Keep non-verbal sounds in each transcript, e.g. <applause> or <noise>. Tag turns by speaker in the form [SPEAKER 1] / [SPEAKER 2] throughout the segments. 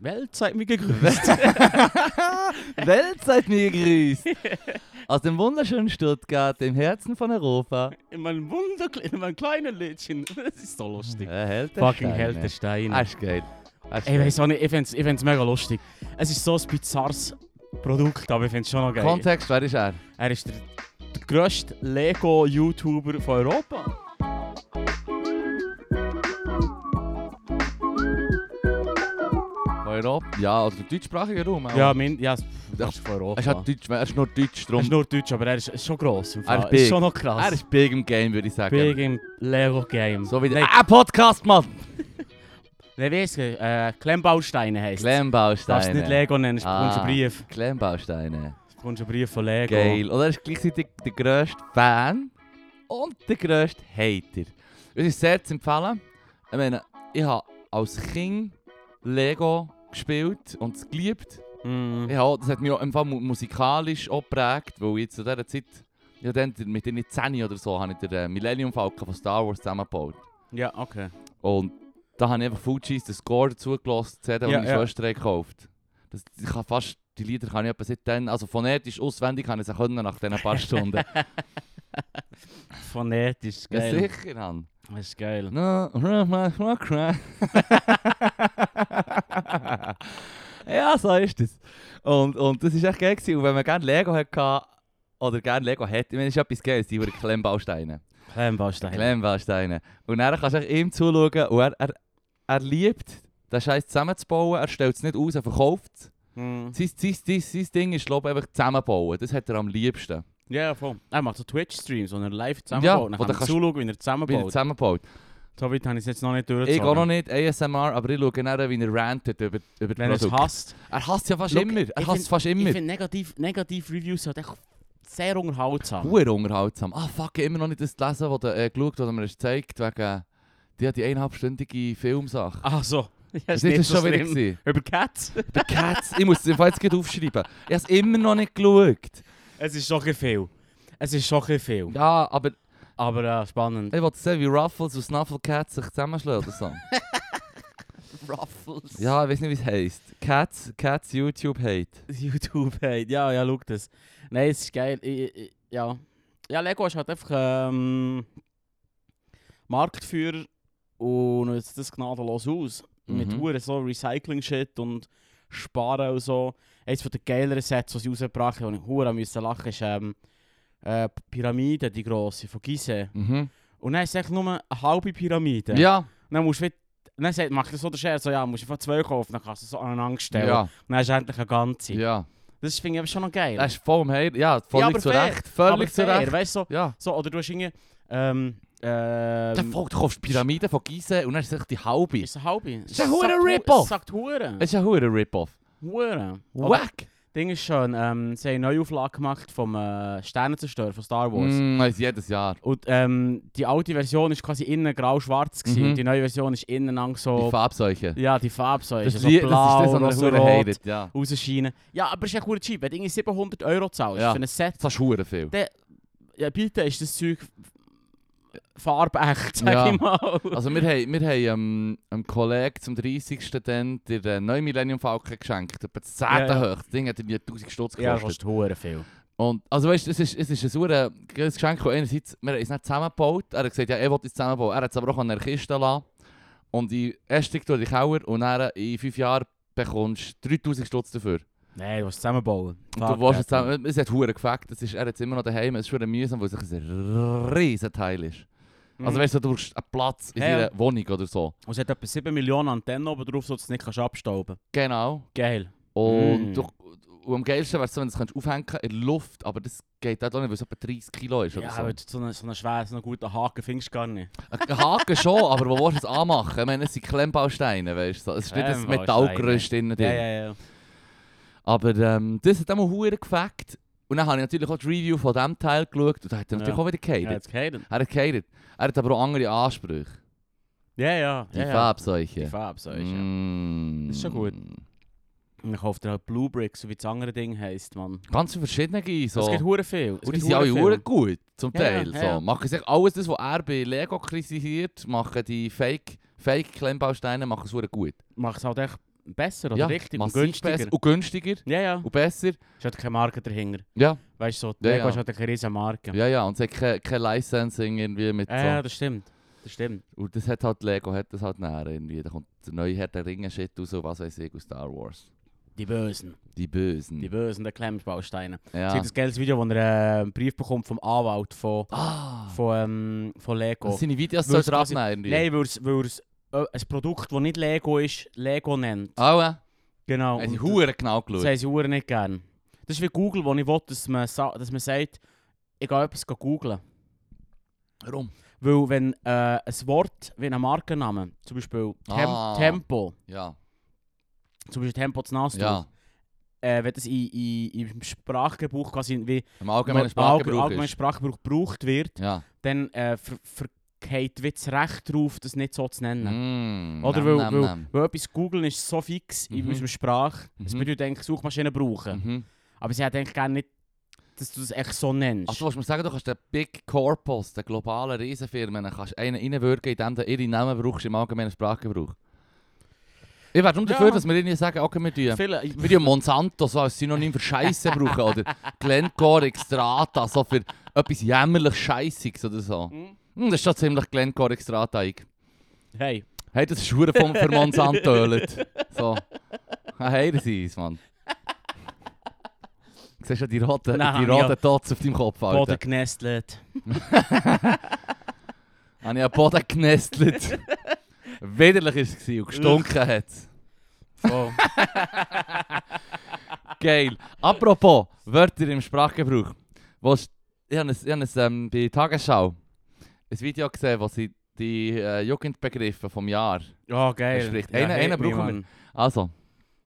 [SPEAKER 1] Welt, seid mir gegrüßt.
[SPEAKER 2] <laughs> Welt seid mir gegrüßt. Aus dem wunderschönen Stuttgart, dem Herzen von Europa.
[SPEAKER 1] in meinem Wunderkle in meinem kleinen
[SPEAKER 2] <laughs>
[SPEAKER 1] Lädchen. Das ist so lustig.
[SPEAKER 2] Äh, hält der
[SPEAKER 1] Fucking
[SPEAKER 2] Stein,
[SPEAKER 1] hält
[SPEAKER 2] ey.
[SPEAKER 1] der Stein.
[SPEAKER 2] Ah, ist geil. Ah, ist
[SPEAKER 1] Ich
[SPEAKER 2] geil.
[SPEAKER 1] weiß auch nicht, ich find's, ich find's mega lustig. Es ist so ein bizarres Produkt, aber ich find's schon noch geil.
[SPEAKER 2] Kontext, wer ist er?
[SPEAKER 1] Er ist der, der grösste Lego-YouTuber von Europa.
[SPEAKER 2] Von Europa? Ja, also der deutschsprachige Raum. auch.
[SPEAKER 1] Ja, mein, ja, es-
[SPEAKER 2] Ja,
[SPEAKER 1] das ist von Europa.
[SPEAKER 2] Er ist, halt deutsch, er ist nur deutsch,
[SPEAKER 1] Er
[SPEAKER 2] drum.
[SPEAKER 1] ist nur Deutsch, aber er ist, ist schon gross. im Fall.
[SPEAKER 2] Er ist
[SPEAKER 1] ist
[SPEAKER 2] big.
[SPEAKER 1] schon noch krass.
[SPEAKER 2] Er ist big im Game, würde ich sagen.
[SPEAKER 1] big im Lego-Game.
[SPEAKER 2] So wie der...
[SPEAKER 1] Nein,
[SPEAKER 2] Ah, Podcast, Mann!
[SPEAKER 1] nein, wie heisst es? Äh, Klemmbausteine heisst es. Darfst
[SPEAKER 2] Klemmbausteine.
[SPEAKER 1] du nicht Lego nennen, es bekommst
[SPEAKER 2] Ah.
[SPEAKER 1] einen Brief.
[SPEAKER 2] Klemmbausteine.
[SPEAKER 1] bekommst einen Brief von Lego.
[SPEAKER 2] Geil. Und er ist gleichzeitig der grösste Fan und der grösste Hater. Es ist sehr zu empfehlen. Ich meine, ich habe als Kind Lego gespielt und es geliebt.
[SPEAKER 1] Mhm.
[SPEAKER 2] Ja, das hat mich auch, im Fall mu- musikalisch auch geprägt, weil ich zu dieser Zeit, ja dann mit den 10 oder so, habe ich den äh, Millennium Falcon von Star Wars zusammengebaut.
[SPEAKER 1] Ja, okay.
[SPEAKER 2] Und da habe ich einfach full cheese den Score dazu gelassen, die CD, die
[SPEAKER 1] Ja,
[SPEAKER 2] meine
[SPEAKER 1] ja.
[SPEAKER 2] Schwester hat gekauft das, ich kann fast Die Lieder kann ich etwa seitdem, also phonetisch auswendig kann ich sie können nach diesen
[SPEAKER 1] <laughs>
[SPEAKER 2] paar Stunden.
[SPEAKER 1] Phonetisch,
[SPEAKER 2] ja,
[SPEAKER 1] geil.
[SPEAKER 2] sicher, Mann.
[SPEAKER 1] Das ist geil.
[SPEAKER 2] No, no, no, no, no. <laughs> ja, so ist es. Und, und das ist echt geil. Gewesen. Und wenn man gerne Lego hatte, oder gerne Lego hat, ich meine, das ist etwas Geiles, die wurden Klemmbausteine.
[SPEAKER 1] Klemmbausteine.
[SPEAKER 2] Klemmbausteine. Und dann kannst du echt ihm zuschauen und er, er, er liebt, den Scheiß zusammenzubauen, er stellt es nicht aus, er verkauft es.
[SPEAKER 1] Mhm.
[SPEAKER 2] Sein, sein, sein, sein Ding ist, glaube ich, einfach zusammenbauen. Das hat er am liebsten.
[SPEAKER 1] Ja, voll. Er macht so Twitch-Streams, wo er live zusammenbaut. Ja,
[SPEAKER 2] wo
[SPEAKER 1] dann
[SPEAKER 2] du
[SPEAKER 1] kann man
[SPEAKER 2] kannst-
[SPEAKER 1] zuschauen, wie er
[SPEAKER 2] Wie er
[SPEAKER 1] zusammenbaut.
[SPEAKER 2] zusammenbaut.
[SPEAKER 1] So weit habe ich es jetzt noch nicht
[SPEAKER 2] Ich auch noch
[SPEAKER 1] durchgezogen.
[SPEAKER 2] nicht ASMR, aber ich schaue dann, wie er rantet über, über
[SPEAKER 1] Wenn er es
[SPEAKER 2] Produkte.
[SPEAKER 1] hasst.
[SPEAKER 2] Er hasst ja fast
[SPEAKER 1] Schau,
[SPEAKER 2] immer. Er
[SPEAKER 1] ich
[SPEAKER 2] hasst
[SPEAKER 1] find-
[SPEAKER 2] fast immer.
[SPEAKER 1] Ich finde negativ, negativ Reviews sind echt sehr unterhaltsam.
[SPEAKER 2] Huere unterhaltsam. Ah, fuck, ich hab immer noch nicht das gelesen, was du äh, geschaut hast, was du mir hast gezeigt wegen die hat die eineinhalbstündige Filmsache.
[SPEAKER 1] Ach so.
[SPEAKER 2] <laughs>
[SPEAKER 1] Ja,
[SPEAKER 2] das ist das schon wieder.
[SPEAKER 1] schlimm.
[SPEAKER 2] gewesen.
[SPEAKER 1] Über
[SPEAKER 2] <laughs>
[SPEAKER 1] Cats?
[SPEAKER 2] Der Cats. Ich muss es im Fall jetzt gleich aufschreiben. Ich habe es immer noch nicht geschaut.
[SPEAKER 1] es ist schon ein viel. Es ist schon ein viel.
[SPEAKER 2] Ja, aber
[SPEAKER 1] Aber äh, spannend.
[SPEAKER 2] ich wollte sehen, wie Ruffles und Snufflecats sich zusammenschlagen oder <laughs> so.
[SPEAKER 1] Ruffles.
[SPEAKER 2] ja, ich weiß nicht, wie es heisst. Cats, Cats YouTube Hate.
[SPEAKER 1] <laughs> YouTube, hey. Ja, ja, schau das. Nein, es ist geil. Ich, ich, ja. ja, Lego ist halt einfach ähm, Marktführer und nutzt das gnadenlos aus. Mit
[SPEAKER 2] Mhm.
[SPEAKER 1] Huren so Recycling-Shit und Sparen und so. Eines von den geileren Sets, die sie rausgebracht haben, wo ich Huren müssen lachen ist ähm, äh, die Pyramide, die grosse, von Gizeh.
[SPEAKER 2] Mhm.
[SPEAKER 1] Und dann ist es echt nur eine halbe Pyramide.
[SPEAKER 2] Ja,
[SPEAKER 1] Dann musst du wieder. Dann sagt- macht er so den Scherz, so, ja, musst du einfach zwei kaufen, dann kannst du so aneinander stellen.
[SPEAKER 2] ja,
[SPEAKER 1] Und dann hast du endlich eine ganze.
[SPEAKER 2] ja.
[SPEAKER 1] Das finde ich aber schon noch geil.
[SPEAKER 2] Das ist voll im Hate. Ja, völlig
[SPEAKER 1] aber
[SPEAKER 2] zu
[SPEAKER 1] fair.
[SPEAKER 2] Recht.
[SPEAKER 1] aber
[SPEAKER 2] Völlig zu
[SPEAKER 1] fair,
[SPEAKER 2] Recht.
[SPEAKER 1] Weißt du, so,
[SPEAKER 2] Ja.
[SPEAKER 1] so, oder du hast irgendwie, ähm,
[SPEAKER 2] Dann
[SPEAKER 1] ähm,
[SPEAKER 2] folgt, du kaufst die Pyramide von Gizeh und dann ist es die halbe.
[SPEAKER 1] ist ein Halbi.
[SPEAKER 2] Ist ein verdammter Rip-Off.
[SPEAKER 1] Es sagt Hure.
[SPEAKER 2] Es ist ja hure Rip-Off.
[SPEAKER 1] Hure. Aber
[SPEAKER 2] Wack!
[SPEAKER 1] das Ding ist schon, ähm, sie haben eine Neuauflage gemacht vom äh, Sternenzerstörer von Star Wars.
[SPEAKER 2] Mm, also jedes Jahr.
[SPEAKER 1] Und ähm, die alte Version ist quasi innen grau-schwarz gewesen.
[SPEAKER 2] Mhm.
[SPEAKER 1] Und die neue Version ist innen lang
[SPEAKER 2] Die
[SPEAKER 1] so...
[SPEAKER 2] Farbseuche.
[SPEAKER 1] ja, die Farbe so ist
[SPEAKER 2] das,
[SPEAKER 1] so
[SPEAKER 2] Lied-
[SPEAKER 1] blau,
[SPEAKER 2] das ist das, was man hure
[SPEAKER 1] rosarot,
[SPEAKER 2] hatet. Ja.
[SPEAKER 1] rausscheinen. Ja, aber es ist echt hure cheap. Wenn du irgendwie 700 Euro zahlst
[SPEAKER 2] Ja.
[SPEAKER 1] für ein Set,
[SPEAKER 2] Das ist hure viel.
[SPEAKER 1] ja bitte ist das Zeug farbecht, sag
[SPEAKER 2] Ja.
[SPEAKER 1] ich mal.
[SPEAKER 2] Also wir haben, wir haben ähm, einem Kollegen zum 30. dann den äh, neuen Millennium Falcon geschenkt. Etwa das 10.
[SPEAKER 1] Ja, ja.
[SPEAKER 2] hoch. Das Ding hat irgendwie 1000 Stutz
[SPEAKER 1] Ja,
[SPEAKER 2] gekostet.
[SPEAKER 1] kostet hure viel.
[SPEAKER 2] Und, also weißt du, es ist, es ist ein super geiles Geschenk, das einerseits, wir haben es nicht zusammengebaut, er hat gesagt, ja, er will es zusammenbauen, er hat es aber auch an der Kiste lassen. Und in Ästig durch die Kauer und dann in fünf Jahren bekommst du 3000 Stutz dafür.
[SPEAKER 1] Nein, du willst zusammenbauen.
[SPEAKER 2] Und du willst es zusammen, es hat hure gefackt, es ist, er hat es immer noch daheim, es ist schon mühsam, weil es ein riesen Teil ist.
[SPEAKER 1] Mm.
[SPEAKER 2] Also weißt du, du brauchst einen Platz
[SPEAKER 1] Mhm.
[SPEAKER 2] in
[SPEAKER 1] Ja, ja.
[SPEAKER 2] deiner Wohnung oder so.
[SPEAKER 1] Und es hat etwa 7 Millionen Antennen oben drauf, sodass du es nicht kannst abstauben
[SPEAKER 2] Genau.
[SPEAKER 1] Geil.
[SPEAKER 2] Und,
[SPEAKER 1] Mm.
[SPEAKER 2] du, und am geilsten wäre es, so, wenn du es kannst aufhängen in der Luft, aber das geht auch nicht, weil es etwa 30 Kilo ist.
[SPEAKER 1] Ja,
[SPEAKER 2] Oder so.
[SPEAKER 1] aber so einen so einen schweren, so einen guten Haken findest du gar nicht.
[SPEAKER 2] Ein Haken schon, aber wo willst du es anmachen? Ich meine, es sind Klemmbausteine, weißt du. so. Es ist nicht das
[SPEAKER 1] Klemmbausteine.
[SPEAKER 2] Metallgerüst innen drin.
[SPEAKER 1] Ja, ja, ja.
[SPEAKER 2] Aber ähm, das hat einmal hure gefackt. Und dann habe ich natürlich auch die Review von diesem Teil geschaut und da hat er natürlich
[SPEAKER 1] Ja.
[SPEAKER 2] auch wieder
[SPEAKER 1] Ja,
[SPEAKER 2] gehatet.
[SPEAKER 1] jetzt gehatet.
[SPEAKER 2] Er hat gehatet. Er hat aber auch andere Ansprüche.
[SPEAKER 1] Ja, ja.
[SPEAKER 2] Die
[SPEAKER 1] ja, ja. Die
[SPEAKER 2] Farbseuche.
[SPEAKER 1] Farbe, so ist ja.
[SPEAKER 2] Mm.
[SPEAKER 1] Das ist schon gut. Und ich kaufe dir halt Blue Bricks, so wie das andere Ding heisst, Mann.
[SPEAKER 2] Ganz viele verschiedene. So.
[SPEAKER 1] Es gibt hure viel. Es
[SPEAKER 2] und die
[SPEAKER 1] gibt
[SPEAKER 2] sind
[SPEAKER 1] hure
[SPEAKER 2] alle
[SPEAKER 1] viel.
[SPEAKER 2] hure gut, zum
[SPEAKER 1] Ja, ja,
[SPEAKER 2] Teil.
[SPEAKER 1] ja,
[SPEAKER 2] so.
[SPEAKER 1] ja.
[SPEAKER 2] Machen sich alles das, was er bei Lego kritisiert, machen die Fake- Fake-Klemmbausteine, machen es hure gut.
[SPEAKER 1] Macht es halt echt besser oder
[SPEAKER 2] ja,
[SPEAKER 1] richtig und
[SPEAKER 2] massiv
[SPEAKER 1] günstiger.
[SPEAKER 2] besser. Und günstiger
[SPEAKER 1] Ja, ja.
[SPEAKER 2] und besser.
[SPEAKER 1] Ist halt keine Marke dahinter.
[SPEAKER 2] Ja,
[SPEAKER 1] Weißt du, so,
[SPEAKER 2] Ja,
[SPEAKER 1] Lego
[SPEAKER 2] ja.
[SPEAKER 1] ist halt keine riesen Marke.
[SPEAKER 2] ja, ja. Und es hat kein, kein Licensing irgendwie mit
[SPEAKER 1] Ja, ja,
[SPEAKER 2] so.
[SPEAKER 1] das stimmt. Das stimmt.
[SPEAKER 2] Und das hat halt Lego, hat das halt näher irgendwie. Da kommt der neue Herr der Ringe Shit raus und was weiß ich aus Star Wars.
[SPEAKER 1] Die Bösen.
[SPEAKER 2] Die Bösen.
[SPEAKER 1] Die Bösen der Klemmsbausteine. Es
[SPEAKER 2] Hm. ja.
[SPEAKER 1] gibt ein geiles Video, wo er äh, einen Brief bekommt vom Anwalt von,
[SPEAKER 2] Ah!
[SPEAKER 1] von, ähm, von Lego.
[SPEAKER 2] Das sind die Videos
[SPEAKER 1] Weil
[SPEAKER 2] soll
[SPEAKER 1] es
[SPEAKER 2] er
[SPEAKER 1] quasi-
[SPEAKER 2] abnehmen irgendwie.
[SPEAKER 1] Nein, weil es, weil es äh, ein Produkt, das nicht Lego ist, Lego nennt.
[SPEAKER 2] Au, äh.
[SPEAKER 1] Genau.
[SPEAKER 2] Haben sie
[SPEAKER 1] Und
[SPEAKER 2] Huren genau
[SPEAKER 1] das
[SPEAKER 2] geschaut.
[SPEAKER 1] haben sie Uhr nicht gern. Das ist wie Google, wo ich will, dass man, sa- dass man sagt, ich gehe etwas googlen.
[SPEAKER 2] Warum?
[SPEAKER 1] Weil wenn äh, ein Wort wie ein Markenname, zum Beispiel Tem
[SPEAKER 2] Ah.
[SPEAKER 1] Tempo,
[SPEAKER 2] Ja.
[SPEAKER 1] zum Beispiel Tempo zu Nassdorf,
[SPEAKER 2] Ja.
[SPEAKER 1] äh, wenn das in, in, im Sprachgebrauch quasi wie
[SPEAKER 2] Im allgemeinen
[SPEAKER 1] allgemein-
[SPEAKER 2] Sprachgebrauch
[SPEAKER 1] allgemein
[SPEAKER 2] ist.
[SPEAKER 1] Sprachgebrauch gebraucht wird,
[SPEAKER 2] Ja.
[SPEAKER 1] dann äh, ver vergeht wie das Recht darauf, das nicht so zu nennen.
[SPEAKER 2] Mm,
[SPEAKER 1] Oder
[SPEAKER 2] nam,
[SPEAKER 1] weil,
[SPEAKER 2] nam,
[SPEAKER 1] weil,
[SPEAKER 2] nam.
[SPEAKER 1] weil etwas googeln ist so fix in
[SPEAKER 2] Mhm.
[SPEAKER 1] unserem Sprach, es
[SPEAKER 2] Mhm.
[SPEAKER 1] bedeutet eigentlich Suchmaschinen brauchen.
[SPEAKER 2] Mhm.
[SPEAKER 1] Aber sie hat eigentlich gerne nicht, dass du das echt so nennst.
[SPEAKER 2] Also, was mir sagen, du kannst den Big Corpus, den globalen Riesenfirmen, kannst einen reinwürgen, indem du ihre Namen brauchst im allgemeinen Sprachgebrauch. Ich wäre darum
[SPEAKER 1] Ja.
[SPEAKER 2] dafür, dass wir ihnen sagen, okay, wir tun.
[SPEAKER 1] Viele,
[SPEAKER 2] Wir tun eh, Monsanto so als Synonym
[SPEAKER 1] <laughs>
[SPEAKER 2] für Scheiße brauchen oder Glencore Extrata so für etwas jämmerlich Scheißiges oder so.
[SPEAKER 1] Mhm.
[SPEAKER 2] Hm, das ist schon ziemlich Glencore Extrata. Ich.
[SPEAKER 1] hey,
[SPEAKER 2] Hey, das ist Schuhe
[SPEAKER 1] <laughs>
[SPEAKER 2] von für Monsanto ölet. So. Ah, Hey, das ist es, Mann. Siehst du die roten,
[SPEAKER 1] Nein,
[SPEAKER 2] die
[SPEAKER 1] ja.
[SPEAKER 2] roten Tots auf deinem Kopf, <laughs> Alter?
[SPEAKER 1] Boden genestelt.
[SPEAKER 2] Habe ich am Boden genestelt. <laughs> Widerlich war es gewesen und gestunken hat
[SPEAKER 1] Voll.
[SPEAKER 2] Geil. Apropos Wörter im Sprachgebrauch. Wo es- ich habe, ein, ich habe ein, ähm, bei Tagesschau ein Video gesehen, wo sie die äh, Jugendbegriffe vom Jahr. <laughs>
[SPEAKER 1] Oh, geil.
[SPEAKER 2] Das spricht.
[SPEAKER 1] Ja,
[SPEAKER 2] Einen-
[SPEAKER 1] hit
[SPEAKER 2] einen
[SPEAKER 1] mich,
[SPEAKER 2] brauchen wir.
[SPEAKER 1] Mann.
[SPEAKER 2] Also,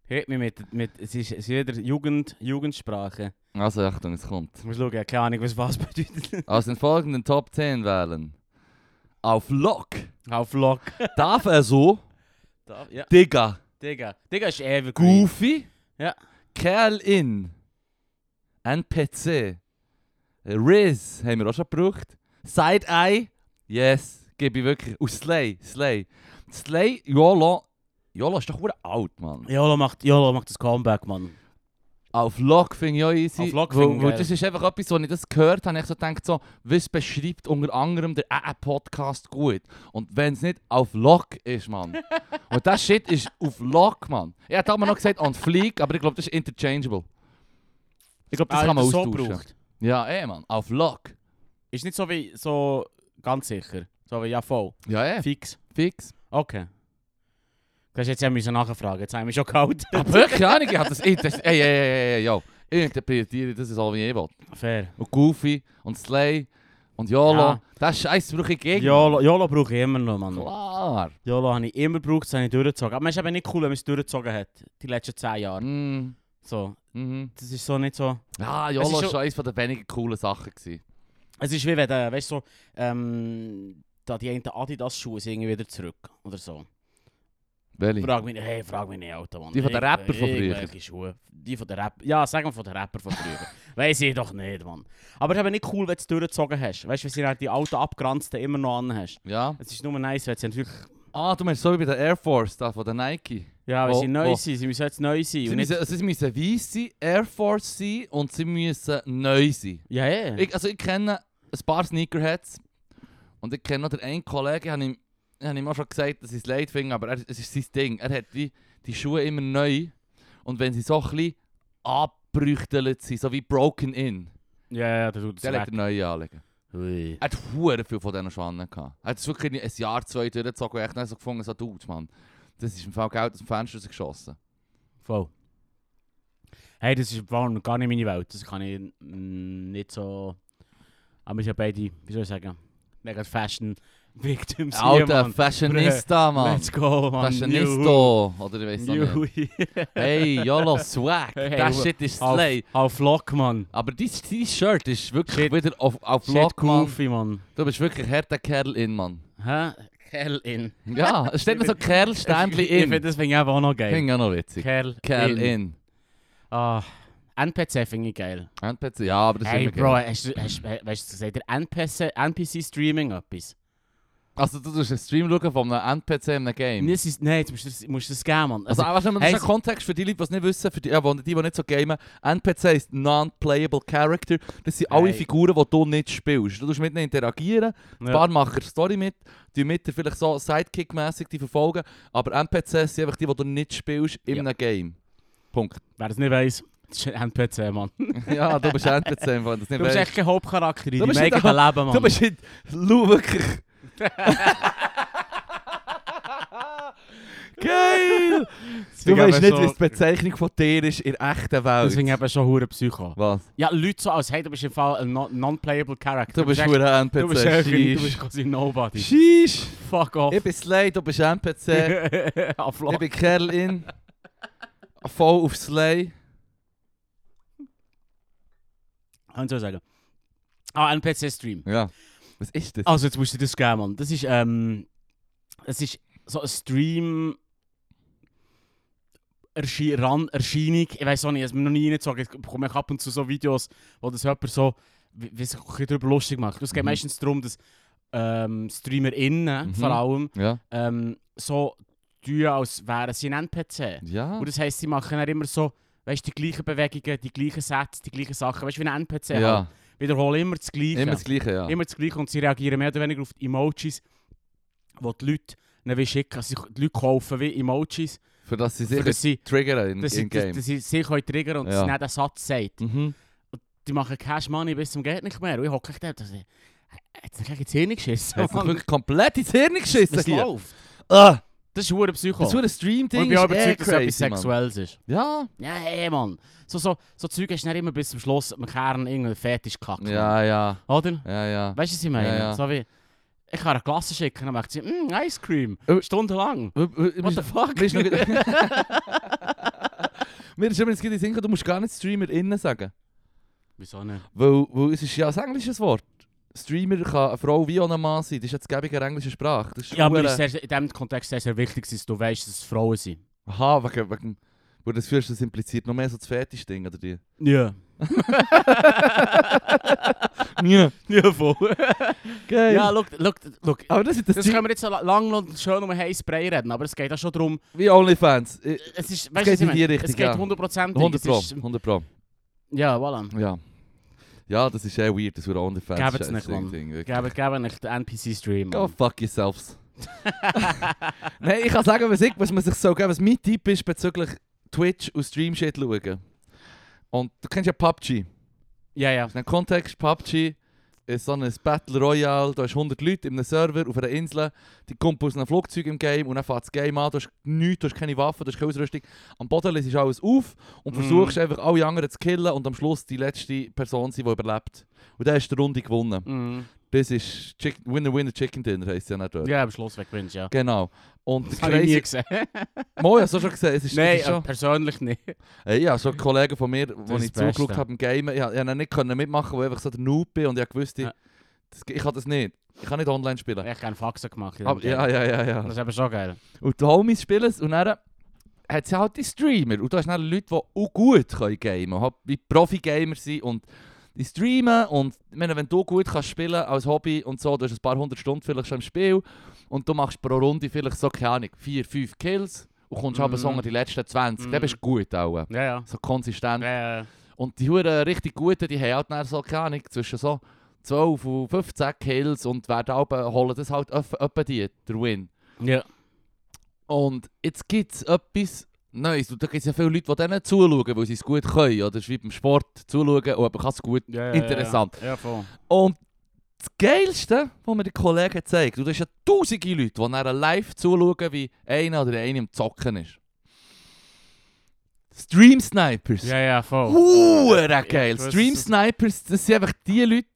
[SPEAKER 1] Hit mich mit, mit es, ist, es ist wieder Jugend, Jugendsprache.
[SPEAKER 2] also Achtung, es kommt.
[SPEAKER 1] Ich muss schauen, ich habe keine Ahnung, was was <laughs> bedeutet.
[SPEAKER 2] Aus den folgenden Top 10 wählen. Auf Lock.
[SPEAKER 1] Auf Lock.
[SPEAKER 2] Darf er so?
[SPEAKER 1] Da- ja.
[SPEAKER 2] Digga.
[SPEAKER 1] Digga. Digga ist ewig.
[SPEAKER 2] Goofy.
[SPEAKER 1] Ja.
[SPEAKER 2] Kerl in. NPC. Riz haben wir auch schon gebraucht. Side-Eye. Yes. Gebe ich wirklich. Und Slay. Slay. Slay, YOLO. YOLO ist doch verdammt alt, Mann.
[SPEAKER 1] Jolo macht, Jolo macht das Comeback, Mann.
[SPEAKER 2] Auf Lock finde ich auch easy.
[SPEAKER 1] Auf Lock finde
[SPEAKER 2] weil,
[SPEAKER 1] ich
[SPEAKER 2] weil
[SPEAKER 1] geil.
[SPEAKER 2] Das ist einfach etwas, wo ich das gehört habe, habe ich so gedacht, so, was beschreibt unter anderem der AA Podcast gut? Und wenn es nicht auf Lock
[SPEAKER 1] <laughs>
[SPEAKER 2] ist, Mann. Und das Shit ist auf Lock, Mann. Ich hätte auch mal noch gesagt on Fleek, aber ich glaube, das ist interchangeable. Ich glaube, das
[SPEAKER 1] Ah,
[SPEAKER 2] kann man
[SPEAKER 1] so
[SPEAKER 2] austauschen.
[SPEAKER 1] gebraucht.
[SPEAKER 2] ja, eh, Mann. Auf Lock.
[SPEAKER 1] Ist nicht so wie, so ganz sicher. So wie, ja voll.
[SPEAKER 2] Ja, eh.
[SPEAKER 1] Fix.
[SPEAKER 2] Fix.
[SPEAKER 1] Okay. Du hast jetzt ja müssen nachfragen, jetzt haben wir schon gehalten.
[SPEAKER 2] <laughs> Aber wirklich, keine Ahnung, ich habe das... Ich, das ey, ey, ey, ey, ey, yo. Ich interpretiere das ist all wie ich will.
[SPEAKER 1] Fair.
[SPEAKER 2] Und Goofy und Slay und YOLO.
[SPEAKER 1] Ja.
[SPEAKER 2] Das Scheiß brauche ich gegen.
[SPEAKER 1] Jolo, Jolo brauche ich immer noch, Mann.
[SPEAKER 2] Klar.
[SPEAKER 1] Jolo habe ich immer gebraucht, das habe ich durchgezogen. Aber man ist eben nicht cool, wenn man es durchgezogen hat, die letzten 10 Jahre.
[SPEAKER 2] Mm.
[SPEAKER 1] So,
[SPEAKER 2] Mhm.
[SPEAKER 1] das ist so nicht so...
[SPEAKER 2] Ah,
[SPEAKER 1] Es ist
[SPEAKER 2] YOLO war
[SPEAKER 1] schon-
[SPEAKER 2] schon eines der wenigen coolen Sachen. Gewesen.
[SPEAKER 1] Es ist wie wenn, äh, weißt du, so, ähm, da die einen Adidas-Schuhe sind irgendwie wieder zurück oder so.
[SPEAKER 2] Welche?
[SPEAKER 1] Frag mich nicht, hey, frag mich nicht, Alter, Mann.
[SPEAKER 2] Die von den
[SPEAKER 1] Irgendw-
[SPEAKER 2] Rapper von früher.
[SPEAKER 1] irgendwelche Schuhe. Die von den Rapper, ja, sagen wir von den Rapper von früher.
[SPEAKER 2] <laughs>
[SPEAKER 1] Weiss ich doch nicht, Mann. Aber es ist eben nicht cool, wenn du es durchgezogen hast. Weißt du, wenn du dann die alten Abgeranzten immer noch an hast.
[SPEAKER 2] Ja.
[SPEAKER 1] Es ist nur nice, wenn sie natürlich...
[SPEAKER 2] Ah, du meinst so wie bei der Air Force da von der Nike.
[SPEAKER 1] Ja, wenn
[SPEAKER 2] Wo-
[SPEAKER 1] sie neu
[SPEAKER 2] wo-
[SPEAKER 1] sind, sie müssen jetzt neu sein.
[SPEAKER 2] Sie
[SPEAKER 1] Und nicht,
[SPEAKER 2] müssen, sie müssen weiss sein, Air Force sein und sie müssen neu sein.
[SPEAKER 1] ja, ja.
[SPEAKER 2] Ich, also ich kenne ein paar Sneakerheads und ich kenne noch den einen Kollegen, habe ihm, hab ihm auch schon gesagt, dass ich es leid finde, aber er, es ist sein Ding. Er hat die, die Schuhe immer neu und wenn sie so ein bisschen abbrüchtelt sind, so wie broken in,
[SPEAKER 1] ja, ja, der tut es
[SPEAKER 2] dann legt
[SPEAKER 1] weg.
[SPEAKER 2] er neue anlegen.
[SPEAKER 1] Ui.
[SPEAKER 2] Er hat hure viel von diesen Schwannen gehabt. Er hat es wirklich ein Jahr, zwei durchgezogen und echt nicht so gefunden, so tut, Mann. Das ist im Fall Geld aus dem Fenster geschossen.
[SPEAKER 1] Voll. Hey, das ist warm, gar nicht meine Welt. Das kann ich mm, Ah, nicht so. Aber wir sind beide, wie soll ich sagen, mega Fashion Victims. hier,
[SPEAKER 2] Alter,
[SPEAKER 1] Mann.
[SPEAKER 2] Fashionista, Mann.
[SPEAKER 1] Let's go, Mann.
[SPEAKER 2] Fashionista. Oder ich weiss auch nicht.
[SPEAKER 1] Juhu.
[SPEAKER 2] Hey,
[SPEAKER 1] <laughs>
[SPEAKER 2] YOLO Swag.
[SPEAKER 1] Hey,
[SPEAKER 2] das Shit ist
[SPEAKER 1] auf,
[SPEAKER 2] Slay.
[SPEAKER 1] auf Lock, Mann.
[SPEAKER 2] Aber dein dein Shirt ist wirklich
[SPEAKER 1] Shit.
[SPEAKER 2] wieder auf, auf
[SPEAKER 1] Shit,
[SPEAKER 2] Lock, Mann.
[SPEAKER 1] Goofy, Mann.
[SPEAKER 2] Du bist wirklich harter Kerl in, Mann.
[SPEAKER 1] Hä? Kerl in. <laughs>
[SPEAKER 2] Ja, es steht mir so Kerlständli
[SPEAKER 1] Ich finde
[SPEAKER 2] in.
[SPEAKER 1] das finde ich eben auch noch geil.
[SPEAKER 2] Klingt ja noch witzig.
[SPEAKER 1] Kerl,
[SPEAKER 2] Kerl in.
[SPEAKER 1] Ah, NPC finde ich geil.
[SPEAKER 2] NPC. Ja, aber das ist
[SPEAKER 1] Hey
[SPEAKER 2] immer
[SPEAKER 1] Bro,
[SPEAKER 2] geil.
[SPEAKER 1] hast du, hast, weißt du, sagt der NPC, NPC Streaming etwas?
[SPEAKER 2] Also du tust einen Stream schauen von einem NPC in einem Game.
[SPEAKER 1] Nein, es ist- Nein, jetzt musst du das, musst du das geben, Mann.
[SPEAKER 2] Also,
[SPEAKER 1] Also,
[SPEAKER 2] also, das
[SPEAKER 1] hey,
[SPEAKER 2] ist ein Kontext für die Leute, die es nicht wissen, für die, ja, die, die nicht so gamen. NPC ist Non-Playable Character. Das sind alle
[SPEAKER 1] Hey.
[SPEAKER 2] Figuren, die du nicht spielst. Du musst mit ihnen interagieren, ein
[SPEAKER 1] ja.
[SPEAKER 2] paar machen eine Story mit, die mit dir vielleicht so Sidekick-mässig die verfolgen, aber NPCs sind einfach die, die du nicht spielst in
[SPEAKER 1] Ja.
[SPEAKER 2] einem Game.
[SPEAKER 1] <laughs>
[SPEAKER 2] Punkt.
[SPEAKER 1] wer das nicht weiss, das ist ein NPC, Mann.
[SPEAKER 2] ja, du bist NPC, im Fall, das nicht
[SPEAKER 1] Du bist
[SPEAKER 2] weißt.
[SPEAKER 1] echt kein Hauptcharakter in
[SPEAKER 2] Du
[SPEAKER 1] deinem
[SPEAKER 2] bist
[SPEAKER 1] eigenen
[SPEAKER 2] nicht
[SPEAKER 1] Leben, Mann.
[SPEAKER 2] Du bist in
[SPEAKER 1] <laughs>
[SPEAKER 2] Lou wirklich. Geil! Du
[SPEAKER 1] Deswegen
[SPEAKER 2] weißt
[SPEAKER 1] eben
[SPEAKER 2] nicht, wie
[SPEAKER 1] so-
[SPEAKER 2] die Bezeichnung von dir ist in der echten Welt.
[SPEAKER 1] Deswegen eben schon hure Psycho.
[SPEAKER 2] Was?
[SPEAKER 1] Ja, Leute so als, hey, du bist im Fall ein non- non-playable Character.
[SPEAKER 2] Du bist
[SPEAKER 1] echt-
[SPEAKER 2] nur ein NPC.
[SPEAKER 1] Du bist echt- du
[SPEAKER 2] Sheesh.
[SPEAKER 1] bist Oh. quasi nobody.
[SPEAKER 2] Sheesh!
[SPEAKER 1] Fuck off.
[SPEAKER 2] Ich bin Slay, du bist NPC.
[SPEAKER 1] <laughs>
[SPEAKER 2] ich
[SPEAKER 1] Aflach.
[SPEAKER 2] bin Kerlin. Voll auf Slay.
[SPEAKER 1] Kann ich so sagen. Ah, NPC-Stream.
[SPEAKER 2] Ja. Was ist das?
[SPEAKER 1] Also jetzt musst du das geben, Mann. Das ist, ähm, es ist so ein Stream Erschi Ran Erscheinung. Ich weiß auch nicht, es mir noch nie reingezogen. Es kommen ab und zu so Videos, wo das jemand so, wie, wie sich ein bisschen darüber lustig macht. Es geht
[SPEAKER 2] Mhm.
[SPEAKER 1] meistens darum, dass ähm, StreamerInnen
[SPEAKER 2] Mhm.
[SPEAKER 1] vor allem
[SPEAKER 2] Ja.
[SPEAKER 1] ähm, so tun, als wären sie ein NPC.
[SPEAKER 2] Ja.
[SPEAKER 1] Und das heisst, sie machen dann immer so, weißt du, die gleichen Bewegungen, die gleichen Sätze, die gleichen Sachen. Weißt du, wie ein NPC halt.
[SPEAKER 2] ja.
[SPEAKER 1] Wiederholen immer das Gleiche
[SPEAKER 2] Immer das Gleiche, ja.
[SPEAKER 1] immer das Gleiche und sie reagieren mehr oder weniger auf die Emojis, die die Leute ihnen wie schicken. Also sie- die Leute kaufen wie Emojis,
[SPEAKER 2] Für das sie
[SPEAKER 1] für
[SPEAKER 2] sich
[SPEAKER 1] dass sie,
[SPEAKER 2] triggern in,
[SPEAKER 1] dass sie,
[SPEAKER 2] in
[SPEAKER 1] dass,
[SPEAKER 2] Game.
[SPEAKER 1] dass sie sich können triggern und
[SPEAKER 2] Ja.
[SPEAKER 1] dass sie nicht den Satz sagt.
[SPEAKER 2] Mhm.
[SPEAKER 1] Die machen Cash Money bis zum Geld nicht mehr. Und ich hocke da, dass ich... Jetzt hat sich ins Hirn geschissen.
[SPEAKER 2] Jetzt
[SPEAKER 1] Mann.
[SPEAKER 2] wirklich komplett ins Hirn geschissen
[SPEAKER 1] Das
[SPEAKER 2] hier.
[SPEAKER 1] läuft.
[SPEAKER 2] Ah,
[SPEAKER 1] Das ist ein Psycho.
[SPEAKER 2] das ist ein Stream-Ding.
[SPEAKER 1] Und ich bin auch
[SPEAKER 2] ist eh
[SPEAKER 1] überzeugt, dass es etwas
[SPEAKER 2] crazy, Mann.
[SPEAKER 1] Sexuelles ist.
[SPEAKER 2] Ja.
[SPEAKER 1] Ja, hey, Mann. So, so, so Zeug hast du nicht immer bis zum Schluss im Kern irgendeinen Fetisch gekackt. Mann.
[SPEAKER 2] Ja, ja.
[SPEAKER 1] Oder?
[SPEAKER 2] Ja, ja.
[SPEAKER 1] Weißt du, was ich meine?
[SPEAKER 2] Ja, ja.
[SPEAKER 1] So wie, ich kann eine Klasse schicken, dann macht sie, mm, Ice Cream,
[SPEAKER 2] Äh,
[SPEAKER 1] stundenlang. What the fuck?
[SPEAKER 2] Mir ist
[SPEAKER 1] <laughs>
[SPEAKER 2] noch <laughs> gerade- Mir ist übrigens gerade in den Sinn gekommen, du musst gar nicht Streamer innen sagen.
[SPEAKER 1] Wieso nicht?
[SPEAKER 2] Weil, weil es ist ja ein englisches Wort. Streamer kann eine Frau wie auch ein Mann sein. Das ist jetzt gäbige englische Sprache. Das ist
[SPEAKER 1] Ja, aber
[SPEAKER 2] hure-
[SPEAKER 1] es ist sehr, in diesem Kontext sehr, sehr wichtig, dass du weißt, dass es Frauen sind.
[SPEAKER 2] Aha, wegen... wegen wo das fühlst, das impliziert noch mehr so das Fetisch-Ding, oder die?
[SPEAKER 1] <laughs> Ja.
[SPEAKER 2] Ja.
[SPEAKER 1] Ja, voll.
[SPEAKER 2] Geil.
[SPEAKER 1] ja, look, look, look.
[SPEAKER 2] aber das ist das,
[SPEAKER 1] Das
[SPEAKER 2] Stream-
[SPEAKER 1] können wir jetzt so la- lang und schön um heiß Brei reden, aber es geht auch schon darum,
[SPEAKER 2] wie OnlyFans. Äh,
[SPEAKER 1] es ist,
[SPEAKER 2] geht
[SPEAKER 1] weißt du, was ich
[SPEAKER 2] in die
[SPEAKER 1] meine?
[SPEAKER 2] Richtung,
[SPEAKER 1] es geht
[SPEAKER 2] ja.
[SPEAKER 1] 100%.
[SPEAKER 2] 100 Pro,
[SPEAKER 1] Es ist-
[SPEAKER 2] 100 Pro.
[SPEAKER 1] Ja, voilà.
[SPEAKER 2] Ja. Ja, das ist eh weird, das wäre OnlyFans.
[SPEAKER 1] Gebt's nicht, Mann.
[SPEAKER 2] Scheiß-Ding, wirklich.
[SPEAKER 1] Geben, geben nicht den NPC-Stream.
[SPEAKER 2] Go fuck yourselves. Nein, ich kann sagen, was, ich, was man sich so geben, was mein Tipp ist bezüglich Twitch und Streamshit schauen. Und du kennst ja PUBG.
[SPEAKER 1] Ja, ja.
[SPEAKER 2] In einem Kontext, PUBG ist so ein Battle Royale, da hast 100 Leute in einem Server auf einer Insel, die kommen aus einem Flugzeug im Game und dann fährt das Game an, du hast nichts, du hast keine Waffen, du hast keine Ausrüstung. Am Boden ist alles auf und
[SPEAKER 1] Mhm.
[SPEAKER 2] versuchst einfach alle anderen zu killen und am Schluss die letzte Person sein, die überlebt. Und dann hast du die Runde gewonnen.
[SPEAKER 1] Mhm.
[SPEAKER 2] Das ist Chick- Winner-Winner Chicken Dinner, heisst es ja nicht dort.
[SPEAKER 1] Ja, am Schluss wegwünschst, ja.
[SPEAKER 2] Genau. Und
[SPEAKER 1] Das habe ich nie
[SPEAKER 2] crazy. eh,
[SPEAKER 1] gesehen.
[SPEAKER 2] Mo, hast du schon gesehen? Es ist, es
[SPEAKER 1] Nein,
[SPEAKER 2] ist schon,
[SPEAKER 1] äh, persönlich nicht.
[SPEAKER 2] Ey, ja, Äh, so ein Kollege von mir, wo
[SPEAKER 1] ist
[SPEAKER 2] ich
[SPEAKER 1] Mhm. das Beste.
[SPEAKER 2] zugeschaut habe im Game, ich konnte nicht können mitmachen, weil ich einfach so der Noob bin und ich wusste,
[SPEAKER 1] Ja.
[SPEAKER 2] das, ich kann das nicht. Ich kann nicht online spielen.
[SPEAKER 1] Ich habe gerne Faxen gemacht. in dem
[SPEAKER 2] Aber,
[SPEAKER 1] Game.
[SPEAKER 2] Oh, ja, ja, ja,
[SPEAKER 1] Das
[SPEAKER 2] ja.
[SPEAKER 1] ist eben schon geil.
[SPEAKER 2] Und die Homies spielen es und dann hat sie halt die Streamer. Und da hast du dann Leute, die auch gut können gamen können, halt wie Profi-Gamer sind und die streamen und ich meine, wenn du gut kannst spielen als Hobby und so, du hast ein paar hundert Stunden vielleicht schon im Spiel und du machst pro Runde vielleicht so, keine Ahnung, vier, fünf Kills und kommst
[SPEAKER 1] Mhm.
[SPEAKER 2] aber so unter die letzten 20, dann
[SPEAKER 1] Mhm.
[SPEAKER 2] bist du gut auch.
[SPEAKER 1] Ja, ja.
[SPEAKER 2] So konsistent.
[SPEAKER 1] Ja, ja.
[SPEAKER 2] Und die Huren richtig guten, die haben halt dann so, keine Ahnung, zwischen so 12 und 15 Kills und werden auch holen das halt öff- öppe die, der Win.
[SPEAKER 1] Ja.
[SPEAKER 2] Und jetzt gibt es etwas Neues. Und da gibt es ja viele Leute, die denen zuschauen, weil sie es gut können. Oder es ist wie beim Sport, zuschauen und man kann es gut.
[SPEAKER 1] Ja, ja,
[SPEAKER 2] Interessant.
[SPEAKER 1] Ja, ja voll.
[SPEAKER 2] Und das Geilste, was mir der Kollege hat gezeigt und das sind ja tausende Leute, die dann live zuschauen, wie einer oder eine im Zocken ist. Stream Snipers.
[SPEAKER 1] Ja, ja, voll.
[SPEAKER 2] Hure
[SPEAKER 1] Ja,
[SPEAKER 2] geil!
[SPEAKER 1] ich weiss,
[SPEAKER 2] Stream
[SPEAKER 1] es ist-
[SPEAKER 2] Snipers, das sind einfach die Leute,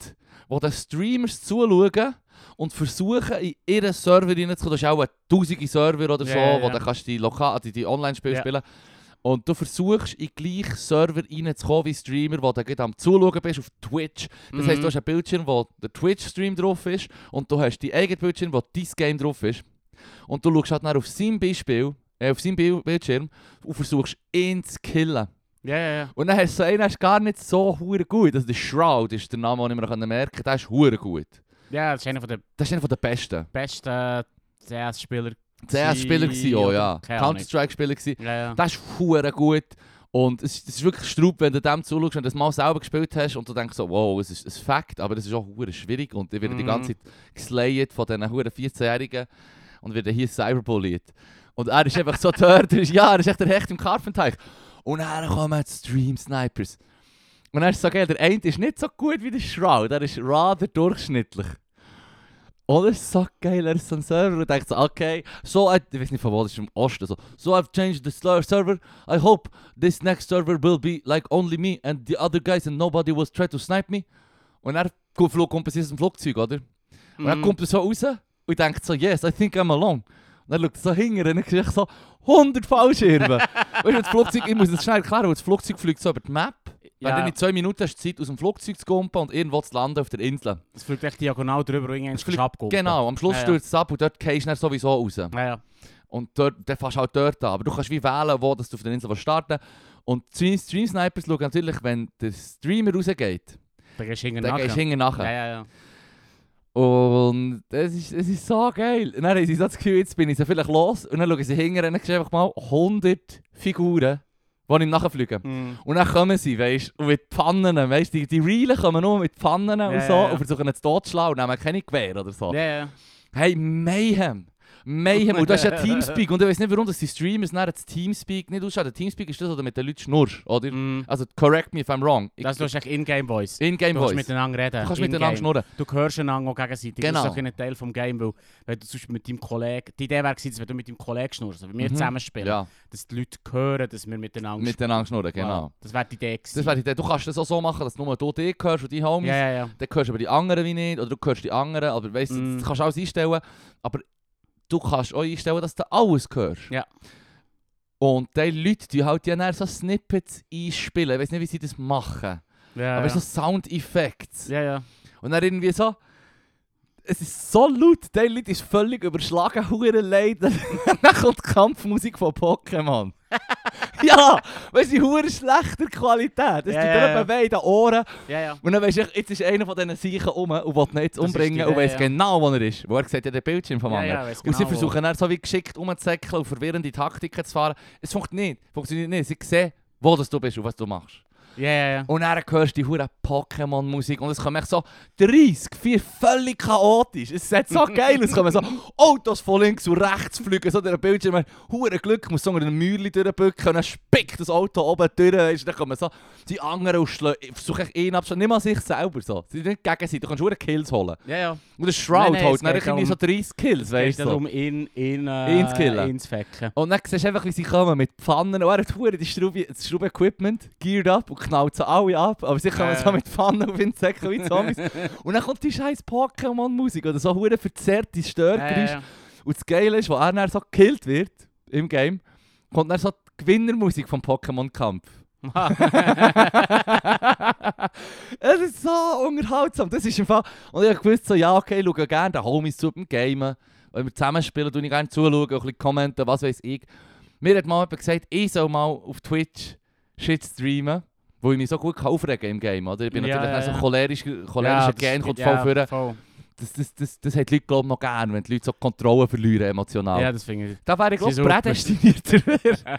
[SPEAKER 2] die den Streamers zuschauen und versuchen, in ihren Server reinzukommen. Das ist auch ein tausende Server oder so,
[SPEAKER 1] Ja, ja,
[SPEAKER 2] wo
[SPEAKER 1] ja.
[SPEAKER 2] du kannst die, Loka- die, die Online-Spiele
[SPEAKER 1] Ja.
[SPEAKER 2] spielen Und du versuchst, in gleich Server reinzukommen wie Streamer, wo du gerade am Zuschauen bist auf Twitch. dus Das
[SPEAKER 1] Mhm.
[SPEAKER 2] heisst, du hast ein Bildschirm, wo der Twitch-Stream drauf ist und du hast dein eigenes Bildschirm, wo dein Game drauf ist. Und du schaust halt dann auf sein Beispiel, äh, auf sein Bild- Bildschirm und versuchst, ihn zu killen.
[SPEAKER 1] Ja, ja, ja.
[SPEAKER 2] Und dann hast du so einen, der ist gar nicht so hure gut. Also der Shroud ist der Name, den ich mir noch merken konnte. Der ist hure gut.
[SPEAKER 1] Ja, das ist einer von der
[SPEAKER 2] Das ist einer von den besten.
[SPEAKER 1] besten CS-Spieler.
[SPEAKER 2] CS-Spieler gewesen, oh ja.
[SPEAKER 1] Keine Ahnung.
[SPEAKER 2] Counter-Strike-Spieler gewesen.
[SPEAKER 1] Ja, ja.
[SPEAKER 2] Das ist hure gut. Und es, ist- es ist wirklich straub, wenn du dem zuschaust, wenn du das mal selber gespielt hast und du denkst so, wow, es ist ein Fakt, aber das ist auch hure schwierig und ich werde die
[SPEAKER 1] Mhm.
[SPEAKER 2] ganze Zeit geslayed von diesen hure 14-Jährigen und werde hier cyberbullied. Und er ist einfach so <laughs> dort, er ist, ja, er ist echt der Hecht im Karpfenteich. Und dann kommen die Stream-Snipers. Und dann ist es so geil, der eine ist nicht so gut wie der Shroud, er ist rather durchschnittlich. Und er ist so geil, er ist am Server und denkt so, okay, so, I, ich weiß nicht von wo, das ist im Osten so. So I've changed the slur- server, I hope this next server will be like only me and the other guys and nobody will try to snipe me. Und er flog kommt bis zum Flugzeug, oder? Und dann
[SPEAKER 1] Mhm.
[SPEAKER 2] kommt er so raus und denkt so, yes, I think I'm alone. Und dann schaut er so hinterher und ich so, 100
[SPEAKER 1] <laughs>
[SPEAKER 2] Fallschirme. weißt du, das Flugzeug, ich muss es schnell erklären, weil das Flugzeug fliegt so über die Map. Wenn
[SPEAKER 1] ja,
[SPEAKER 2] du in zwei Minuten hast du Zeit, aus dem Flugzeug zu kumpen und irgendwo zu landen auf der Insel.
[SPEAKER 1] es fliegt echt diagonal drüber und irgendwann
[SPEAKER 2] Es
[SPEAKER 1] ist
[SPEAKER 2] fliegt-
[SPEAKER 1] es abgehoben.
[SPEAKER 2] Genau, am
[SPEAKER 1] Oh,
[SPEAKER 2] Schluss
[SPEAKER 1] Ja, ja.
[SPEAKER 2] stürzt es ab und dort gehst du dann sowieso raus.
[SPEAKER 1] Ja, ja.
[SPEAKER 2] Und dort, dann fährst du halt dort an. Aber du kannst wie wählen, wo dass du auf der Insel willst starten Und die Stream Snipers schauen natürlich, wenn der Streamer rausgeht,
[SPEAKER 1] Da gehst du hinten
[SPEAKER 2] dann gehst du
[SPEAKER 1] nachher.
[SPEAKER 2] hinten nachher.
[SPEAKER 1] Genau, Ja, ja, ja.
[SPEAKER 2] Und es ist, es ist so geil. Und dann haben sie so das Gefühl, jetzt bin ich so vielleicht los. Und dann schauen sie hinten und dann siehst du einfach mal 100 Figuren, die ihm nachfliegen.
[SPEAKER 1] Mhm.
[SPEAKER 2] Und dann kommen sie, weißt du, und mit Pfannen, weißt du, die, die Reelen kommen nur mit Pfannen
[SPEAKER 1] Ja,
[SPEAKER 2] und so
[SPEAKER 1] ja, ja.
[SPEAKER 2] und versuchen zu totschlagen und nehmen keine Gewehr oder so.
[SPEAKER 1] Ja, ja.
[SPEAKER 2] Hey, Mayhem! Mayhem!
[SPEAKER 1] <laughs>
[SPEAKER 2] Und das ist ja Teamspeak. Und ich weiß nicht, warum dass die Streamers nachher das Teamspeak nicht ausschauen. Teamspeak ist das, oder mit den Leuten schnurrst, oder?
[SPEAKER 1] Mhm.
[SPEAKER 2] Also, correct me if I'm wrong. Ich-
[SPEAKER 1] Das ist dus echt In-Game-Voice.
[SPEAKER 2] In-game
[SPEAKER 1] Du kannst
[SPEAKER 2] Voice. Du
[SPEAKER 1] miteinander reden.
[SPEAKER 2] kannst
[SPEAKER 1] in-game.
[SPEAKER 2] miteinander schnurren.
[SPEAKER 1] Du hörst einander auch gegenseitig.
[SPEAKER 2] Genau.
[SPEAKER 1] Das ist doch ein Teil des Game, weil wenn du zum Beispiel mit deinem Kollegen... Die Idee wäre gewesen, dass wenn du mit deinem Kollegen schnurst, also wenn wir
[SPEAKER 2] Mhm.
[SPEAKER 1] zusammen spielen,
[SPEAKER 2] Ja,
[SPEAKER 1] dass die Leute hören, dass wir miteinander
[SPEAKER 2] miteinander schnurren,
[SPEAKER 1] spielen.
[SPEAKER 2] genau.
[SPEAKER 1] Wow. Das wäre die Idee gewesen.
[SPEAKER 2] Das wäre die Idee. Du kannst das auch so machen, dass nur du dich hörst und die Homies.
[SPEAKER 1] ja, ja, ja.
[SPEAKER 2] Dann hörst du aber die anderen wie nicht, oder du hörst die anderen, aber weißt du,
[SPEAKER 1] Mm.
[SPEAKER 2] das kannst du alles einstellen, aber du kannst auch einstellen, dass du alles hörst.
[SPEAKER 1] Ja.
[SPEAKER 2] Und die Leute die halt ja dann so Snippets einspielen, ich weiß nicht, wie sie das machen,
[SPEAKER 1] Ja,
[SPEAKER 2] aber
[SPEAKER 1] ja.
[SPEAKER 2] so Soundeffekte.
[SPEAKER 1] ja, ja.
[SPEAKER 2] Und dann irgendwie so, es ist so laut, die Leute ist völlig überschlagen, hure leid. <laughs> dann kommt die Kampfmusik von Pokémon. <laughs> ja, weißt du, hure schlechter Qualität. Es tut
[SPEAKER 1] Ja,
[SPEAKER 2] dir
[SPEAKER 1] ja, ja.
[SPEAKER 2] etwa weh in den Ohren.
[SPEAKER 1] ja, ja.
[SPEAKER 2] Und dann weisst du, jetzt ist einer von diesen Seichen um und will ihn jetzt
[SPEAKER 1] Das ist
[SPEAKER 2] umbringen
[SPEAKER 1] die
[SPEAKER 2] und
[SPEAKER 1] Idee,
[SPEAKER 2] weiss
[SPEAKER 1] ja.
[SPEAKER 2] genau, wo er ist. Wo er sieht ja den Bildschirm vom
[SPEAKER 1] Ja,
[SPEAKER 2] anderen.
[SPEAKER 1] ja, weiss
[SPEAKER 2] und sie
[SPEAKER 1] genau, wo-
[SPEAKER 2] versuchen dann so wie geschickt rumzusäckeln und verwirrende Taktiken zu fahren. Es funktioniert nicht. Funktioniert nicht. Sie sehen, wo das du bist und was du machst.
[SPEAKER 1] Ja, ja, ja.
[SPEAKER 2] Und dann hörst du die hure Pokémon-Musik und es kommen echt so 30, 4 völlig chaotisch. Es sieht so geil aus. Es kommen so Autos von links und rechts fliegen, so der Bildschirm. Hure Glück, muss so unter einem Mäuerchen durchbücken und dann spickt das Auto oben durch. Weisst du, Dann kommen so die anderen und schlö- versuchen echt einen abzuschlagen. Nicht mal sich selber so. Sie sind nicht gegenseitig. Du kannst hure Kills holen.
[SPEAKER 1] Ja, ja.
[SPEAKER 2] Und der Shroud
[SPEAKER 1] Nein, nein,
[SPEAKER 2] holt
[SPEAKER 1] es
[SPEAKER 2] dann
[SPEAKER 1] geht
[SPEAKER 2] irgendwie so
[SPEAKER 1] um-
[SPEAKER 2] 30 Kills,
[SPEAKER 1] Es
[SPEAKER 2] weißt
[SPEAKER 1] geht
[SPEAKER 2] du. so.
[SPEAKER 1] darum, in, in, äh,
[SPEAKER 2] Ins Killen.
[SPEAKER 1] Ins
[SPEAKER 2] <laughs>
[SPEAKER 1] Fecken.
[SPEAKER 2] Und dann siehst du einfach, wie sie kommen mit Pfannen. Und er hat verdammt die Schraube, das Schrauben-Equipment geared up und knallt sie alle ab. Aber sie kommen
[SPEAKER 1] Ja,
[SPEAKER 2] so
[SPEAKER 1] ja.
[SPEAKER 2] mit Pfannen auf Insekten wie Zombies.
[SPEAKER 1] <laughs>
[SPEAKER 2] und dann kommt die scheiß Pokémon-Musik oder so verdammt verzerrte
[SPEAKER 1] Ja,
[SPEAKER 2] Störgeräusche.
[SPEAKER 1] ja, ja.
[SPEAKER 2] Und das Geile ist, wo er dann so gekillt wird im Game, kommt dann so die Gewinnermusik vom Pokémon-Kampf. <laughs> es ist so unterhaltsam. Das ist im Fall. Und ich hab gewusst so, ja, okay, ich schaue gerne den Homies zu beim Gamen. Wenn wir zusammenspielen, tue ich gerne zuschauen, auch ein bisschen kommenten, was weiß ich. Mir hat mal jemand gesagt, ich soll mal auf Twitch Shit streamen, wo ich mich so gut kann aufregen im Game, oder? Ich bin
[SPEAKER 1] Ja,
[SPEAKER 2] natürlich
[SPEAKER 1] ja,
[SPEAKER 2] dann so
[SPEAKER 1] ja.
[SPEAKER 2] cholerisch, cholerischer
[SPEAKER 1] Ja, das-
[SPEAKER 2] Gen, kommt
[SPEAKER 1] ja,
[SPEAKER 2] voll vor.
[SPEAKER 1] voll.
[SPEAKER 2] Das, das, das, das hat die Leute, glaube ich, noch gern, wenn die Leute so die Kontrolle verlieren emotional.
[SPEAKER 1] Ja, das finde ich.
[SPEAKER 2] Da wäre ich, glaube ich,
[SPEAKER 1] Sie suchen. <laughs>
[SPEAKER 2] prädestinierter.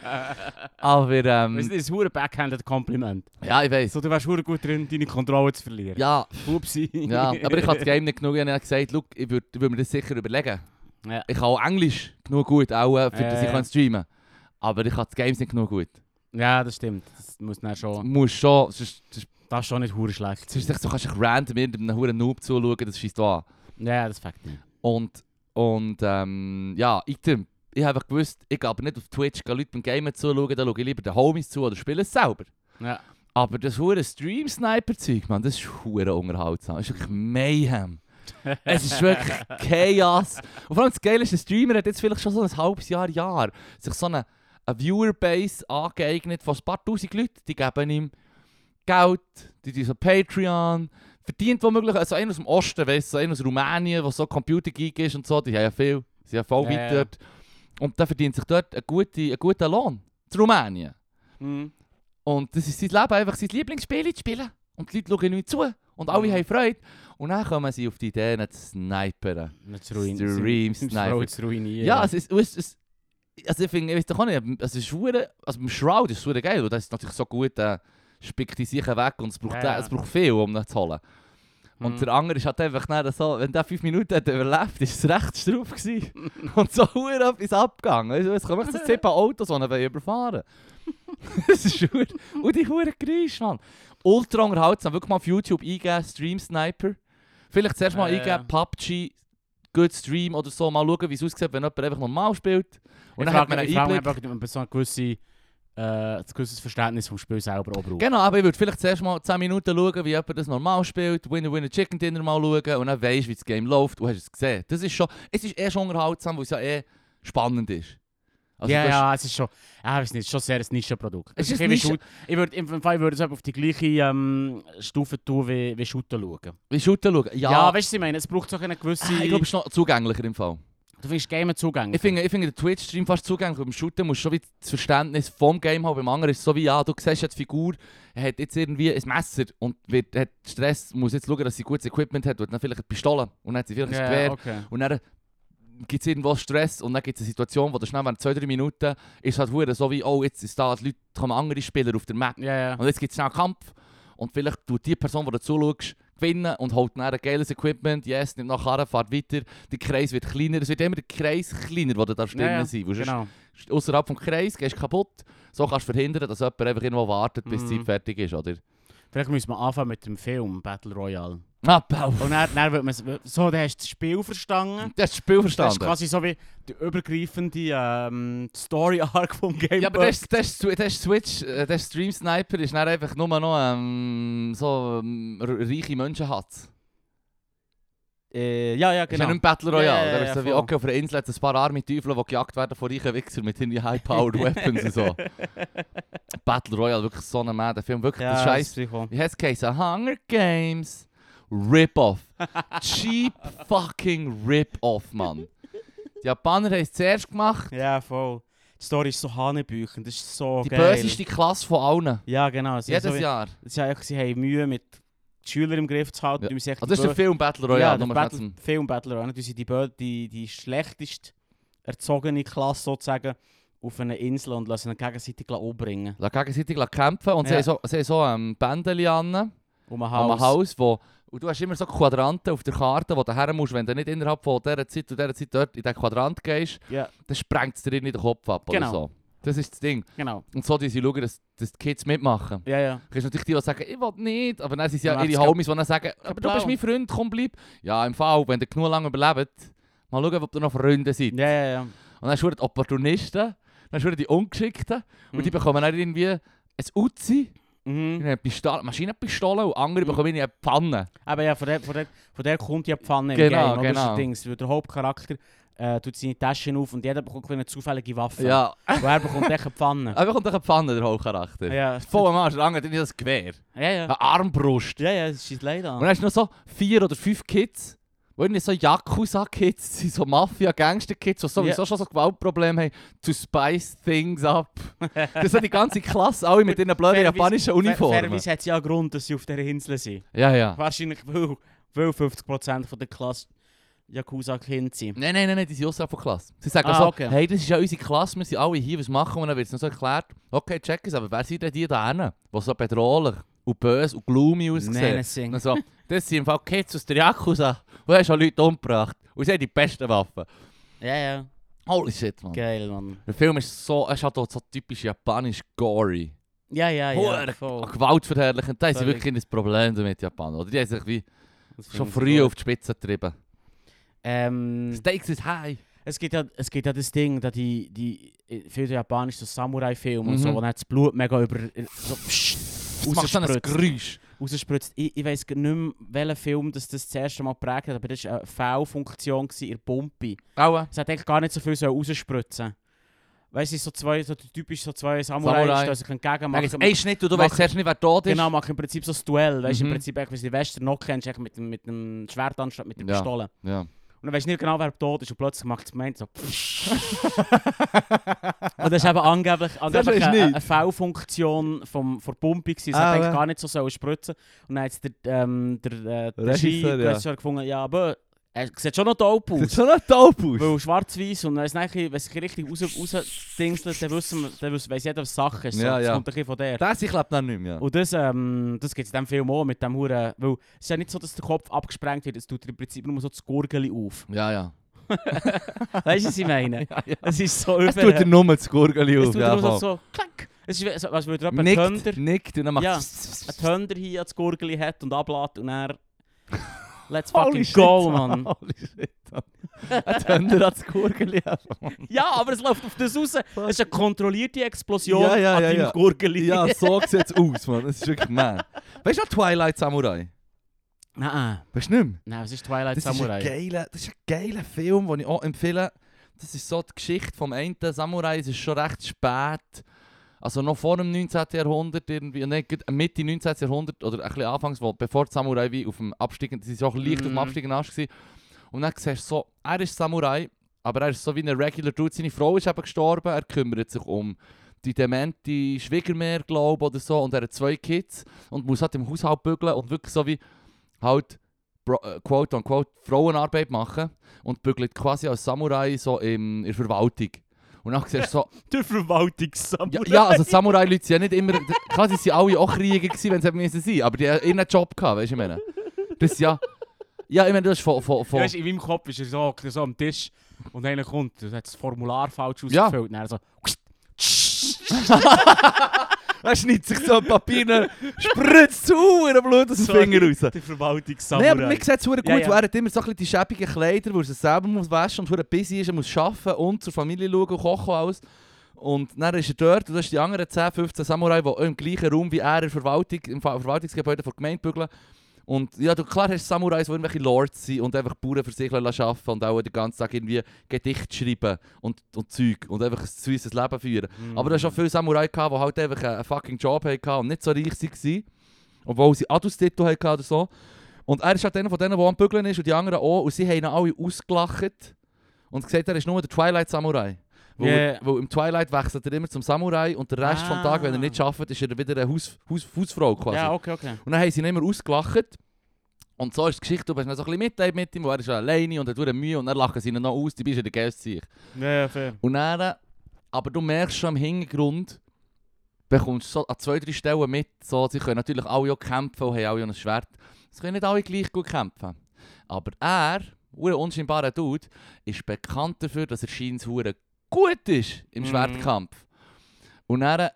[SPEAKER 2] Aber,
[SPEAKER 1] Das
[SPEAKER 2] ähm,
[SPEAKER 1] ist ein hure backhanded Kompliment.
[SPEAKER 2] ja, ich weiß.
[SPEAKER 1] So, du wärst hure gut drin, deine Kontrolle zu verlieren.
[SPEAKER 2] Ja,
[SPEAKER 1] Upsi.
[SPEAKER 2] Ja, aber ich habe das Game nicht genug. Ich habe gesagt, look, ich würde würd mir das sicher überlegen.
[SPEAKER 1] Ja.
[SPEAKER 2] Ich kann auch Englisch genug gut, auch, äh, für
[SPEAKER 1] Ja,
[SPEAKER 2] dass
[SPEAKER 1] ja,
[SPEAKER 2] ich
[SPEAKER 1] ja.
[SPEAKER 2] kann streamen kann. Aber ich habe das Games nicht genug gut.
[SPEAKER 1] Ja, das stimmt. Das muss dann
[SPEAKER 2] Du
[SPEAKER 1] schon.
[SPEAKER 2] musst schon, sonst, sonst,
[SPEAKER 1] Das ist schon nicht hure schlecht.
[SPEAKER 2] sonst, sonst du kannst dich random irgendeinem hohen Noob zuschauen, das schießt an.
[SPEAKER 1] Ja, das fängt nicht.
[SPEAKER 2] Und, und ähm, ja, item. Ich habe einfach gewusst, ich gehe aber nicht auf Twitch, gehe Leute beim Gamen zuschauen, da schaue ich lieber den Homies zu oder spiele es selber.
[SPEAKER 1] Ja.
[SPEAKER 2] Aber das hure Stream-Sniper-Zeug, man, das ist hure unterhaltsam. Das ist wirklich Mayhem.
[SPEAKER 1] <laughs>
[SPEAKER 2] Es ist wirklich Chaos. Und vor allem das Geile ist, der Streamer hat jetzt vielleicht schon so ein halbes Jahr, Jahr sich so eine, eine Viewerbase angeeignet von ein paar tausend Leuten. Die geben ihm Geld, die tun so Patreon, verdient womöglich, also einer aus dem Osten, weißt du, so einer aus Rumänien, der so Computergeek ist und so, die haben ja viel, sie haben voll
[SPEAKER 1] Ja, ja.
[SPEAKER 2] weit dort. Und der verdient sich dort einen guten, einen guten Lohn. In Rumänien.
[SPEAKER 1] Mhm.
[SPEAKER 2] Und das ist sein Leben, einfach sein Lieblingsspiel zu spielen. Und die Leute schauen ihm zu. Und alle
[SPEAKER 1] Mhm.
[SPEAKER 2] haben Freude. Und dann kommen sie auf die Idee, ihn zu snipern.
[SPEAKER 1] Nicht zu ruinieren.
[SPEAKER 2] Stream
[SPEAKER 1] Das Frau <laughs>
[SPEAKER 2] snipern.
[SPEAKER 1] zu ruinieren.
[SPEAKER 2] Ja, es ist... Es ist also ich finde, ich weiß doch auch nicht, es ist hure, also beim Shroud ist es hure geil, und das ist natürlich so gut, äh, spickt die Sachen weg und es braucht,
[SPEAKER 1] Ja, Mhm. ja.
[SPEAKER 2] es braucht viel, um ihn zu holen. Und der andere ist halt einfach dann so, wenn der fünf Minuten hat überlebt, ist es rechts
[SPEAKER 1] <laughs>
[SPEAKER 2] drauf gewesen. Und so hure etwas abgegangen. Weißt du, es kommen echt so zehn Autos, die ihn
[SPEAKER 1] <laughs>
[SPEAKER 2] überfahren wollen. Das ist hure... Und die hure Geräusche, Mann. Ultra unterhaltsam. Wirklich mal auf YouTube eingeben, Stream Sniper. Vielleicht zuerst mal
[SPEAKER 1] Ja, ja,
[SPEAKER 2] eingeben, PUBG, Good Stream oder so. Mal schauen, wie es aussieht, wenn jemand einfach normal spielt. Und dann hat man einen
[SPEAKER 1] Ich frage mich
[SPEAKER 2] Einblick.
[SPEAKER 1] einfach, ob man so ein gewisse, äh, ein gewisses Verständnis vom Spiel selber auch braucht.
[SPEAKER 2] Genau, aber ich würde vielleicht zuerst mal 10 Minuten schauen, wie jemand das normal spielt, Winner-Winner-Chicken Dinner mal schauen und dann weisst du, wie das Game läuft und hast es gesehen. Das ist schon, es ist eh schon unterhaltsam, weil es ja eh spannend ist. Also
[SPEAKER 1] ja,
[SPEAKER 2] du hast-
[SPEAKER 1] ja, es ist schon, ja, ich weiß nicht, es ist schon sehr ein Nischenprodukt.
[SPEAKER 2] Es
[SPEAKER 1] Es ist
[SPEAKER 2] ist
[SPEAKER 1] ein bisschen wie
[SPEAKER 2] Nische-
[SPEAKER 1] Shoot- ich würde im Fall würde es auf die gleiche ähm, Stufe tun wie, wie Shooter schauen.
[SPEAKER 2] Wie Shooter schauen? Ja, Ah,
[SPEAKER 1] Ja, weißt du, was ich meine, es braucht so eine gewisse.
[SPEAKER 2] ich glaube, es ist noch zugänglicher im Fall.
[SPEAKER 1] du findest Game Zugang.
[SPEAKER 2] Ich finde, ich finde den Twitch-Stream fast zugänglich. Beim Shooter musst du schon wie das Verständnis vom Game haben. Beim anderen ist es so wie, ja, du siehst ja die Figur, er hat jetzt irgendwie ein Messer und wird, hat Stress, muss jetzt schauen, dass sie gutes Equipment hat und dann vielleicht eine Pistole und dann hat sie vielleicht ein Gewehr.
[SPEAKER 1] ja, okay.
[SPEAKER 2] Und dann gibt es irgendwo Stress und dann gibt es eine Situation, wo du schnell während 2-3 Minuten ist halt hure so wie, oh, jetzt ist da, die Leute kommen andere Spieler auf der Map.
[SPEAKER 1] ja, ja.
[SPEAKER 2] Und jetzt gibt es schnell einen Kampf und vielleicht tut die Person, die du zuschaust, gewinnen und holt dann ein geiles Equipment, yes, nimmt nachher, fährt weiter, der Kreis wird kleiner, es wird immer der Kreis kleiner, wo du da drinnen
[SPEAKER 1] Ja, ja,
[SPEAKER 2] sein darfst.
[SPEAKER 1] Genau.
[SPEAKER 2] Außerhalb vom Kreis gehst du kaputt, so kannst du verhindern, dass jemand einfach irgendwo wartet, bis die
[SPEAKER 1] Mhm.
[SPEAKER 2] Zeit fertig ist, oder?
[SPEAKER 1] Vielleicht müssen wir anfangen mit dem Film Battle Royale.
[SPEAKER 2] Ah, Bau!
[SPEAKER 1] Und dann, dann wird man es- so, dann hast du das Spiel verstanden.
[SPEAKER 2] <laughs> Das ist das Spiel
[SPEAKER 1] Das ist
[SPEAKER 2] verstanden.
[SPEAKER 1] quasi so wie die übergreifende ähm, Story Arc vom Game.
[SPEAKER 2] Ja, aber das, das, das Switch, äh, das Stream Sniper ist dann einfach nur noch ähm, so ähm, r- reiche Menschen hat.
[SPEAKER 1] äh, ja, ja,
[SPEAKER 2] Genau. Ist ja
[SPEAKER 1] genau.
[SPEAKER 2] nicht ein Battle Royale.
[SPEAKER 1] Ja, ja, ja,
[SPEAKER 2] da ist so
[SPEAKER 1] ja,
[SPEAKER 2] wie,
[SPEAKER 1] voll.
[SPEAKER 2] okay, auf einer Insel hat es ein paar arme Teufel, die gejagt werden von reichen Wichsern mit
[SPEAKER 1] <laughs>
[SPEAKER 2] irgendwie high-powered Weapons <laughs> und so. Battle Royale, wirklich so ein Mann, der Film, wirklich
[SPEAKER 1] ja,
[SPEAKER 2] der Scheiß.
[SPEAKER 1] Psycho.
[SPEAKER 2] Wie heißt es geheißen? Hunger Games. Rip-Off.
[SPEAKER 1] <laughs>
[SPEAKER 2] Cheap fucking Rip-Off, Mann. Die Japaner haben es zuerst gemacht.
[SPEAKER 1] Ja, voll. Die Story ist so hanebüchend, das ist so
[SPEAKER 2] Die
[SPEAKER 1] geil.
[SPEAKER 2] böseste Klasse von allen.
[SPEAKER 1] Ja, genau. Sie,
[SPEAKER 2] Jedes
[SPEAKER 1] so,
[SPEAKER 2] Jahr.
[SPEAKER 1] Sie, haben, sie haben Mühe mit die Schüler im Griff zu halten.
[SPEAKER 2] Ja.
[SPEAKER 1] Ja. Sie echt
[SPEAKER 2] Also das
[SPEAKER 1] die
[SPEAKER 2] ist der Film Battle
[SPEAKER 1] Bö- ja,
[SPEAKER 2] Royale.
[SPEAKER 1] der
[SPEAKER 2] nur
[SPEAKER 1] Battle-
[SPEAKER 2] kurz-
[SPEAKER 1] Film Battle Royale. Sie die, Bö- die, die schlechtest erzogene Klasse sozusagen auf einer Insel und lassen ihn gegenseitig umbringen.
[SPEAKER 2] Lass gegenseitig kämpfen und sie
[SPEAKER 1] Ja.
[SPEAKER 2] haben so, sie haben so ähm, Bändchen an, um
[SPEAKER 1] Um ein Haus.
[SPEAKER 2] ein Haus, wo... Und du hast immer so Quadranten auf der Karte, wo du her musst, wenn du nicht innerhalb von dieser Zeit und dieser Zeit dort in diesen Quadrant gehst,
[SPEAKER 1] Ja,
[SPEAKER 2] dann sprengt es dir in den Kopf ab
[SPEAKER 1] Genau.
[SPEAKER 2] oder so. Das ist das Ding.
[SPEAKER 1] genau.
[SPEAKER 2] Und so, die sie schauen, dass, dass die Kids mitmachen.
[SPEAKER 1] Ja, ja.
[SPEAKER 2] Du kannst natürlich die, die sagen, ich will nicht, aber dann sind es ja
[SPEAKER 1] Dann
[SPEAKER 2] ihre
[SPEAKER 1] macht's
[SPEAKER 2] Homies, die dann sagen, aber du
[SPEAKER 1] blau.
[SPEAKER 2] bist mein Freund, komm, bleib. Ja, im Fall, wenn ihr genug lange überlebt, mal schauen, ob ihr noch Freunde seid.
[SPEAKER 1] Ja, ja, ja.
[SPEAKER 2] Und dann sind die Opportunisten, dann sind die Ungeschickten und die
[SPEAKER 1] Mhm.
[SPEAKER 2] bekommen dann irgendwie ein Uzi,
[SPEAKER 1] Mhm.
[SPEAKER 2] eine Pistole, Maschinenpistole und andere
[SPEAKER 1] Mhm.
[SPEAKER 2] bekommen eine Pfanne.
[SPEAKER 1] Aber ja, von der, von der, von der kommt ja die Pfanne im
[SPEAKER 2] Genau,
[SPEAKER 1] Game. oder? Das ist
[SPEAKER 2] genau.
[SPEAKER 1] das Ding. Weil Der Hauptcharakter äh, tut seine Taschen auf und jeder bekommt eine zufällige Waffe.
[SPEAKER 2] Ja,
[SPEAKER 1] Und er bekommt echt eine
[SPEAKER 2] <laughs>
[SPEAKER 1] Pfanne.
[SPEAKER 2] er bekommt doch eine Pfanne, der Hauptcharakter.
[SPEAKER 1] ja.
[SPEAKER 2] Voll am Arsch, der andere hat nicht das Gewehr,
[SPEAKER 1] Ja, ja.
[SPEAKER 2] eine Armbrust.
[SPEAKER 1] Ja, ja, es scheint leider
[SPEAKER 2] Und dann hast du noch so vier oder fünf Kids, die irgendwie so Yakuza-Kids sind, so Mafia-Gangster-Kids, die sowieso schon so Gewaltprobleme haben, to spice
[SPEAKER 1] <laughs>
[SPEAKER 2] things up. das sind die ganze Klasse, alle mit ihren blöden
[SPEAKER 1] Fairerweise-
[SPEAKER 2] japanischen Uniformen.
[SPEAKER 1] Fairerweise hat es ja einen Grund, dass sie auf dieser Insel sind.
[SPEAKER 2] Ja, ja.
[SPEAKER 1] Wahrscheinlich, weil, weil 50% von der Klasse Yakuza-Kind sind.
[SPEAKER 2] Nein, nein, nein, nein, die sind außerhalb von Klasse. Sie sagen
[SPEAKER 1] Ah,
[SPEAKER 2] so,
[SPEAKER 1] okay.
[SPEAKER 2] hey, das ist ja unsere Klasse, wir sind alle hier, was machen wir? Und dann wird es noch so erklärt, okay, check es, aber wer sind denn die da hinten, die so bedrohlich und böse und gloomy aussehen? Und
[SPEAKER 1] Menacing.
[SPEAKER 2] dann so, das sind im Fall Kids aus der Yakuza, die haben schon Leute umgebracht und sie haben die besten Waffen.
[SPEAKER 1] Ja, ja.
[SPEAKER 2] Holy shit, man.
[SPEAKER 1] Geil, Mann.
[SPEAKER 2] Der Film ist so, er ist halt auch so typisch japanisch gory.
[SPEAKER 1] Ja, ja, ja.
[SPEAKER 2] Hure-
[SPEAKER 1] voll.
[SPEAKER 2] Gewaltverherrlichend, da haben sie
[SPEAKER 1] Völlig.
[SPEAKER 2] wirklich ein Problem damit, Japan. Oder die haben sich wie
[SPEAKER 1] Das finde
[SPEAKER 2] schon
[SPEAKER 1] ich
[SPEAKER 2] früh
[SPEAKER 1] cool.
[SPEAKER 2] auf die Spitze getrieben.
[SPEAKER 1] Ähm,
[SPEAKER 2] Stakes is high.
[SPEAKER 1] es, gibt ja, es gibt ja das Ding, dass die, die äh, viele japanische Samurai-Filme und
[SPEAKER 2] Mhm.
[SPEAKER 1] so, wo dann das Blut mega über... äh, so pssst,
[SPEAKER 2] Das macht so ein
[SPEAKER 1] Rausspritzt.
[SPEAKER 2] Geräusch.
[SPEAKER 1] rausspritzt. Ich, ich weiss gar nicht mehr, welchen Film das, das das erste Mal geprägt hat, aber das war eine V-Funktion gewesen in der Pumpe.
[SPEAKER 2] Aua.
[SPEAKER 1] Es hat eigentlich gar nicht so viel so rausspritzen. Weißt du, es sind so zwei, so typisch so zwei Samurai,
[SPEAKER 2] Samurai.
[SPEAKER 1] Samurai. die sich entgegen
[SPEAKER 2] Dann
[SPEAKER 1] machen.
[SPEAKER 2] gibt es einen Schnitt und du weißt
[SPEAKER 1] mach-
[SPEAKER 2] zuerst nicht, wer tot ist.
[SPEAKER 1] Genau, machen im Prinzip so ein Duell. Weißt du,
[SPEAKER 2] Mhm.
[SPEAKER 1] im Prinzip, eigentlich, wenn du die Western noch kennst, eigentlich mit, dem- mit dem Schwert anstatt mit der
[SPEAKER 2] Ja. <laughs>
[SPEAKER 1] Pistole.
[SPEAKER 2] Ja.
[SPEAKER 1] Und dann weißt du nicht genau, wer tot ist und plötzlich macht es Moment so. und <laughs> das ist eben angeblich, angeblich
[SPEAKER 2] weisst du
[SPEAKER 1] eine,
[SPEAKER 2] nicht.
[SPEAKER 1] eine V-Funktion vom- von der Pumpe. gewesen. Es
[SPEAKER 2] Ah,
[SPEAKER 1] hat eigentlich
[SPEAKER 2] ja.
[SPEAKER 1] gar nicht so sollen spritzen Und dann hat es der, ähm, der, äh, der
[SPEAKER 2] Regisseur, ja.
[SPEAKER 1] Regisseur gefunden, ja, aber er sieht schon noch <laughs> dope
[SPEAKER 2] Das
[SPEAKER 1] aus.
[SPEAKER 2] ist schon ein Taubus.
[SPEAKER 1] Weil schwarz-weiß und dann ist es nachher, wenn es sich richtig raus, rausdingselt, dann, wissen wir, dann weiss jeder, was Sache ist. So,
[SPEAKER 2] Ja,
[SPEAKER 1] das
[SPEAKER 2] ja.
[SPEAKER 1] kommt ein bisschen von der.
[SPEAKER 2] Das ich glaube noch nicht mehr.
[SPEAKER 1] Und das, ähm, das gibt es in diesem Film auch mit dem Huren. Weil es ist ja nicht so, dass der Kopf abgesprengt wird, es tut dir im Prinzip nur so das Gurgeli auf.
[SPEAKER 2] Ja, ja.
[SPEAKER 1] Weißt du, was ich
[SPEAKER 2] <laughs>
[SPEAKER 1] meine? Es ist so
[SPEAKER 2] Es tut dir
[SPEAKER 1] über.
[SPEAKER 2] nur das Gurgeli
[SPEAKER 1] Es
[SPEAKER 2] auf.
[SPEAKER 1] tut
[SPEAKER 2] ja,
[SPEAKER 1] dir nur so,
[SPEAKER 2] voll.
[SPEAKER 1] so klack. Es ist wie- so, als würde jemand einen
[SPEAKER 2] Nickt,
[SPEAKER 1] Tönder,
[SPEAKER 2] nickt und dann macht <laughs>
[SPEAKER 1] Ja.
[SPEAKER 2] es.
[SPEAKER 1] einen Tönder hier ans Gurgeli hat und ablädt und er. Let's
[SPEAKER 2] <laughs> Holy
[SPEAKER 1] fucking
[SPEAKER 2] shit,
[SPEAKER 1] go, <laughs> Mann.
[SPEAKER 2] <laughs> Holy shit, Mann. Ein Tönder hat das Gurgeli auf.
[SPEAKER 1] Ja, aber es läuft auf das raus. Es ist eine kontrollierte Explosion
[SPEAKER 2] Ja, ja,
[SPEAKER 1] an
[SPEAKER 2] ja,
[SPEAKER 1] deinem
[SPEAKER 2] ja.
[SPEAKER 1] Gurgeli.
[SPEAKER 2] Ja, so sieht es aus, Mann. Das ist wirklich mad. Weißt du noch Twilight Samurai?
[SPEAKER 1] <laughs> Nein,
[SPEAKER 2] Weißt du nicht mehr?
[SPEAKER 1] nein, es ist Twilight
[SPEAKER 2] Das ist, ein
[SPEAKER 1] Samurai.
[SPEAKER 2] geiler, das ist ein geiler Film, den ich auch empfehle. Das ist so die Geschichte vom einen Samurai. Es ist schon recht spät. Also noch vor dem 19. Jahrhundert, irgendwie, nein, gerade Mitte 19. Jahrhundert oder ein bisschen anfangs, wo, bevor die Samurai wie auf dem Abstieg, sie sind auch leicht auf dem
[SPEAKER 1] Mhm.
[SPEAKER 2] Abstieg Arsch gewesen. Und dann siehst du so, er ist Samurai, aber er ist so wie ein Regular Dude. Seine Frau ist eben gestorben, er kümmert sich um die demente Schwiegermehr, glaube oder so, und er hat zwei Kids und muss halt im Haushalt bügeln und wirklich so wie halt bro- äh, quote on quote Frauenarbeit machen und bügelt quasi als Samurai so im, in der Verwaltung. Und dann siehst du so,
[SPEAKER 1] Der
[SPEAKER 2] ja,
[SPEAKER 1] Verwaltungssamurai.
[SPEAKER 2] ja also die Samurai-Leute sind ja nicht immer, quasi sind alle auch Krieger gewesen, wenn sie hätten müssen sein, aber die haben ihren Job gehabt, weißt du, ich meine. Das ist ja, ja, ich meine, das ist von, von, von
[SPEAKER 1] Weißt, in meinem Kopf ist er so, so am Tisch Dus und einer kommt und hat das Formular falsch
[SPEAKER 2] Ja.
[SPEAKER 1] ausgefüllt. Ja. Und dann so.
[SPEAKER 2] Er schneidet sich so ein Papier rein, spritzt zu und blutet aus dem
[SPEAKER 1] Sorry.
[SPEAKER 2] Finger
[SPEAKER 1] <laughs>
[SPEAKER 2] raus.
[SPEAKER 1] Der Verwaltungssamurai.
[SPEAKER 2] Nein, aber mir sieht es verdammt gut,
[SPEAKER 1] Ja, ja.
[SPEAKER 2] weil er hat immer so ein bisschen die schäbigen Kleider, wo er sie selber muss waschen und verdammt busy ist, er muss arbeiten und zur Familie schauen und kochen und alles. Und dann ist er dort und das sind die anderen 10, 15 Samurai, die auch im gleichen Raum wie er in der Verwaltung, im Ver- Verwaltungsgebäude der Gemeinde bügeln. Und ja, du, klar hast du Samurais, die irgendwelche Lords sind und einfach Bauern für sich arbeiten lassen und auch den ganzen Tag irgendwie Gedichte schreiben und, und Zeug und einfach ein süßes Leben führen.
[SPEAKER 1] Mm.
[SPEAKER 2] Aber da
[SPEAKER 1] Mhm.
[SPEAKER 2] hast auch viele Samurai, gehabt, die halt einfach einen fucking Job hatten und nicht so reich waren. Obwohl sie Adelstitel hatten oder so. Und er ist halt einer von denen, der am Bügeln ist und die anderen auch. Und sie haben ihn alle ausgelacht. Und gesagt, er ist nur der Twilight Samurai. Weil,
[SPEAKER 1] Yeah.
[SPEAKER 2] weil im Twilight wechselt er immer zum Samurai und der Rest vom
[SPEAKER 1] Ah.
[SPEAKER 2] Tag, wenn er nicht arbeitet, ist er wieder eine Haus, Haus, Hausfrau quasi.
[SPEAKER 1] Ja, okay, okay.
[SPEAKER 2] Und dann haben sie ihn immer ausgelacht. Und so ist die Geschichte, du hast dann so ein bisschen Mitleid mit ihm, weil er ist alleine und hat verdammt Mühe und dann lachen sie ihn noch aus, du bist ja der geilste Sieg.
[SPEAKER 1] Ja, ja, fair.
[SPEAKER 2] Und dann, aber du merkst schon im Hintergrund, bekommst du so an zwei, drei Stellen mit, so, sie können natürlich alle auch kämpfen und haben alle auch ein Schwert. Sie können nicht alle gleich gut kämpfen. Aber er, ein unscheinbarer Dude, ist bekannt dafür, dass er scheinbar gut ist im
[SPEAKER 1] Mhm.
[SPEAKER 2] Schwertkampf. Und dann,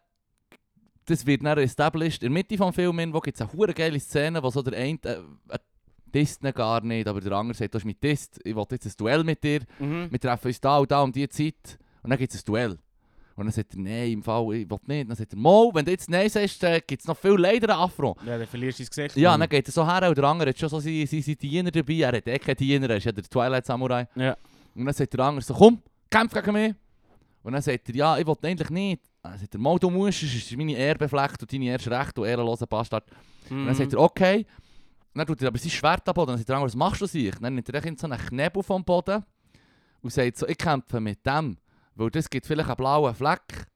[SPEAKER 2] das wird dann established. In der Mitte des Films wo gibt es eine hure geile Szene, wo so der eine, äh, äh, disst ihn gar nicht, aber der andere sagt, du hast mich disst, ich will jetzt ein Duell mit dir
[SPEAKER 1] Mhm.
[SPEAKER 2] wir treffen uns da und da um diese Zeit und dann gibt es ein Duell. Und dann sagt er, nein, im Fall, ich will nicht. Dann sagt er, Mo, wenn du jetzt nein sagst, äh, gibt es noch viel leider einen Afro.
[SPEAKER 1] Ja, dann verlierst du das Gesicht.
[SPEAKER 2] Ja,
[SPEAKER 1] Mhm.
[SPEAKER 2] dann geht er so her und der andere hat schon so seine, seine, seine Diener dabei. Er hat eh keinen Diener, er ist ja der Twilight Samurai.
[SPEAKER 1] Ja.
[SPEAKER 2] Und dann sagt der andere so, komm, kämpf gegen mich. Und dann sagt er, ja, ich will eigentlich nicht. Dann sagt er, Mo, du musst, es ist meine Ehre befleckt und deine Ehre ist recht, du ehrenloser Bastard.
[SPEAKER 1] Mhm.
[SPEAKER 2] Und dann sagt er, okay. Dann tut er aber sein Schwert ab und dann sagt er, was machst du sich? Dann nimmt er echt so einen Knebel vom Boden und sagt so, ich kämpfe mit dem, weil das gibt vielleicht einen blauen Fleck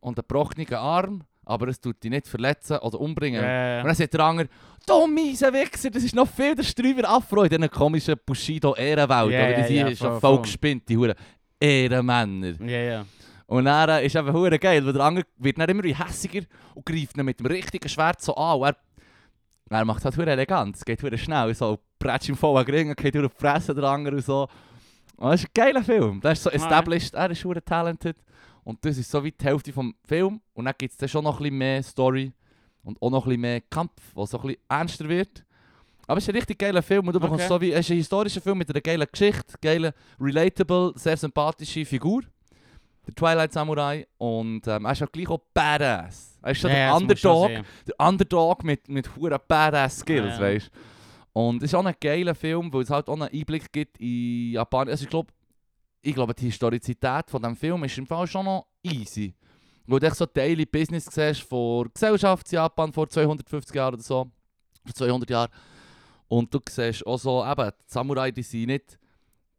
[SPEAKER 2] und einen gebrochenen Arm, dus aber es tut dich nicht verletzen oder umbringen. Und
[SPEAKER 1] Ja,
[SPEAKER 2] dann sagt der andere, du mieser Wichser, das ist noch viel der Sträuber Afro in diesen komischen Bushido-Ehrenwelt.
[SPEAKER 1] Ja,
[SPEAKER 2] oder
[SPEAKER 1] ja,
[SPEAKER 2] die
[SPEAKER 1] ja,
[SPEAKER 2] ist schon
[SPEAKER 1] voll,
[SPEAKER 2] voll
[SPEAKER 1] voll.
[SPEAKER 2] gespinnt, die Huren. Ehrenmänner.
[SPEAKER 1] ja. ja.
[SPEAKER 2] Und dann äh, ist eben hure geil, weil der andere wird dann immer wie hässiger und greift ihn mit dem richtigen Schwert so an. Und er, er macht halt hure elegant, es geht hure schnell, so prätsch im vollen Ring, geht durch die Fresse der andere und so. Und das ist ein geiler Film, der ist so
[SPEAKER 1] Ah, Ja.
[SPEAKER 2] established, er ist hure talented. Und das ist so wie die Hälfte vom Film. Und dann gibt es dann schon noch ein bisschen mehr Story und auch noch ein bisschen mehr Kampf, was so ein bisschen ernster wird. Aber es ist ein richtig geiler Film und du bekommst
[SPEAKER 1] Okay.
[SPEAKER 2] so wie, es ist ein historischer Film mit einer geilen Geschichte, geile, relatable, sehr sympathische Figur. Der Twilight Samurai und ähm, er ist auch gleich auch Badass. Er ist schon
[SPEAKER 1] Ja,
[SPEAKER 2] der
[SPEAKER 1] das musst du schon
[SPEAKER 2] Underdog,
[SPEAKER 1] sehen.
[SPEAKER 2] der Underdog mit, mit hohen Badass Skills,
[SPEAKER 1] Ja.
[SPEAKER 2] weißt Und es ist auch ein geiler Film, weil es halt auch einen Einblick gibt in Japan. Also ich glaube, ich glaube, die Historizität von dem Film ist im Fall schon noch easy. Weil du echt so Daily Business siehst von der Gesellschaft in Japan vor 250 Jahren oder so. Vor 200 Jahren. Und du siehst auch so, eben, die Samurai, die sind nicht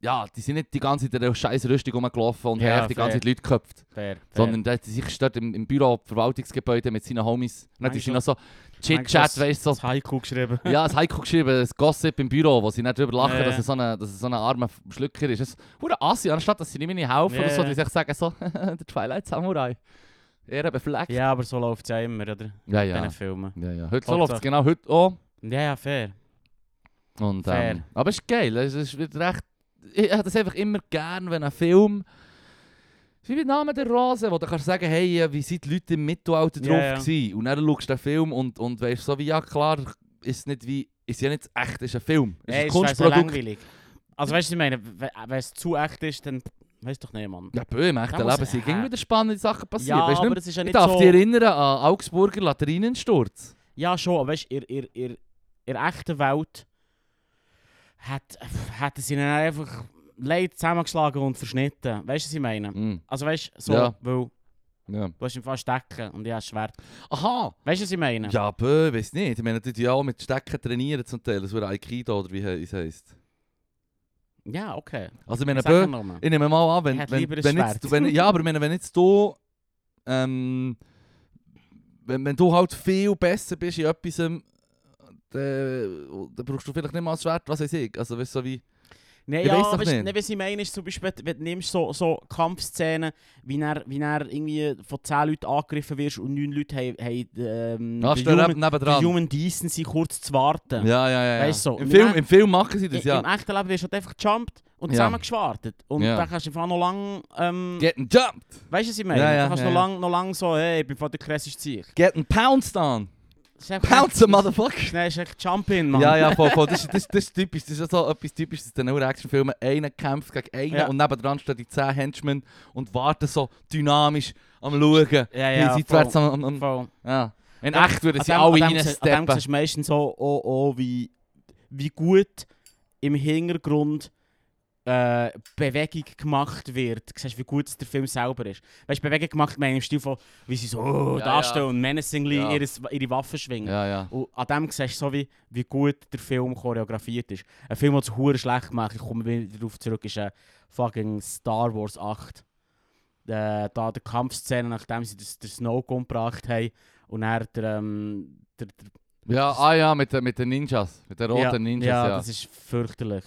[SPEAKER 2] ja, die sind nicht die ganze Zeit in der scheiß Rüstung rumgelaufen und
[SPEAKER 1] Ja,
[SPEAKER 2] haben echt die ganze
[SPEAKER 1] fair.
[SPEAKER 2] Zeit Leute geköpft.
[SPEAKER 1] Fair, fair.
[SPEAKER 2] Sondern der hat sich gestört im, im Büro, Verwaltungsgebäude mit seinen Homies. Und Dann ist sie noch so Chit-Chat,
[SPEAKER 1] Manchmal- <laughs>
[SPEAKER 2] weißt du, so
[SPEAKER 1] das Haiku geschrieben.
[SPEAKER 2] ja, ein Heiko geschrieben, ein Gossip im Büro, wo sie nicht darüber lachen,
[SPEAKER 1] Ja, ja.
[SPEAKER 2] dass, er so eine, dass er so ein armer Schlucker ist. Das ist hure Assi, anstatt dass sie nicht mehr helfen oder
[SPEAKER 1] Ja,
[SPEAKER 2] so,
[SPEAKER 1] ja.
[SPEAKER 2] die sich sagen so, <laughs> der Twilight Samurai. Er befleckt.
[SPEAKER 1] Ja, aber so läuft es ja immer, oder? Ja.
[SPEAKER 2] ja. ja.
[SPEAKER 1] diesen Filmen.
[SPEAKER 2] ja, ja. Heute
[SPEAKER 1] Hauptsache-
[SPEAKER 2] so läuft es genau heute auch.
[SPEAKER 1] Ja, ja, fair.
[SPEAKER 2] Und,
[SPEAKER 1] Fair.
[SPEAKER 2] ähm, aber es ist geil, es ist wird recht... Ich hätte es einfach immer gern, wenn ein Film... Wie mit Namen der Rose, wo du kannst sagen, hey, äh, wie sind die Leute im Mittelalter
[SPEAKER 1] Ja,
[SPEAKER 2] drauf
[SPEAKER 1] ja.
[SPEAKER 2] gewesen? Und dann schaust du den Film und, und weißt so wie, ja klar, ist nicht wie... Ist ja nicht echt, ist ein Film. Ist ein
[SPEAKER 1] Ey, ist so
[SPEAKER 2] Kunstprodukt.
[SPEAKER 1] langweilig. Also weißt du, ich meine, we- wenn es zu echt ist, dann weiß doch niemand.
[SPEAKER 2] Ja, böh, im echten
[SPEAKER 1] Da muss-
[SPEAKER 2] Leben sind
[SPEAKER 1] ja.
[SPEAKER 2] ging wieder spannende Sachen passiert.
[SPEAKER 1] Ja,
[SPEAKER 2] weißt du
[SPEAKER 1] aber
[SPEAKER 2] nicht?
[SPEAKER 1] es ist ja
[SPEAKER 2] Ich
[SPEAKER 1] nicht
[SPEAKER 2] darf
[SPEAKER 1] so...
[SPEAKER 2] dich erinnern an Augsburger Latrinensturz.
[SPEAKER 1] Ja, schon, aber weißt du, in, in, in, in der echten Welt hat, hätten sie ihn dann einfach leid zusammengeschlagen und verschnitten. Weißt du, was ich meine?
[SPEAKER 2] Mhm.
[SPEAKER 1] Also weißt du, so,
[SPEAKER 2] Ja.
[SPEAKER 1] weil
[SPEAKER 2] Ja.
[SPEAKER 1] du hast ihn fast stecken und ich habe Schwert.
[SPEAKER 2] Aha!
[SPEAKER 1] Weißt du, was ich meine?
[SPEAKER 2] Ja, böh, weiß nicht. Ich meine, die tun ja auch mit Stecken trainieren zum Teil. Das wäre Aikido oder wie he- es heisst.
[SPEAKER 1] Ja, okay.
[SPEAKER 2] Also, ich meine,
[SPEAKER 1] Sag mir
[SPEAKER 2] böh,
[SPEAKER 1] nochmal.
[SPEAKER 2] ich nehme mal an, wenn,
[SPEAKER 1] Ich hätte
[SPEAKER 2] wenn,
[SPEAKER 1] lieber ein
[SPEAKER 2] wenn, jetzt,
[SPEAKER 1] Schwert.
[SPEAKER 2] wenn Ja, aber ich meine, wenn jetzt du. Ähm, wenn, wenn du halt viel besser bist in etwas, ähm, dann, dann brauchst du vielleicht nicht mal ein Schwert, was weiß ich. Also, weißt du, so wie.
[SPEAKER 1] Nee,
[SPEAKER 2] Ich
[SPEAKER 1] ja,
[SPEAKER 2] weiss doch
[SPEAKER 1] weißt,
[SPEAKER 2] nicht.
[SPEAKER 1] nicht. was ich meine, ist zum Beispiel, wenn du nimmst so, so Kampfszenen, wie er, wie er irgendwie von 10 Leuten angegriffen wirst und 9 Leute haben, haben ähm,
[SPEAKER 2] Ja,
[SPEAKER 1] die
[SPEAKER 2] stell
[SPEAKER 1] Human, die
[SPEAKER 2] nebendran.
[SPEAKER 1] Human Decency kurz zu warten.
[SPEAKER 2] Ja, ja, ja. ja.
[SPEAKER 1] Weißt du,
[SPEAKER 2] Im,
[SPEAKER 1] wir
[SPEAKER 2] Film,
[SPEAKER 1] haben-
[SPEAKER 2] Im Film machen sie das,
[SPEAKER 1] I-
[SPEAKER 2] ja.
[SPEAKER 1] Im echten Leben wirst du halt einfach gejumpt und
[SPEAKER 2] Ja.
[SPEAKER 1] zusammengeschwartet. Und
[SPEAKER 2] Ja.
[SPEAKER 1] dann kannst du einfach noch lang. Ähm,
[SPEAKER 2] Getting jumped!
[SPEAKER 1] weißt du, was ich meine?
[SPEAKER 2] Ja, ja,
[SPEAKER 1] dann kannst du
[SPEAKER 2] ja,
[SPEAKER 1] noch,
[SPEAKER 2] ja.
[SPEAKER 1] lang, noch lang so, hey, ich bin voll der krasseste Zieg.
[SPEAKER 2] Getting pounced on!
[SPEAKER 1] Das ist einfach-
[SPEAKER 2] Pounce, motherfucker!
[SPEAKER 1] Schnell ist echt Jump-In, Mann.
[SPEAKER 2] Ja, ja, voll, voll. Das, ist- das, das ist typisch. Das ist ja so etwas typisch, dass dann nur Actionfilme einen kämpft gegen einen
[SPEAKER 1] Ja.
[SPEAKER 2] und nebendran stehen die 10 Henchmen und warten so dynamisch am Schauen.
[SPEAKER 1] ja,
[SPEAKER 2] Wie
[SPEAKER 1] ja.
[SPEAKER 2] sie
[SPEAKER 1] voll,
[SPEAKER 2] zuwärts am, am, am
[SPEAKER 1] voll.
[SPEAKER 2] ja. In
[SPEAKER 1] Ja,
[SPEAKER 2] echt würden
[SPEAKER 1] An
[SPEAKER 2] sie
[SPEAKER 1] dem-
[SPEAKER 2] alle
[SPEAKER 1] an dem se- An dem
[SPEAKER 2] reinsteppen.
[SPEAKER 1] siehst du meistens so, oh, oh, wie, wie gut im Hintergrund äh, Bewegung gemacht wird. Du siehst, wie gut es der Film selber ist. Weißt du, Bewegung gemacht, meine ich im Stil von, wie sie so oh,
[SPEAKER 2] Ja,
[SPEAKER 1] dastehen
[SPEAKER 2] ja.
[SPEAKER 1] und menacingly
[SPEAKER 2] Ja.
[SPEAKER 1] ihres, ihre Waffen schwingen.
[SPEAKER 2] Ja, ja.
[SPEAKER 1] Und an dem siehst du so, wie, wie gut der Film choreografiert ist. Ein Film, der es hure schlecht macht, ich komme wieder darauf zurück, ist äh, fucking Star Wars 8. Äh, da der Kampfszene, nachdem sie das, den Snoke umgebracht haben und er der, ähm, der, der
[SPEAKER 2] Ja, ah ja, mit, den- mit den Ninjas. Mit den roten
[SPEAKER 1] ja,
[SPEAKER 2] Ninjas,
[SPEAKER 1] ja,
[SPEAKER 2] ja.
[SPEAKER 1] das ist fürchterlich.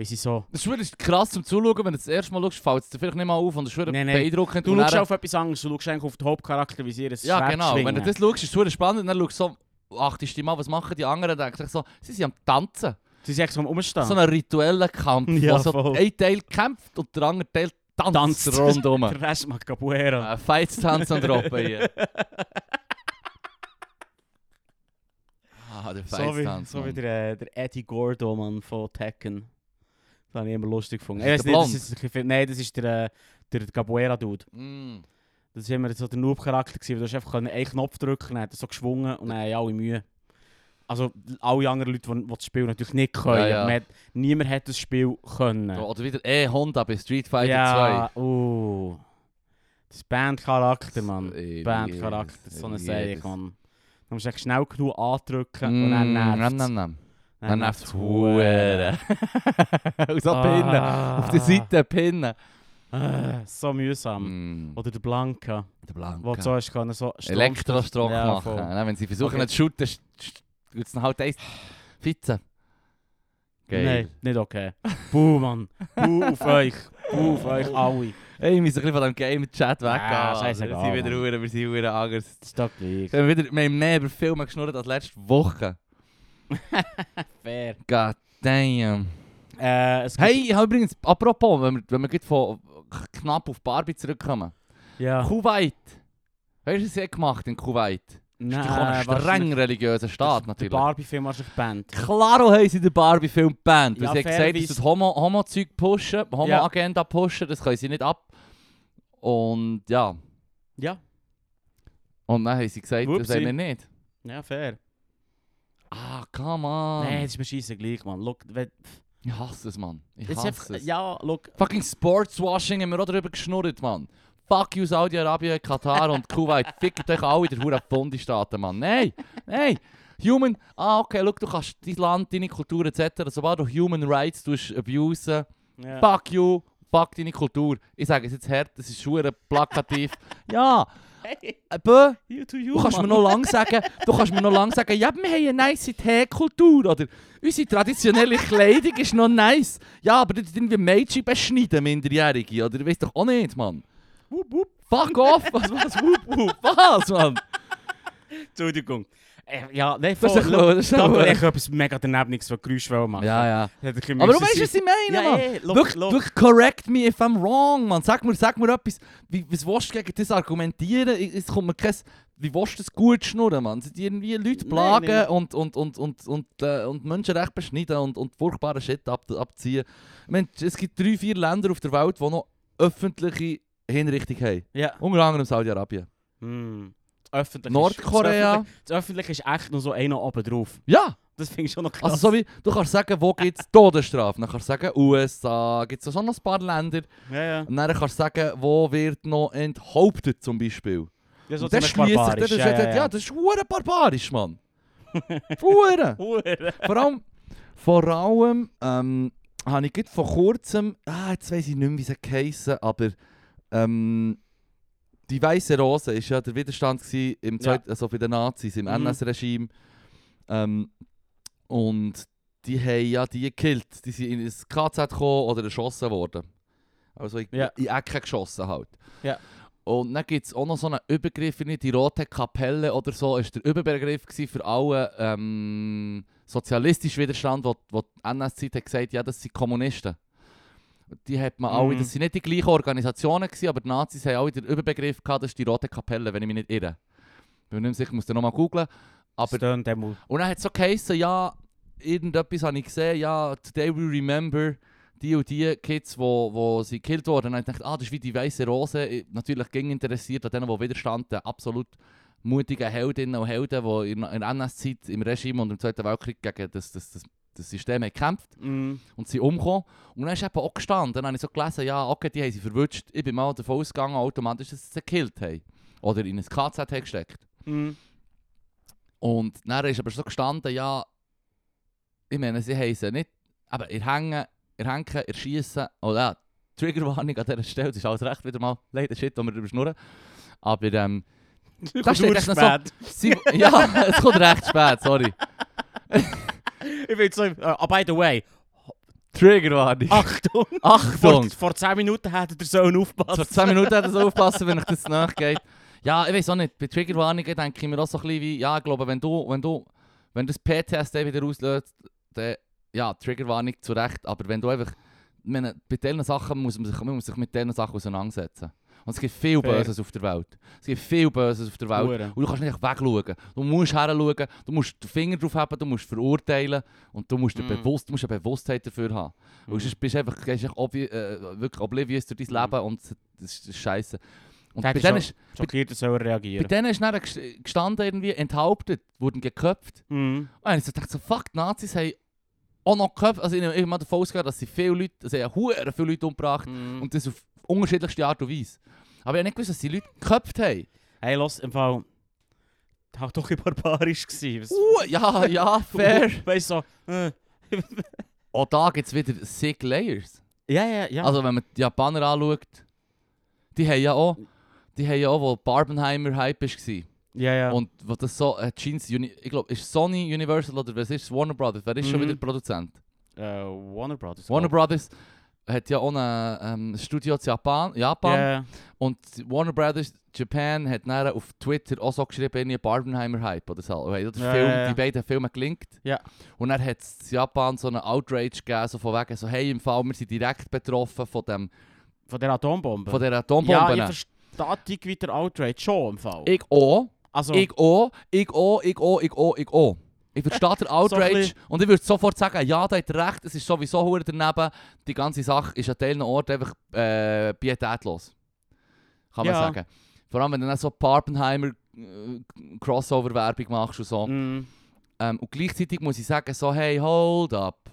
[SPEAKER 1] Wie sie so.
[SPEAKER 2] Das ist wirklich krass zum Zuschauen, wenn du das erste Mal schaust, fällt es dir vielleicht nicht mal auf und das ist wirklich
[SPEAKER 1] Nein, nein.
[SPEAKER 2] beeindruckend.
[SPEAKER 1] Du
[SPEAKER 2] Und
[SPEAKER 1] schaust
[SPEAKER 2] dann-
[SPEAKER 1] auf etwas anderes, du schaust eigentlich auf den Hauptcharakter, wie sie ihr
[SPEAKER 2] Ja,
[SPEAKER 1] Schwert
[SPEAKER 2] genau.
[SPEAKER 1] schwingen.
[SPEAKER 2] Wenn du das schaust, ist es super spannend. Und dann schaust du so, achtest du mal, was machen die anderen? Dann denkst du so, sie sind am Tanzen.
[SPEAKER 1] Sie sind echt so am Umstehen.
[SPEAKER 2] So einen rituellen Kampf,
[SPEAKER 1] Ja,
[SPEAKER 2] wo so
[SPEAKER 1] voll.
[SPEAKER 2] ein Teil kämpft und der andere Teil tanzt,
[SPEAKER 1] Tanzt. <laughs>
[SPEAKER 2] rundum.
[SPEAKER 1] der Rest macht Capoeira.
[SPEAKER 2] Äh, Feitstanz und Robben hier. Ah, der
[SPEAKER 1] So wie,
[SPEAKER 2] Feitstanz.
[SPEAKER 1] so wie
[SPEAKER 2] Mann.
[SPEAKER 1] der, äh, der Eddie Gordo Mann von Tekken. Das habe ich immer lustig gefunden. Ich
[SPEAKER 2] Ist
[SPEAKER 1] weiss
[SPEAKER 2] der
[SPEAKER 1] nicht, das
[SPEAKER 2] blond?
[SPEAKER 1] ist, ein bisschen- nein, das ist der, äh, der Gabuera-Dude.
[SPEAKER 2] Mm.
[SPEAKER 1] Das war immer so der Noob-Charakter. gewesen, weil Du hast einfach können einen Knopf drücken, dann hat er so geschwungen und dann haben alle Mühe. Also alle anderen Leute, die, die das Spiel natürlich nicht können.
[SPEAKER 2] Ja, ja.
[SPEAKER 1] Man hat, niemand hat das Spiel können.
[SPEAKER 2] Oder wieder E-Honda bei Street Fighter
[SPEAKER 1] ja, uh. Das Band-Charakter,
[SPEAKER 2] 2.
[SPEAKER 1] Mann.
[SPEAKER 2] Ewig,
[SPEAKER 1] Band-Charakter,
[SPEAKER 2] ewig,
[SPEAKER 1] so eine
[SPEAKER 2] ewig,
[SPEAKER 1] Serie,
[SPEAKER 2] ewig.
[SPEAKER 1] Mann. Du musst echt schnell genug andrücken und dann
[SPEAKER 2] eh, Mm,
[SPEAKER 1] nervt
[SPEAKER 2] Nein, nein, nein. Dann nervt's
[SPEAKER 1] hure.
[SPEAKER 2] <laughs> hure. Und so Pinnen. Auf der Seite Pinnen.
[SPEAKER 1] Ah, so mühsam.
[SPEAKER 2] Mm.
[SPEAKER 1] Oder der Blanca,
[SPEAKER 2] Der
[SPEAKER 1] wo du
[SPEAKER 2] Blanca.
[SPEAKER 1] so hast können, so Strom-
[SPEAKER 2] Elektrostrock
[SPEAKER 1] Ja,
[SPEAKER 2] machen.
[SPEAKER 1] voll.
[SPEAKER 2] Nein, wenn sie versuchen
[SPEAKER 1] Okay.
[SPEAKER 2] nicht zu shooten, sch- sch- gibt's dann halt eins. Fitze. Geil.
[SPEAKER 1] Nein, nicht okay. Buh, Mann. Buh auf euch. Buh auf euch alle.
[SPEAKER 2] Ey, wir müssen ein bisschen von diesem Game-Chat weggehen.
[SPEAKER 1] Ja,
[SPEAKER 2] Also,
[SPEAKER 1] scheißegal,
[SPEAKER 2] Wir sind wieder
[SPEAKER 1] Mann.
[SPEAKER 2] Uhren, wir sind Uhren anders.
[SPEAKER 1] Das ist doch gleich.
[SPEAKER 2] Wir haben, wieder, wir haben mehr über Filme geschnurrt als letzte Woche.
[SPEAKER 1] Fair.
[SPEAKER 2] God damn.
[SPEAKER 1] Äh, es gibt-
[SPEAKER 2] Hey, ich habe übrigens, apropos, wenn wir, wenn wir gerade von knapp auf Barbie zurückkommen.
[SPEAKER 1] Ja.
[SPEAKER 2] Kuwait. Weißt du, was sie hat gemacht in Kuwait?
[SPEAKER 1] Nein,
[SPEAKER 2] Das ist ein streng religiöser Staat
[SPEAKER 1] Der
[SPEAKER 2] natürlich.
[SPEAKER 1] Barbie-Film hast du gebannt.
[SPEAKER 2] Klaro haben sie den Barbie-Film gebannt. Weil
[SPEAKER 1] Ja,
[SPEAKER 2] sie haben gesagt,
[SPEAKER 1] fairerweise-
[SPEAKER 2] dass das Homo- Homo-Zeug pushen, Homo-Agenda pushen, das können sie nicht ab. Und ja,
[SPEAKER 1] Ja.
[SPEAKER 2] und dann haben sie gesagt, das
[SPEAKER 1] Whoopsie.
[SPEAKER 2] haben wir nicht.
[SPEAKER 1] Ja, fair.
[SPEAKER 2] Ah, come on.
[SPEAKER 1] Nein, das ist mir scheisse gleich, Mann. Look, wenn,
[SPEAKER 2] Ich hasse es, Mann. Ich
[SPEAKER 1] das ist
[SPEAKER 2] hasse
[SPEAKER 1] einfach,
[SPEAKER 2] es.
[SPEAKER 1] ja, look.
[SPEAKER 2] Fucking Sportswashing haben wir auch darüber geschnurrt, Mann. Fuck you, Saudi-Arabien, Katar und
[SPEAKER 1] <laughs>
[SPEAKER 2] Kuwait. Fickt euch alle der Huren Fundi-Staaten, Mann. Nein, nein. Human, ah, okay, schau, du kannst dein Land, deine Kultur etc. Sobald du Human Rights tust abusen,
[SPEAKER 1] Ja.
[SPEAKER 2] <laughs> Fuck you, fuck deine Kultur. Ich sage es jetzt hart, das ist schwer plakativ. <laughs> ja,
[SPEAKER 1] Hey,
[SPEAKER 2] äh, bö,
[SPEAKER 1] you to you,
[SPEAKER 2] du kannst mir
[SPEAKER 1] Mann.
[SPEAKER 2] noch lang sagen, du kannst mir noch lang sagen, ja, wir haben eine nice Teekultur, oder unsere traditionelle Kleidung ist noch nice. Ja, aber das irgendwie Mädchen beschneiden, Minderjährige, oder? Weißt doch auch nicht, Mann.
[SPEAKER 1] Wup, wup.
[SPEAKER 2] Fuck off, was, was, wup, wup, was, Mann?
[SPEAKER 1] Entschuldigung. Äh, ja, nein,
[SPEAKER 2] Das
[SPEAKER 1] voll.
[SPEAKER 2] ist doch- das ist
[SPEAKER 1] Da
[SPEAKER 2] doch-
[SPEAKER 1] wollte ich etwas mega daneben nichts von Geräusch machen.
[SPEAKER 2] Ja, ja.
[SPEAKER 1] Das hätte ich ein bisschen
[SPEAKER 2] Aber du
[SPEAKER 1] müssen
[SPEAKER 2] weißt, was ich meine,
[SPEAKER 1] Ja,
[SPEAKER 2] Mann.
[SPEAKER 1] ja, ja, look,
[SPEAKER 2] wirklich,
[SPEAKER 1] look.
[SPEAKER 2] wirklich correct me if I'm wrong, Mann. Sag mir, sag mir etwas. Wie, was willst du gegen das argumentieren? Ich- Es kommt mir kein... Wie willst du das gut schnurren, Mann? Sind irgendwie
[SPEAKER 1] Nein,
[SPEAKER 2] Leute plagen
[SPEAKER 1] nein.
[SPEAKER 2] und und und und und, äh, und Menschenrechte beschneiden und, und furchtbaren Shit ab, abziehen. Mensch, es gibt drei, vier Länder auf der Welt, die noch öffentliche Hinrichtung haben.
[SPEAKER 1] Ja.
[SPEAKER 2] Unter anderem Saudi-Arabien.
[SPEAKER 1] Hm. Das Öffentliche
[SPEAKER 2] Nordkorea.
[SPEAKER 1] Ist, das, Öffentliche, das Öffentliche ist echt noch so einer oben drauf.
[SPEAKER 2] Ja!
[SPEAKER 1] Das finde ich schon noch krass.
[SPEAKER 2] Also so wie, du kannst sagen, wo gibt es
[SPEAKER 1] <laughs>
[SPEAKER 2] Todesstrafe? Dann kannst du sagen, USA, gibt es schon noch ein paar Länder.
[SPEAKER 1] ja, ja.
[SPEAKER 2] Und dann kannst du sagen, wo wird noch enthauptet zum Beispiel.
[SPEAKER 1] Das
[SPEAKER 2] Und dann schliesst sich das, ja, ja, das ist hure barbarisch, Mann. <laughs> Hure.
[SPEAKER 1] Hure.
[SPEAKER 2] Vor allem, vor allem ähm, habe ich gerade vor kurzem, ah, jetzt weiß ich nicht mehr, wie sie geheissen, aber ähm, die Weiße Rose war ja der Widerstand gewesen im
[SPEAKER 1] Ja.
[SPEAKER 2] Zweit also bei den Nazis, im
[SPEAKER 1] Mhm.
[SPEAKER 2] NS-Regime. Ähm, und die haben ja die gekillt. Die sind in ein KZ gekommen oder erschossen worden. Also in,
[SPEAKER 1] Ja.
[SPEAKER 2] in Ecken geschossen halt.
[SPEAKER 1] Ja.
[SPEAKER 2] Und dann gibt es auch noch so einen Übergriff, wie die Rote Kapelle oder so, ist der Überbegriff gewesen für alle ähm, sozialistischen Widerstand, wo, wo die NS-Zeit hat gesagt ja, das sind Kommunisten. Die hat man alle,
[SPEAKER 1] Mhm.
[SPEAKER 2] das sind nicht die gleichen Organisationen gewesen, aber die Nazis haben alle den Überbegriff gehabt, das ist die Rote Kapelle, wenn ich mich nicht irre. Bin mir nicht mehr sicher, muss dann nochmal googlen. Aber
[SPEAKER 1] Stön dem mal.
[SPEAKER 2] und dann hat es so geheißen, ja, irgendetwas habe ich gesehen, ja, today we remember die und die Kids, die wo, wo sie gekillt wurden. Und dann dachte ich, ah, das ist wie die weiße Rose. Ich- Natürlich ging interessiert an denen, die Widerstand, den absolut mutigen Heldinnen und Helden, die in in der NS-Zeit im Regime und im Zweiten Weltkrieg gegen das, das, das, das System haben gekämpft
[SPEAKER 1] Mhm.
[SPEAKER 2] und sie umgekommen. Und dann ist eben auch gestanden. Dann habe ich so gelesen, ja, okay, die haben sie verwünscht. Ich bin mal davon ausgegangen, automatisch, dass sie sie gekillt haben. Oder in ein KZ haben gesteckt.
[SPEAKER 1] Mhm.
[SPEAKER 2] Und dann ist aber so gestanden, ja, ich meine, sie heißen nicht, aber ihr hängen, ihr hängen, ihr schießen, oder ja, Triggerwarnung an dieser Stelle, das ist alles recht, wieder mal, leider Shit, wo wir drüber schnurren. Aber ähm,
[SPEAKER 1] kommt
[SPEAKER 2] steht echt noch so-
[SPEAKER 1] urspät.
[SPEAKER 2] sie, ja, es kommt recht spät, sorry.
[SPEAKER 1] Ich will so... äh, ah, by the way,
[SPEAKER 2] Triggerwarnung.
[SPEAKER 1] Achtung! Vor,
[SPEAKER 2] Achtung!
[SPEAKER 1] vor 10 Minuten hättet ihr sollen aufpassen.
[SPEAKER 2] Vor 10 Minuten hat es aufpassen, wenn ich <laughs> das nachgeht. Ja, ich weiß auch nicht, bei Triggerwarnungen denke ich mir auch so ein bisschen wie, ja, ich glaube, wenn du, wenn du, wenn das PTSD wieder auslöst, dann, ja, Triggerwarnung zu Recht, aber wenn du einfach, ich meine, bei diesen Sachen muss man sich, man muss sich mit diesen Sachen auseinandersetzen. Und es gibt viel
[SPEAKER 1] Fair.
[SPEAKER 2] Böses auf der Welt. Es gibt viel Böses auf der Welt.
[SPEAKER 1] Hure.
[SPEAKER 2] Und du kannst nicht wegschauen. Du musst heranschauen, du musst den Finger drauf haben, du musst verurteilen und du musst, dir
[SPEAKER 1] Mm.
[SPEAKER 2] bewusst, du musst eine Bewusstheit dafür haben.
[SPEAKER 1] Mhm.
[SPEAKER 2] Und sonst bist du einfach, gehst du einfach obvi äh, wirklich oblivious durch dein
[SPEAKER 1] Mhm.
[SPEAKER 2] Leben und das- das ist scheiße. Und
[SPEAKER 1] Da hätte
[SPEAKER 2] bei
[SPEAKER 1] ich
[SPEAKER 2] denen,
[SPEAKER 1] schon-
[SPEAKER 2] ist,
[SPEAKER 1] Schockiert, ihr sollt
[SPEAKER 2] bei
[SPEAKER 1] reagieren.
[SPEAKER 2] denen ist dann gest- gestanden, irgendwie enthauptet, wurden geköpft.
[SPEAKER 1] Mhm.
[SPEAKER 2] Und ich so dachte so, fuck, die Nazis haben auch noch geköpft. Also ich habe immer davon ausgegangen, dass sie viele Leute, also sie haben verdammt viele Leute umgebracht
[SPEAKER 1] Mhm.
[SPEAKER 2] und das auf unterschiedlichste Art und Weise. Aber ich habe nicht gewusst, dass sie Leute geköpft haben.
[SPEAKER 1] Hey, los, im Fall... Das war doch ein bisschen barbarisch. gewesen. Was-
[SPEAKER 2] Uh, <laughs> ja, ja, fair.
[SPEAKER 1] <laughs> Weißt du, so... Äh.
[SPEAKER 2] Auch da gibt es wieder sick Layers.
[SPEAKER 1] Ja, ja, ja.
[SPEAKER 2] Also wenn man die Japaner anschaut, die haben ja auch, die haben ja auch, wo Barbenheimer Hype war.
[SPEAKER 1] ja, ja.
[SPEAKER 2] Und wo das so, äh, Jeans, Uni ich glaube, ist Sony Universal oder was ist Warner Brothers? Wer ist schon
[SPEAKER 1] Mhm.
[SPEAKER 2] wieder Produzent?
[SPEAKER 1] Äh, Warner Brothers. Oh.
[SPEAKER 2] Warner Brothers hat ja auch ein ähm, Studio in Japan. Japan.
[SPEAKER 1] Ja,
[SPEAKER 2] Und Warner Brothers Japan hat dann auf Twitter auch so geschrieben, irgendwie Barbenheimer Hype oder so. Und hat den
[SPEAKER 1] Ja,
[SPEAKER 2] Film,
[SPEAKER 1] ja, ja.
[SPEAKER 2] Die beiden Filme gelinkt.
[SPEAKER 1] Ja.
[SPEAKER 2] Und dann hat es Japan so einen Outrage gegeben, so von wegen, so, hey, im Fall, wir sind direkt betroffen von, dem,
[SPEAKER 1] von der Atombombe.
[SPEAKER 2] von dieser
[SPEAKER 1] Ja,
[SPEAKER 2] Atombombe.
[SPEAKER 1] ich verstehe dich wieder outrage schon im Fall.
[SPEAKER 2] ich auch,
[SPEAKER 1] also,
[SPEAKER 2] ich auch, ich auch, ich auch, ich auch, ich auch. Ich verstehe
[SPEAKER 1] <laughs>
[SPEAKER 2] den
[SPEAKER 1] ein
[SPEAKER 2] Outrage
[SPEAKER 1] bisschen-
[SPEAKER 2] und ich würde sofort sagen, ja, da hat er recht, es ist sowieso hure daneben. Die ganze Sache ist an Teilen Orten einfach äh, pietätlos. Kann man
[SPEAKER 1] Ja.
[SPEAKER 2] sagen. Vor allem, wenn du dann so Barbenheimer äh, Crossover-Werbung machst und so.
[SPEAKER 1] Mm,
[SPEAKER 2] Ähm, und gleichzeitig muss ich sagen, so, hey, hold up.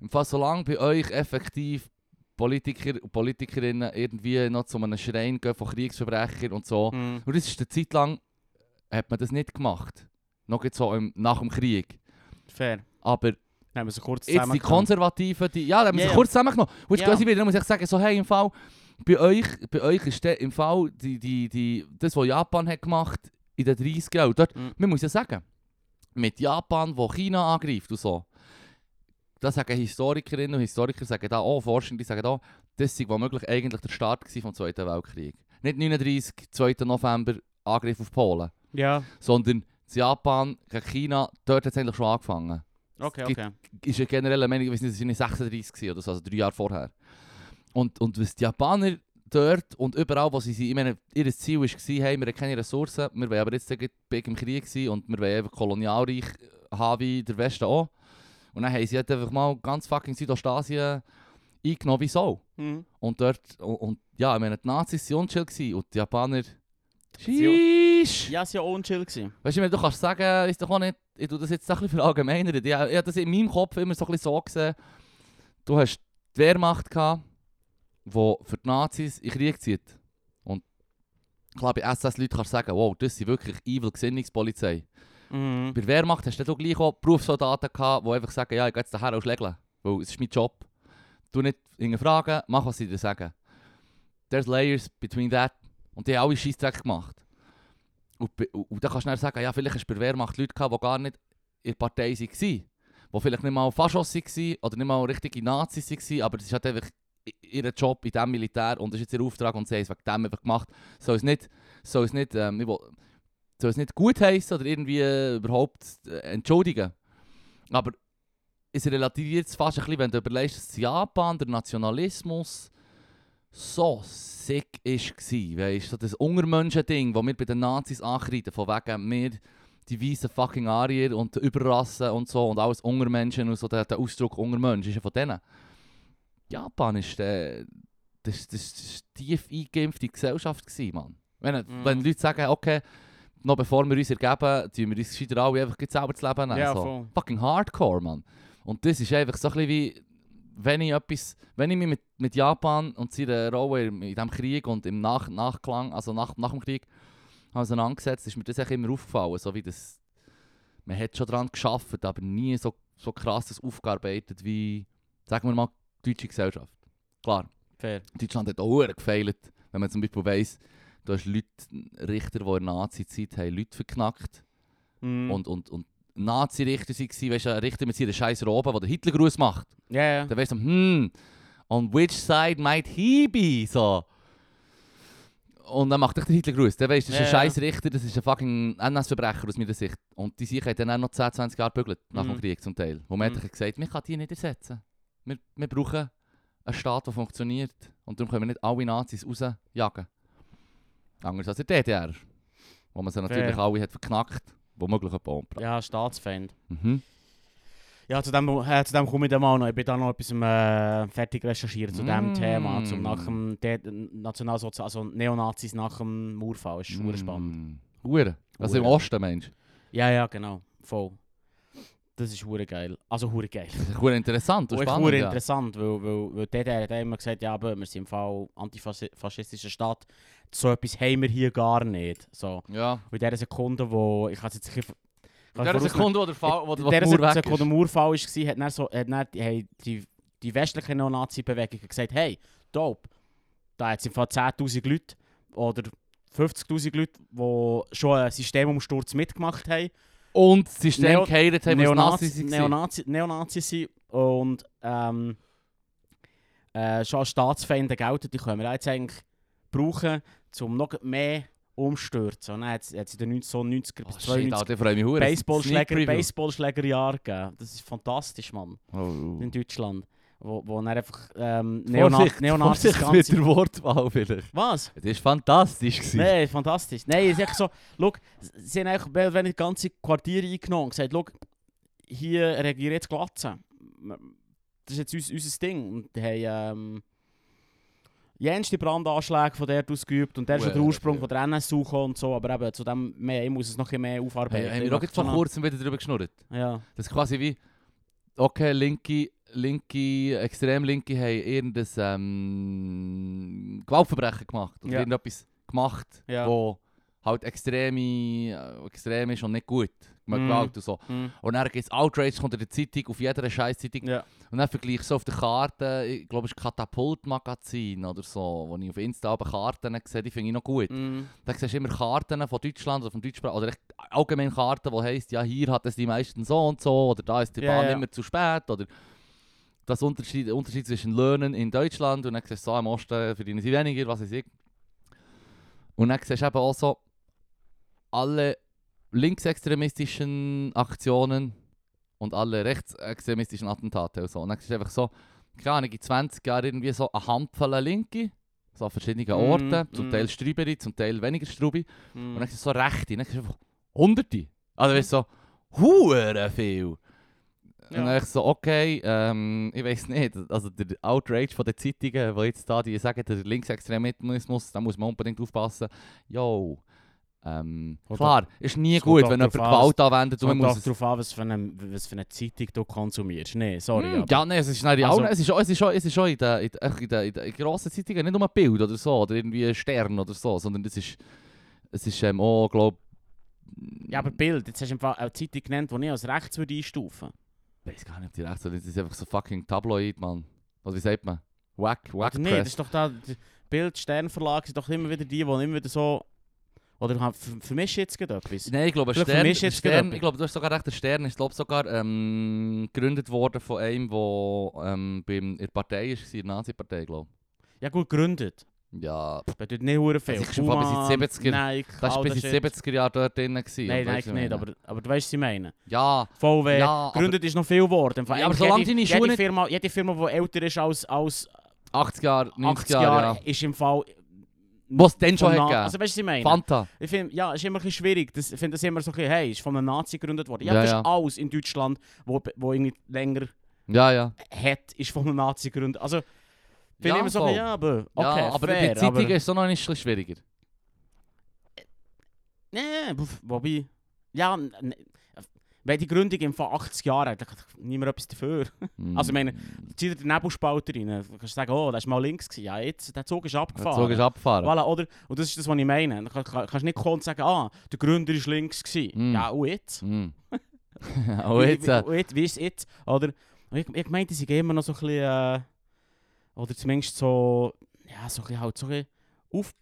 [SPEAKER 2] Im Fall, solange bei euch effektiv Politiker und Politikerinnen irgendwie noch zu einem Schrein gehen von Kriegsverbrechern und so.
[SPEAKER 1] mm.
[SPEAKER 2] Und das ist eine Zeit lang, hat man das nicht gemacht. Noch jetzt so im, nach dem Krieg.
[SPEAKER 1] Fair.
[SPEAKER 2] Aber
[SPEAKER 1] Haben wir sie kurz
[SPEAKER 2] Jetzt die
[SPEAKER 1] zusammengenommen.
[SPEAKER 2] Konservativen, die... Ja, da haben wir
[SPEAKER 1] Ja,
[SPEAKER 2] sich
[SPEAKER 1] ja.
[SPEAKER 2] kurz zusammengenommen. Und jetzt
[SPEAKER 1] Ja.
[SPEAKER 2] gehen sie wieder, dann muss ich sagen, so hey, im Fall, bei euch, bei euch ist der, im Fall die, die, die, das, was Japan hat gemacht in den 30 Jahren, und dort,
[SPEAKER 1] Mhm.
[SPEAKER 2] man muss ja sagen, mit Japan, wo China angreift und so, da sagen Historikerinnen und Historiker, sagen da auch, Forschende sagen da, das sei womöglich eigentlich der Start gewesen vom Zweiten Weltkrieg. Nicht 39, 2. November, Angriff auf Polen,
[SPEAKER 1] Ja,
[SPEAKER 2] sondern das Japan gegen China, dort hat es eigentlich schon angefangen
[SPEAKER 1] okay,
[SPEAKER 2] gibt-
[SPEAKER 1] okay.
[SPEAKER 2] ist ja generell eine Meinung, ich weiß nicht, es waren 36 gewesen oder so, also drei Jahre vorher. Und, und was die Japaner dort und überall, wo sie sind, ich meine, ihr Ziel war, hey, wir haben keine Ressourcen, wir wollen aber jetzt gleich im Krieg sein und wir wollen einfach Kolonialreich haben wie der Westen auch. Und dann haben sie halt einfach mal ganz fucking Südostasien eingenommen, wie so.
[SPEAKER 1] Mhm.
[SPEAKER 2] Und dort, und, und ja, ich meine, die Nazis waren unchill gewesen und die Japaner... Sheesh.
[SPEAKER 1] Ja, es war ja auch unchill. gewesen.
[SPEAKER 2] Weißt du, ich meine, du kannst sagen, ist doch auch nicht, ich tue das jetzt ein bisschen verallgemeinern. Ich, ich habe das in meinem Kopf immer so ein bisschen so gesehen. Du hast die Wehrmacht gehabt, die für die Nazis in den Krieg zieht. Und klar, bei SS-Leuten kannst du sagen, wow, das sind wirklich evil Gesinnungspolizei.
[SPEAKER 1] Mhm.
[SPEAKER 2] Bei der Wehrmacht hast du dann auch gleich auch Berufssoldaten gehabt, die einfach sagen, ja, ich gehe jetzt daher und schlägle, weil es ist mein Job. Du nicht hinterfragen, mach, was sie dir sagen. There's layers between that. Und die haben alle Scheissdreck gemacht. Und, bei- und, und dann kannst du dann sagen, ja, vielleicht hast du bei der Wehrmacht Leute gehabt, die gar nicht in der Partei waren. Die vielleicht nicht mal Faschos waren oder nicht mal richtige Nazis waren, aber das ist halt einfach i- ihr Job in diesem Militär und das ist jetzt ihr Auftrag und sie haben es wegen dem einfach gemacht. Soll es nicht, soll es nicht, ähm, ich will- soll es nicht gut heißen oder irgendwie äh, überhaupt äh, entschuldigen. Aber es relativiert es fast ein bisschen, wenn du überlegst, dass Japan, der Nationalismus, so sick war. Weißt du, so das Untermenschen-Ding, das wir bei den Nazis ankreiden, von wegen wir, die weißen fucking Arier und die Überrassen und so und alles Untermenschen und so, der, der Ausdruck Untermensch ist ja von denen. Japan ist äh, das, das, das tief eingeimpfte Gesellschaft, gewesen, Mann. Wenn,
[SPEAKER 1] Mhm.
[SPEAKER 2] wenn Leute sagen, okay, noch bevor wir uns ergeben, tun wir uns gescheiter alle einfach gleich selber das Leben nehmen.
[SPEAKER 1] Ja,
[SPEAKER 2] so.
[SPEAKER 1] voll.
[SPEAKER 2] Fucking Hardcore, Mann. Und das ist einfach so ein bisschen wie, wenn ich, etwas, wenn ich mich mit, mit Japan und seiner Rolle in diesem Krieg und im nach Nachklang, also nach, nach dem Krieg, auseinandergesetzt, ist mir das echt immer aufgefallen. So wie das, man hat schon daran geschafft, aber nie so, so krass das aufgearbeitet wie, sagen wir mal, die deutsche Gesellschaft. Klar,
[SPEAKER 1] Fair.
[SPEAKER 2] Deutschland hat auch verdammt gefeilt. Wenn man zum Beispiel weiss, du hast Leute, Richter, die in der Nazi-Zeit haben Leute verknackt
[SPEAKER 1] Mhm.
[SPEAKER 2] und, und, und Nazi-Richter waren, weißt du, ein Richter mit seiner scheiß Robe, der den Hitlergruß macht.
[SPEAKER 1] Ja, ja.
[SPEAKER 2] Dann weißt du, hm, on which side might he be? So. Und dann macht dich der Hitlergruß. Dann weißt du, das ist ein
[SPEAKER 1] Ja, ja.
[SPEAKER 2] scheiß Richter, das ist ein fucking NS-Verbrecher aus meiner Sicht. Und die sich haben dann auch noch 10, 20 Jahre bügelt, nach dem
[SPEAKER 1] Mhm.
[SPEAKER 2] Krieg zum Teil. Wo man
[SPEAKER 1] Mhm.
[SPEAKER 2] hat gesagt, man kann die nicht ersetzen. Wir, wir brauchen einen Staat, der funktioniert. Und darum können wir nicht alle Nazis rausjagen. Anders als der DDR. Wo man sie natürlich
[SPEAKER 1] Fair.
[SPEAKER 2] alle hat verknackt. Womöglich ein Bombe.
[SPEAKER 1] Ja, Staatsfeind.
[SPEAKER 2] Mhm.
[SPEAKER 1] Ja, zu dem, äh, zu dem komme ich dann mal noch. Ich bin da noch etwas am, äh, fertig recherchiert zu diesem
[SPEAKER 2] Mm.
[SPEAKER 1] Thema. Zum nach dem De Nationalsozial also Neonazis nach dem Mauerfall. Ist super spannend.
[SPEAKER 2] Mhm. Hure. Also im
[SPEAKER 1] Hure.
[SPEAKER 2] Osten, meinst du?
[SPEAKER 1] Ja, ja, genau. Voll. Das ist hure geil. Also hure geil.
[SPEAKER 2] Das ist hure interessant und
[SPEAKER 1] Und echt
[SPEAKER 2] spannend.
[SPEAKER 1] hure
[SPEAKER 2] ja.
[SPEAKER 1] interessant, weil, weil, weil die DDR hat immer gesagt, ja, aber wir sind im Fall antifaschistischer Staat. So etwas haben wir hier gar nicht. So.
[SPEAKER 2] Ja.
[SPEAKER 1] Und in dieser Sekunde, wo... Ich kann es jetzt ein bisschen... ich
[SPEAKER 2] In
[SPEAKER 1] kann
[SPEAKER 2] der
[SPEAKER 1] vorausnehmen-
[SPEAKER 2] Sekunde, wo der, Fa wo der, wo
[SPEAKER 1] der
[SPEAKER 2] der Mauer weg
[SPEAKER 1] Sekunde
[SPEAKER 2] ist.
[SPEAKER 1] Mauerfall war, hat dann, so, hat dann die, haben die, die westliche Neonazi-Bewegung gesagt, hey, dope, da hat es im Fall 10'000 Leute oder 50'000 Leute, die schon einen Systemumsturz mitgemacht haben.
[SPEAKER 2] Und das System
[SPEAKER 1] Neo-
[SPEAKER 2] geheilt haben, was Nazis
[SPEAKER 1] Neonazi,
[SPEAKER 2] waren.
[SPEAKER 1] Neonazi, Neonazi sind und ähm, äh, schon als Staatsfeinde gelten, die können wir jetzt eigentlich brauchen, um noch mehr umstürzen. Und dann hat es in den 90- so 90er
[SPEAKER 2] Oh,
[SPEAKER 1] bis
[SPEAKER 2] shit,
[SPEAKER 1] 92
[SPEAKER 2] Alter, ich freue mich hure.
[SPEAKER 1] Baseballschläger,
[SPEAKER 2] Sneak Preview.
[SPEAKER 1] Baseballschlägerjahr gegeben. Das ist fantastisch, Mann.
[SPEAKER 2] Oh, oh.
[SPEAKER 1] In Deutschland. Wo, wo dann einfach ähm, Neona Neonazis
[SPEAKER 2] Vorsicht mit
[SPEAKER 1] ganze...
[SPEAKER 2] der Wortwahl vielleicht.
[SPEAKER 1] Was?
[SPEAKER 2] Das war fantastisch. gewesen.
[SPEAKER 1] Nein, fantastisch. Nein, es ist echt so... Look, sie haben eigentlich mehr oder weniger das ganze Quartier eingenommen und gesagt, look, hier reagiert jetzt Glatze. Das ist jetzt uns, unser Ding. Und die haben... Ähm, Jens die Brandanschläge von dort ausgeübt und der ist schon der
[SPEAKER 2] Huere
[SPEAKER 1] Ursprung
[SPEAKER 2] viel.
[SPEAKER 1] von der NSU gekommen und so, aber eben zu dem mehr, ich muss es noch ein bisschen mehr
[SPEAKER 2] Hey,
[SPEAKER 1] aufarbeiten.
[SPEAKER 2] haben
[SPEAKER 1] Ich
[SPEAKER 2] wir auch
[SPEAKER 1] mach
[SPEAKER 2] jetzt vor
[SPEAKER 1] so eine-
[SPEAKER 2] kurzem wieder darüber geschnurrt.
[SPEAKER 1] Ja.
[SPEAKER 2] Das ist quasi wie, okay, linke, linke, extrem linke haben irgendein ähm, Gewaltverbrechen gemacht. Oder
[SPEAKER 1] Ja.
[SPEAKER 2] irgendetwas gemacht,
[SPEAKER 1] Ja.
[SPEAKER 2] wo halt extreme, äh, extrem ist und nicht gut. Mit
[SPEAKER 1] Mhm.
[SPEAKER 2] Gewalt und so.
[SPEAKER 1] Mhm.
[SPEAKER 2] Und dann gibt es Outrage, kommt in der Zeitung, auf jeder scheiß Zeitung.
[SPEAKER 1] Ja.
[SPEAKER 2] Und dann vergleiche ich so auf der Karte, ich glaube, es ist Katapult-Magazin oder so, wo ich auf Insta aber Karten sehe, die finde ich noch gut.
[SPEAKER 1] Mhm.
[SPEAKER 2] Da siehst du immer Karten von Deutschland oder vom Deutschsprachigen, oder echt allgemein Karten, die heisst, ja, hier hat es die meisten so und so, oder da ist die
[SPEAKER 1] Ja,
[SPEAKER 2] Bahn
[SPEAKER 1] ja.
[SPEAKER 2] immer zu spät, oder das Unterschied, der Unterschied zwischen Löhnen in Deutschland und dann siehst du so, im Osten verdienen sie weniger, was weiß ich. Und dann siehst du eben auch so, alle linksextremistischen Aktionen und alle rechtsextremistischen Attentate und so. Und dann siehst du einfach so, keine Ahnung, in 20 Jahren irgendwie so eine Handvoll Linke, so an verschiedenen
[SPEAKER 1] Mm,
[SPEAKER 2] Orten, zum
[SPEAKER 1] mm.
[SPEAKER 2] Teil Streuberi, zum Teil weniger Strubi.
[SPEAKER 1] Mhm.
[SPEAKER 2] Und dann sind so rechte, dann sind einfach hunderte. Also weißt du, so, hure viel.
[SPEAKER 1] Ja.
[SPEAKER 2] Und dann ich so, okay, ähm, ich weiß nicht, also der Outrage von den Zeitungen, die jetzt da, die sagen, der Linksextremismus, da muss man unbedingt aufpassen. Jo, ähm,
[SPEAKER 1] Kommt
[SPEAKER 2] klar, ist nie
[SPEAKER 1] es kommt
[SPEAKER 2] gut,
[SPEAKER 1] auch
[SPEAKER 2] wenn jemand
[SPEAKER 1] drauf an, was-
[SPEAKER 2] Gewalt anwendet
[SPEAKER 1] Es
[SPEAKER 2] und man
[SPEAKER 1] kommt
[SPEAKER 2] muss
[SPEAKER 1] auch
[SPEAKER 2] es...
[SPEAKER 1] darauf an, was für, eine, was für eine Zeitung du konsumierst. Nee, sorry.
[SPEAKER 2] Hm,
[SPEAKER 1] aber-
[SPEAKER 2] ja, nein, es ist, nein,
[SPEAKER 1] Also-
[SPEAKER 2] auch, es ist, auch- es ist, auch- es ist auch in den, in den, echt in den, in den grossen Zeitungen, nicht nur ein Bild oder so, oder irgendwie ein Stern oder so, sondern es ist, es ist ähm, auch, glaube
[SPEAKER 1] Ja, aber Bild, jetzt hast du im Fall eine Zeitung genannt, die ich als rechts würde einstufen
[SPEAKER 2] Ich weiß gar nicht, ob die recht sind. Das ist einfach so fucking Tabloid, Mann. Oder wie sagt man? Wack, wack
[SPEAKER 1] Oder Also nee, das
[SPEAKER 2] press.
[SPEAKER 1] ist doch da, der Bild, Sternverlag sind doch immer wieder die, die immer wieder so... Oder ha- ver- vermisch ich jetzt gerade etwas?
[SPEAKER 2] Nein, ich glaube,
[SPEAKER 1] Vielleicht
[SPEAKER 2] Stern,
[SPEAKER 1] vermischt jetzt
[SPEAKER 2] Stern,
[SPEAKER 1] gerade
[SPEAKER 2] ich glaube, du hast sogar recht, der Stern ist glaube sogar ähm, gegründet worden von einem, der ähm, beim, in der Partei war, in der Nazi-Partei, glaube
[SPEAKER 1] Ja gut, gegründet.
[SPEAKER 2] ich. Ja,
[SPEAKER 1] Bedeutet nicht hure viel.
[SPEAKER 2] Das ist Also schon vor bis in die
[SPEAKER 1] Puma,
[SPEAKER 2] 70er.
[SPEAKER 1] Nike,
[SPEAKER 2] das war
[SPEAKER 1] all
[SPEAKER 2] bis in
[SPEAKER 1] that
[SPEAKER 2] die
[SPEAKER 1] shit.
[SPEAKER 2] 70er Jahre dort drin. Gewesen, also,
[SPEAKER 1] Nein,
[SPEAKER 2] oder?
[SPEAKER 1] Nike nicht, aber, aber du weißt, was ich meine.
[SPEAKER 2] Ja,
[SPEAKER 1] VW,
[SPEAKER 2] Ja,
[SPEAKER 1] gegründet ist noch viel geworden. Im Fall
[SPEAKER 2] Ja, aber
[SPEAKER 1] eigentlich
[SPEAKER 2] solange
[SPEAKER 1] jede,
[SPEAKER 2] deine Schuhe
[SPEAKER 1] jede
[SPEAKER 2] nicht-
[SPEAKER 1] Firma, jede Firma, die älter ist als, als
[SPEAKER 2] 80 Jahre,
[SPEAKER 1] 80
[SPEAKER 2] 90
[SPEAKER 1] Jahre,
[SPEAKER 2] Jahre, ja.
[SPEAKER 1] ist im Fall...
[SPEAKER 2] Was es dann schon
[SPEAKER 1] vom Na-
[SPEAKER 2] hat gegeben.
[SPEAKER 1] Also weißt du, was ich meine?
[SPEAKER 2] Fanta.
[SPEAKER 1] Ich finde, ja, ist immer ein bisschen schwierig. Das, ich finde das immer so ein bisschen, hey, ist von einem Nazi gegründet worden. Ja,
[SPEAKER 2] Ja,
[SPEAKER 1] das
[SPEAKER 2] ja.
[SPEAKER 1] ist alles in Deutschland, wo, wo irgendwie länger
[SPEAKER 2] Ja, ja.
[SPEAKER 1] hat, ist von einem Nazi gegründet. Also, finde
[SPEAKER 2] Ja,
[SPEAKER 1] ich immer so, ein
[SPEAKER 2] voll.
[SPEAKER 1] bisschen, ja, aber, okay,
[SPEAKER 2] ja, aber
[SPEAKER 1] fair,
[SPEAKER 2] bei Zeitungen
[SPEAKER 1] aber-
[SPEAKER 2] ist es auch noch ein bisschen schwieriger.
[SPEAKER 1] Nee, pf, wobei, ja, n- n- wenn die Gründung im Fall 80 Jahre hat, dann kann niemand etwas <laughs> dafür. Also, ich
[SPEAKER 2] Mm.
[SPEAKER 1] meine, zieh dir den Nebelspalter rein, dann kannst du sagen, oh, das war mal links, gewesen. ja, jetzt, der Zug ist
[SPEAKER 2] der
[SPEAKER 1] abgefahren.
[SPEAKER 2] Zug ist abgefahren.
[SPEAKER 1] Voilà, oder? dus Und das ist das, was ich meine. Dann kann- kann- kannst du nicht kommen und sagen, ah, der Gründer war links. gewesen.
[SPEAKER 2] Mm.
[SPEAKER 1] Ja, und jetzt?
[SPEAKER 2] Mm. <laughs> oh, jetzt,
[SPEAKER 1] Wie,
[SPEAKER 2] äh,
[SPEAKER 1] wie, und jetzt, wie ist es jetzt? Oder, und ich, ich meinte, sie gehen immer noch so ein bisschen, äh, oder zumindest so, ja, so ein bisschen halt so ein bisschen auf,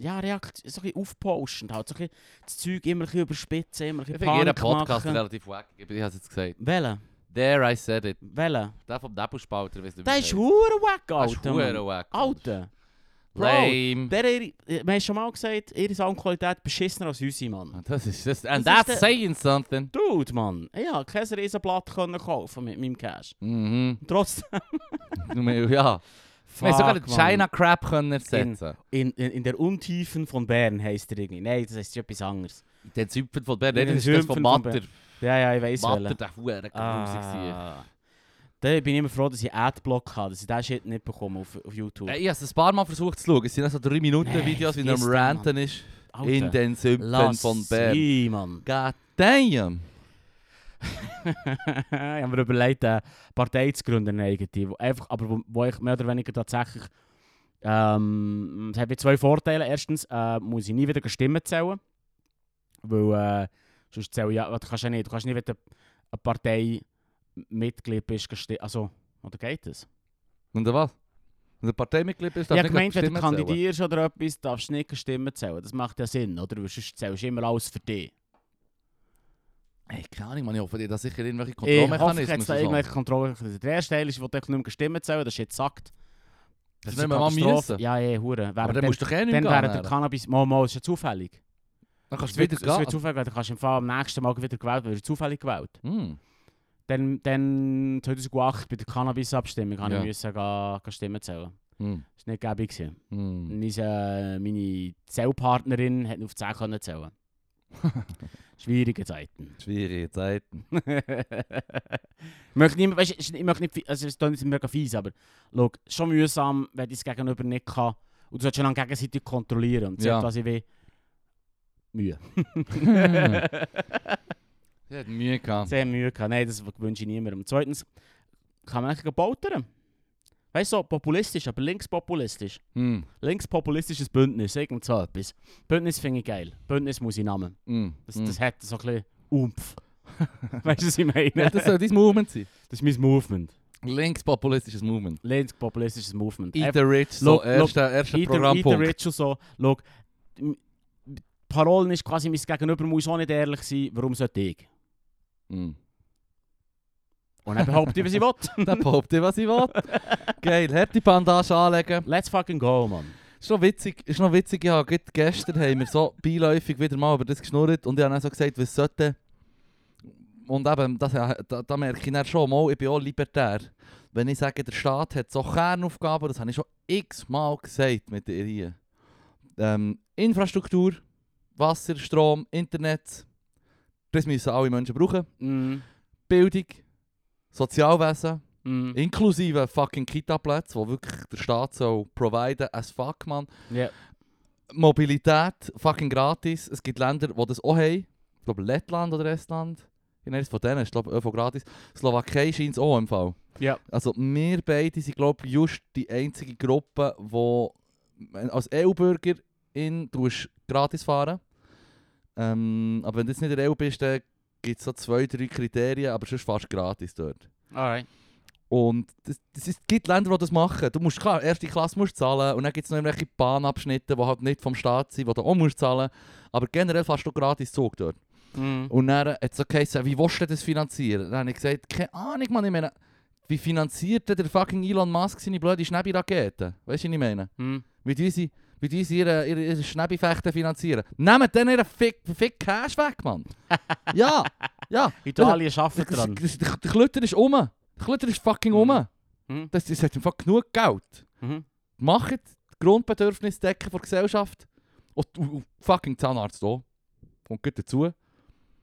[SPEAKER 1] ja, reakt, so ein bisschen aufpauschend halt, so ein bisschen das Zeug immer ein bisschen überspitzen, immer ein
[SPEAKER 2] ich
[SPEAKER 1] bisschen
[SPEAKER 2] finde jeden
[SPEAKER 1] Panik
[SPEAKER 2] Podcast
[SPEAKER 1] machen.
[SPEAKER 2] relativ wack. Ich habe es jetzt gesagt.
[SPEAKER 1] Welchen?
[SPEAKER 2] There I said it.
[SPEAKER 1] Welchen?
[SPEAKER 2] Der vom Nebelspalter, weißt du, wie
[SPEAKER 1] Der ist
[SPEAKER 2] heißt.
[SPEAKER 1] hure wack,
[SPEAKER 2] Der ist
[SPEAKER 1] Alter. Mann.
[SPEAKER 2] hure wack.
[SPEAKER 1] Alter. Bro.
[SPEAKER 2] Lame.
[SPEAKER 1] Der, ihre- wir haben schon mal gesagt, ihre Soundqualität beschissener als unsere, Mann.
[SPEAKER 2] Das ist, das, and
[SPEAKER 1] Das ist
[SPEAKER 2] that's
[SPEAKER 1] der-
[SPEAKER 2] saying something.
[SPEAKER 1] Dude, Mann. Ich konnte kein Riesenblatt können kaufen mit meinem Cash.
[SPEAKER 2] Mhm.
[SPEAKER 1] Trotzdem. <laughs>
[SPEAKER 2] ja. Wir haben sogar den
[SPEAKER 1] Fuck, Mann.
[SPEAKER 2] China Crab können ersetzen.
[SPEAKER 1] In, in, in der Untiefen von Bern heisst er irgendwie. Nein, das heisst etwas anderes.
[SPEAKER 2] Den Züpfen von Bern,
[SPEAKER 1] In
[SPEAKER 2] das
[SPEAKER 1] den
[SPEAKER 2] ist das von
[SPEAKER 1] Sümpfen von
[SPEAKER 2] dus Matter.
[SPEAKER 1] Ja, ja, ich weiss
[SPEAKER 2] Matter,
[SPEAKER 1] welchen.
[SPEAKER 2] der hure grusig
[SPEAKER 1] Ah. Da bin ich immer froh, dass ich Adblock habe, dass ich diesen Shit nicht bekomme auf, auf YouTube.
[SPEAKER 2] war. Ich habe es ein paar Mal versucht zu schauen. Es sind dann so 3 Minuten
[SPEAKER 1] Nee,
[SPEAKER 2] Videos, wie er am
[SPEAKER 1] vergiss den,
[SPEAKER 2] Ranten ist.
[SPEAKER 1] Alter,
[SPEAKER 2] In den Züpfen
[SPEAKER 1] lass
[SPEAKER 2] von Bern.
[SPEAKER 1] sie, Mann.
[SPEAKER 2] God damn.
[SPEAKER 1] <laughs> ich habe mir überlegt, eine Partei zu gründen, eine eigene, wo eh, einfach, aber wo, wo ich mehr oder weniger tatsächlich... Ähm, es hat zwei Vorteile. Erstens äh, muss ich nie wieder Stimmen zählen. Weil äh, sonst zähle ich ja... Du kannst ja nicht, du kannst nicht, wenn du eine Partei Mitglied bist, gesti- also... Oder geht das?
[SPEAKER 2] Und der was? Wenn du Parteimitglied bist,
[SPEAKER 1] Ja,
[SPEAKER 2] darfst du
[SPEAKER 1] gemeint,
[SPEAKER 2] nicht
[SPEAKER 1] wenn du
[SPEAKER 2] Stimmen zählen.
[SPEAKER 1] kandidierst oder etwas, darfst du nicht Stimmen zählen. Das macht ja Dus Sinn, oder? Weil sonst zählst du immer alles für dich.
[SPEAKER 2] Ey, keine Ahnung, Mann, ich hoffe, dir da sicher irgendwelche
[SPEAKER 1] Ich hoffe, ich
[SPEAKER 2] Kontrollmechanismen.
[SPEAKER 1] hätte da irgendwelche Kontrollmechanismen. Der erste Teil ist, wo du nicht mehr Stimmen zählen, das ist jetzt sagt.
[SPEAKER 2] Das
[SPEAKER 1] ist
[SPEAKER 2] nehmen wir mal
[SPEAKER 1] eine Katastrophe.
[SPEAKER 2] müssen.
[SPEAKER 1] Ja, ja, hure.
[SPEAKER 2] Aber
[SPEAKER 1] Während
[SPEAKER 2] dann
[SPEAKER 1] dem-
[SPEAKER 2] musst du doch eh nicht
[SPEAKER 1] Dann
[SPEAKER 2] gehen.
[SPEAKER 1] während der
[SPEAKER 2] Dann
[SPEAKER 1] Cannabis... Mal, mal, ist ja zufällig.
[SPEAKER 2] Dann
[SPEAKER 1] Es
[SPEAKER 2] kannst du
[SPEAKER 1] wird-
[SPEAKER 2] wieder
[SPEAKER 1] Es wird
[SPEAKER 2] gehen.
[SPEAKER 1] zufällig, weil du kannst im Fall am nächsten Mal wieder gewählt, weil du zufällig gewählt.
[SPEAKER 2] Hm.
[SPEAKER 1] Dann, dann 2008 bei der Cannabis-Abstimmung habe
[SPEAKER 2] Ja.
[SPEAKER 1] ich müssen gehen, gehen Stimmen zählen.
[SPEAKER 2] Hm.
[SPEAKER 1] Das war nicht gäbig. gewesen.
[SPEAKER 2] Hm.
[SPEAKER 1] Meine, meine Zellpartnerin hat nur auf 10 können
[SPEAKER 2] <laughs>
[SPEAKER 1] zählen. Schwierige Zeiten.
[SPEAKER 2] Schwierige Zeiten.
[SPEAKER 1] ich möchte nicht, weißt, ich möchte nicht, viel- also es klingt jetzt mega fies, aber schau, schon mühsam, wenn ich das Gegenüber nicht kann. Und du sollst schon lange gegenseitig kontrollieren. Und
[SPEAKER 2] Ja.
[SPEAKER 1] ja. was ich will.
[SPEAKER 2] <laughs>
[SPEAKER 1] Mühe.
[SPEAKER 2] Sie hat Mühe gehabt.
[SPEAKER 1] Sehr Mühe gehabt. Nein, das wünsche ich niemandem. Und zweitens, kann man eigentlich bautern. Weißt du, so populistisch, aber linkspopulistisch.
[SPEAKER 2] Hm.
[SPEAKER 1] Linkspopulistisches Bündnis, irgend so etwas. Bündnis finde ich geil. Bündnis muss ich nehmen.
[SPEAKER 2] Hm.
[SPEAKER 1] Das,
[SPEAKER 2] hm.
[SPEAKER 1] das hat so ein bisschen Umpf. <laughs> weißt du, was ich meine?
[SPEAKER 2] <laughs> Ja, das soll dein Movement sein.
[SPEAKER 1] Das ist mein Movement.
[SPEAKER 2] Linkspopulistisches Movement.
[SPEAKER 1] Linkspopulistisches Movement.
[SPEAKER 2] Eat
[SPEAKER 1] Einfach
[SPEAKER 2] the Rich, so
[SPEAKER 1] look, look,
[SPEAKER 2] erster, erster
[SPEAKER 1] eat the- eat the
[SPEAKER 2] Programmpunkt.
[SPEAKER 1] Rich und so. Schau, m- die Parolen ist quasi, mein Gegenüber muss auch nicht ehrlich sein, warum sollte ich?
[SPEAKER 2] <laughs> Hm.
[SPEAKER 1] Und dann behaupte ich, was ich will.
[SPEAKER 2] Dann behaupte ich, was ich
[SPEAKER 1] <laughs>
[SPEAKER 2] will. Geil, harte Bandage anlegen.
[SPEAKER 1] Let's fucking go, Mann.
[SPEAKER 2] Ist noch witzig, ist noch witzig ja, gerade gestern haben wir so beiläufig wieder mal über das geschnurrt und ich habe dann so gesagt, was sollte... Und eben, das, äh, da, da merke ich dann schon mal, ich bin auch libertär. Wenn ich sage, der Staat hat so Kernaufgaben, das habe ich schon x-mal gesagt mit dir hier. Ähm, Infrastruktur, Wasser, Strom, Internet, das müssen alle Menschen brauchen.
[SPEAKER 1] Mm,
[SPEAKER 2] Bildung, Sozialwesen,
[SPEAKER 1] mm,
[SPEAKER 2] inklusive fucking Kitaplätze, wo wirklich der Staat so providen as fuck, man.
[SPEAKER 1] yeah.
[SPEAKER 2] Mobilität, fucking gratis. Es gibt Länder, die das auch haben. Ich glaube Lettland oder Estland. Ich nenne es von denen, ich glaube ÖV gratis. Slowakei scheint es auch im Fall.
[SPEAKER 1] Ja.
[SPEAKER 2] Also wir beide sind glaube ich just die einzige Gruppe, wo wenn- als EU-Bürger in gratis fahren. Ähm, aber wenn du jetzt nicht in der EU bist, dann gibt es so zwei, drei Kriterien, aber sonst fast gratis dort.
[SPEAKER 1] Alright.
[SPEAKER 2] Und das, das ist, gibt Länder, die das machen. Du musst klar, erste Klasse musst du zahlen und dann gibt es noch irgendwelche Bahnabschnitte, die halt nicht vom Staat sind, die du auch musst zahlen Aber generell fährst du gratis Zug dort.
[SPEAKER 1] Mm.
[SPEAKER 2] Und dann hat es okay gesagt, wie willst du das finanzieren? Dann habe ich gesagt, keine Ahnung, Mann, ich meine, wie finanziert denn der fucking Elon Musk seine blöde Schneebi-Raketen? Weißt du, was ich meine?
[SPEAKER 1] Mm.
[SPEAKER 2] Wie die sie, wie die sie ihre, ihre, ihre Schneebi-Fechten finanzieren? Nehmt dann ihren Fick, Fick Cash weg, Mann! ja! Ja!
[SPEAKER 1] Italien arbeitet
[SPEAKER 2] Das-
[SPEAKER 1] dran.
[SPEAKER 2] das- Der der Klütter ist um. Der Klütter ist fucking um.
[SPEAKER 1] Mhm.
[SPEAKER 2] Das, das hat einfach genug Geld.
[SPEAKER 1] Mhm.
[SPEAKER 2] Macht die Grundbedürfnisse decken der Gesellschaft. Und, und, und fucking Zahnarzt auch. Und geht dazu.
[SPEAKER 1] Äh,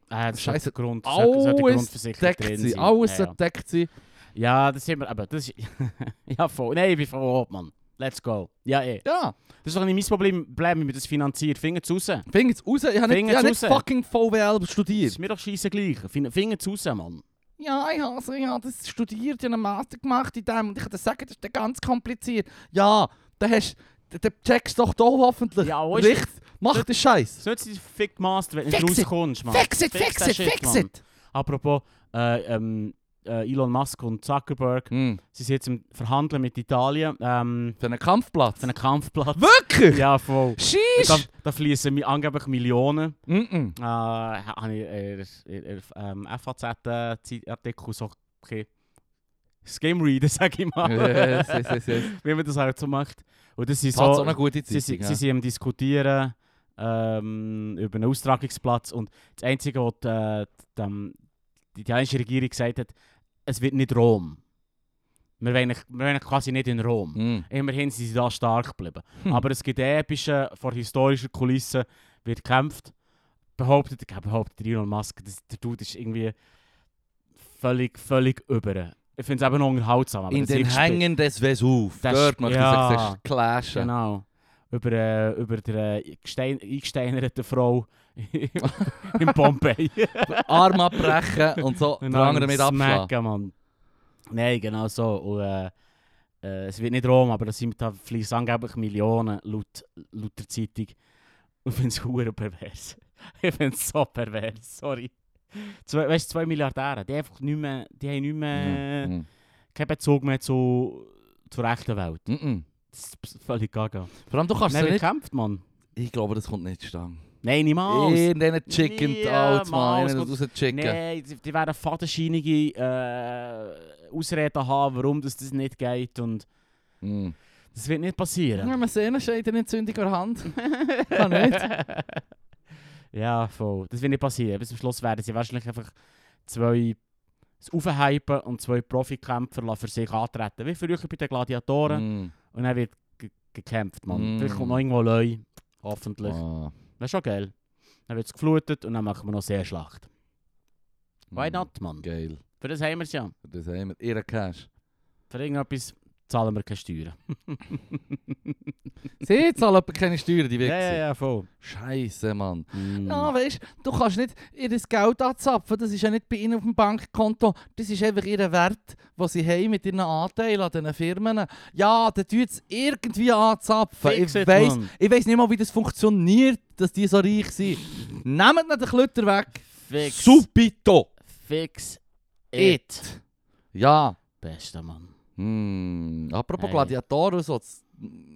[SPEAKER 1] das
[SPEAKER 2] Scheiße,
[SPEAKER 1] Scheiße, Grund, sollte, sollte
[SPEAKER 2] Alles
[SPEAKER 1] Grundversicherung
[SPEAKER 2] deckt
[SPEAKER 1] drin
[SPEAKER 2] sie.
[SPEAKER 1] sein.
[SPEAKER 2] Alles
[SPEAKER 1] ja, ja.
[SPEAKER 2] deckt sie.
[SPEAKER 1] ja, das sind wir, aber das ist... <laughs> ja, voll. Nein, ich bin froh, Mann. Let's go. Ja, eh.
[SPEAKER 2] Ja.
[SPEAKER 1] Das ist doch nicht mein Problem, bleiben wir das finanziert. Finger zu raus.
[SPEAKER 2] Finger es raus. Ich habe nicht,
[SPEAKER 1] Finger
[SPEAKER 2] ich habe nicht
[SPEAKER 1] raus.
[SPEAKER 2] fucking VWL
[SPEAKER 1] Das
[SPEAKER 2] studiert.
[SPEAKER 1] ist mir doch scheisse gleich. Fin- Finger zu raus, Mann.
[SPEAKER 2] Ja, ich habe, also, ich habe das studiert, ich habe einen Master gemacht in dem. Und ich kann dir sagen, das ist dann ganz kompliziert. Ja, dann hast du... Dann checkst du doch da hoffentlich.
[SPEAKER 1] Ja, wo ist-
[SPEAKER 2] Richtig. Mach den Scheiß.
[SPEAKER 1] So jetzt ist Fick Master, wenn du nicht
[SPEAKER 2] Fix it.
[SPEAKER 1] rauskommst, Mann.
[SPEAKER 2] Fix it,
[SPEAKER 1] Fix
[SPEAKER 2] fix
[SPEAKER 1] that
[SPEAKER 2] it,
[SPEAKER 1] shit,
[SPEAKER 2] fix
[SPEAKER 1] Mann.
[SPEAKER 2] it!
[SPEAKER 1] Apropos äh, ähm, äh, Elon Musk und Zuckerberg.
[SPEAKER 2] Mm.
[SPEAKER 1] Sie sind jetzt am Verhandeln mit Italien ähm,
[SPEAKER 2] Für einen Kampfplatz.
[SPEAKER 1] für einen Kampfplatz.
[SPEAKER 2] Wirklich?
[SPEAKER 1] Ja, voll. Da,
[SPEAKER 2] Sheesh!
[SPEAKER 1] da fließen mi- angeblich Millionen.
[SPEAKER 2] Mm -mm.
[SPEAKER 1] Äh, ha- habe ich in der ähm, FAZ-Artikel so okay, <laughs> Skimreaden, sage ich mal.
[SPEAKER 2] yes, yes, yes, yes.
[SPEAKER 1] Wie man das halt so macht. Und das ist
[SPEAKER 2] So, Hat so
[SPEAKER 1] so,
[SPEAKER 2] eine gute
[SPEAKER 1] sie,
[SPEAKER 2] Zeitung.
[SPEAKER 1] sie,
[SPEAKER 2] ja.
[SPEAKER 1] sie sind am Diskutieren ähm, über einen Austragungsplatz. Und das Einzige, was die, äh, die, ähm, die italienische Regierung gesagt hat, es wird nicht Rom. Wir wollen, euch- wir wollen euch quasi nicht in Rom.
[SPEAKER 2] Mm.
[SPEAKER 1] Immerhin sind sie da stark geblieben.
[SPEAKER 2] Hm.
[SPEAKER 1] Aber es gibt epische, vor historischer Kulisse wird gekämpft. Behauptet, ich behauptet Elon Musk, das, der Dude ist irgendwie völlig, völlig über. Ich finde es eben noch unterhaltsam. aber
[SPEAKER 2] In
[SPEAKER 1] das
[SPEAKER 2] den
[SPEAKER 1] ist-
[SPEAKER 2] Hängen des Vesuv.
[SPEAKER 1] Das-
[SPEAKER 2] Dort möchte
[SPEAKER 1] ja.
[SPEAKER 2] ich sich clashen.
[SPEAKER 1] Genau. Über, äh, über der äh, gestein- eingesteinerte Frau <laughs> in
[SPEAKER 2] <laughs>
[SPEAKER 1] Pompeji.
[SPEAKER 2] Arm abbrechen und so den
[SPEAKER 1] Genau,
[SPEAKER 2] anderen mit abschlagen.
[SPEAKER 1] smacken, Mann. Nein, genau so. Und, äh, äh, es wird nicht Rom, aber das sind da fließen angeblich Millionen laut, laut der Zeitung. Und ich finde es hure pervers. <laughs> Ich finde es so pervers, sorry. Zwei, weißt du, zwei Milliardäre, die, einfach nicht mehr, die haben nicht mehr,
[SPEAKER 2] Mm.
[SPEAKER 1] keinen Bezug mehr zu, zur rechten Welt.
[SPEAKER 2] Mm. Mm.
[SPEAKER 1] Das ist völlig gaga.
[SPEAKER 2] Vor allem, du kannst
[SPEAKER 1] Nein,
[SPEAKER 2] es
[SPEAKER 1] wer
[SPEAKER 2] nicht...
[SPEAKER 1] kämpft, Mann?
[SPEAKER 2] Ich glaube, das kommt nicht zustande.
[SPEAKER 1] Nein, niemals.
[SPEAKER 2] In diesen Chicken
[SPEAKER 1] Niemals
[SPEAKER 2] Outs, Mann. In
[SPEAKER 1] kommt-
[SPEAKER 2] diesen Chicken.
[SPEAKER 1] Nein, die, die werden fadenscheinige äh, Ausreden haben, warum das, das nicht geht. Und
[SPEAKER 2] Mm.
[SPEAKER 1] das wird nicht
[SPEAKER 2] Ja.
[SPEAKER 1] passieren.
[SPEAKER 2] Wir sehen, steht in zündiger Hand.
[SPEAKER 1] <laughs>
[SPEAKER 2] Kann nicht.
[SPEAKER 1] Ja, voll. Das wird nicht passieren. Bis zum Schluss werden sie wahrscheinlich einfach zwei es aufhypen und zwei Profikämpfer lassen für sich antreten. Wie früher bei den Gladiatoren.
[SPEAKER 2] Mm.
[SPEAKER 1] Und dann wird ge gekämpft, Mann.
[SPEAKER 2] Mm.
[SPEAKER 1] Vielleicht kommt noch irgendwo Leu. Hoffentlich.
[SPEAKER 2] Ah.
[SPEAKER 1] Das ist schon geil. Dann wird es geflutet und dann machen wir noch sehr Schlacht. Why
[SPEAKER 2] Mm.
[SPEAKER 1] not, Mann?
[SPEAKER 2] Geil.
[SPEAKER 1] Für das haben wir es ja.
[SPEAKER 2] Das haben wir. Ihre Cash.
[SPEAKER 1] Für irgendetwas zahlen wir keine Steuern.
[SPEAKER 2] Sie zahlen aber keine Steuern, die Wichser.
[SPEAKER 1] Ja, ja, ja, voll.
[SPEAKER 2] Scheiße, Mann.
[SPEAKER 1] Mm.
[SPEAKER 2] Ja, weißt du, du kannst nicht ihr Geld anzapfen, das ist ja nicht bei ihnen auf dem Bankkonto. Das ist einfach ihr Wert, den sie haben mit ihren Anteilen an diesen Firmen. Ja, dann tut es irgendwie anzapfen.
[SPEAKER 1] Fix
[SPEAKER 2] ich
[SPEAKER 1] it,
[SPEAKER 2] weiss,
[SPEAKER 1] Mann.
[SPEAKER 2] ich weiss nicht mal, wie das funktioniert, dass die so reich sind. Nehmt nicht den Klütter weg.
[SPEAKER 1] Fix.
[SPEAKER 2] Subito.
[SPEAKER 1] Fix. It.
[SPEAKER 2] It. Ja.
[SPEAKER 1] Beste Mann.
[SPEAKER 2] Hm. Apropos
[SPEAKER 1] Hey.
[SPEAKER 2] Gladiatoren, und so, das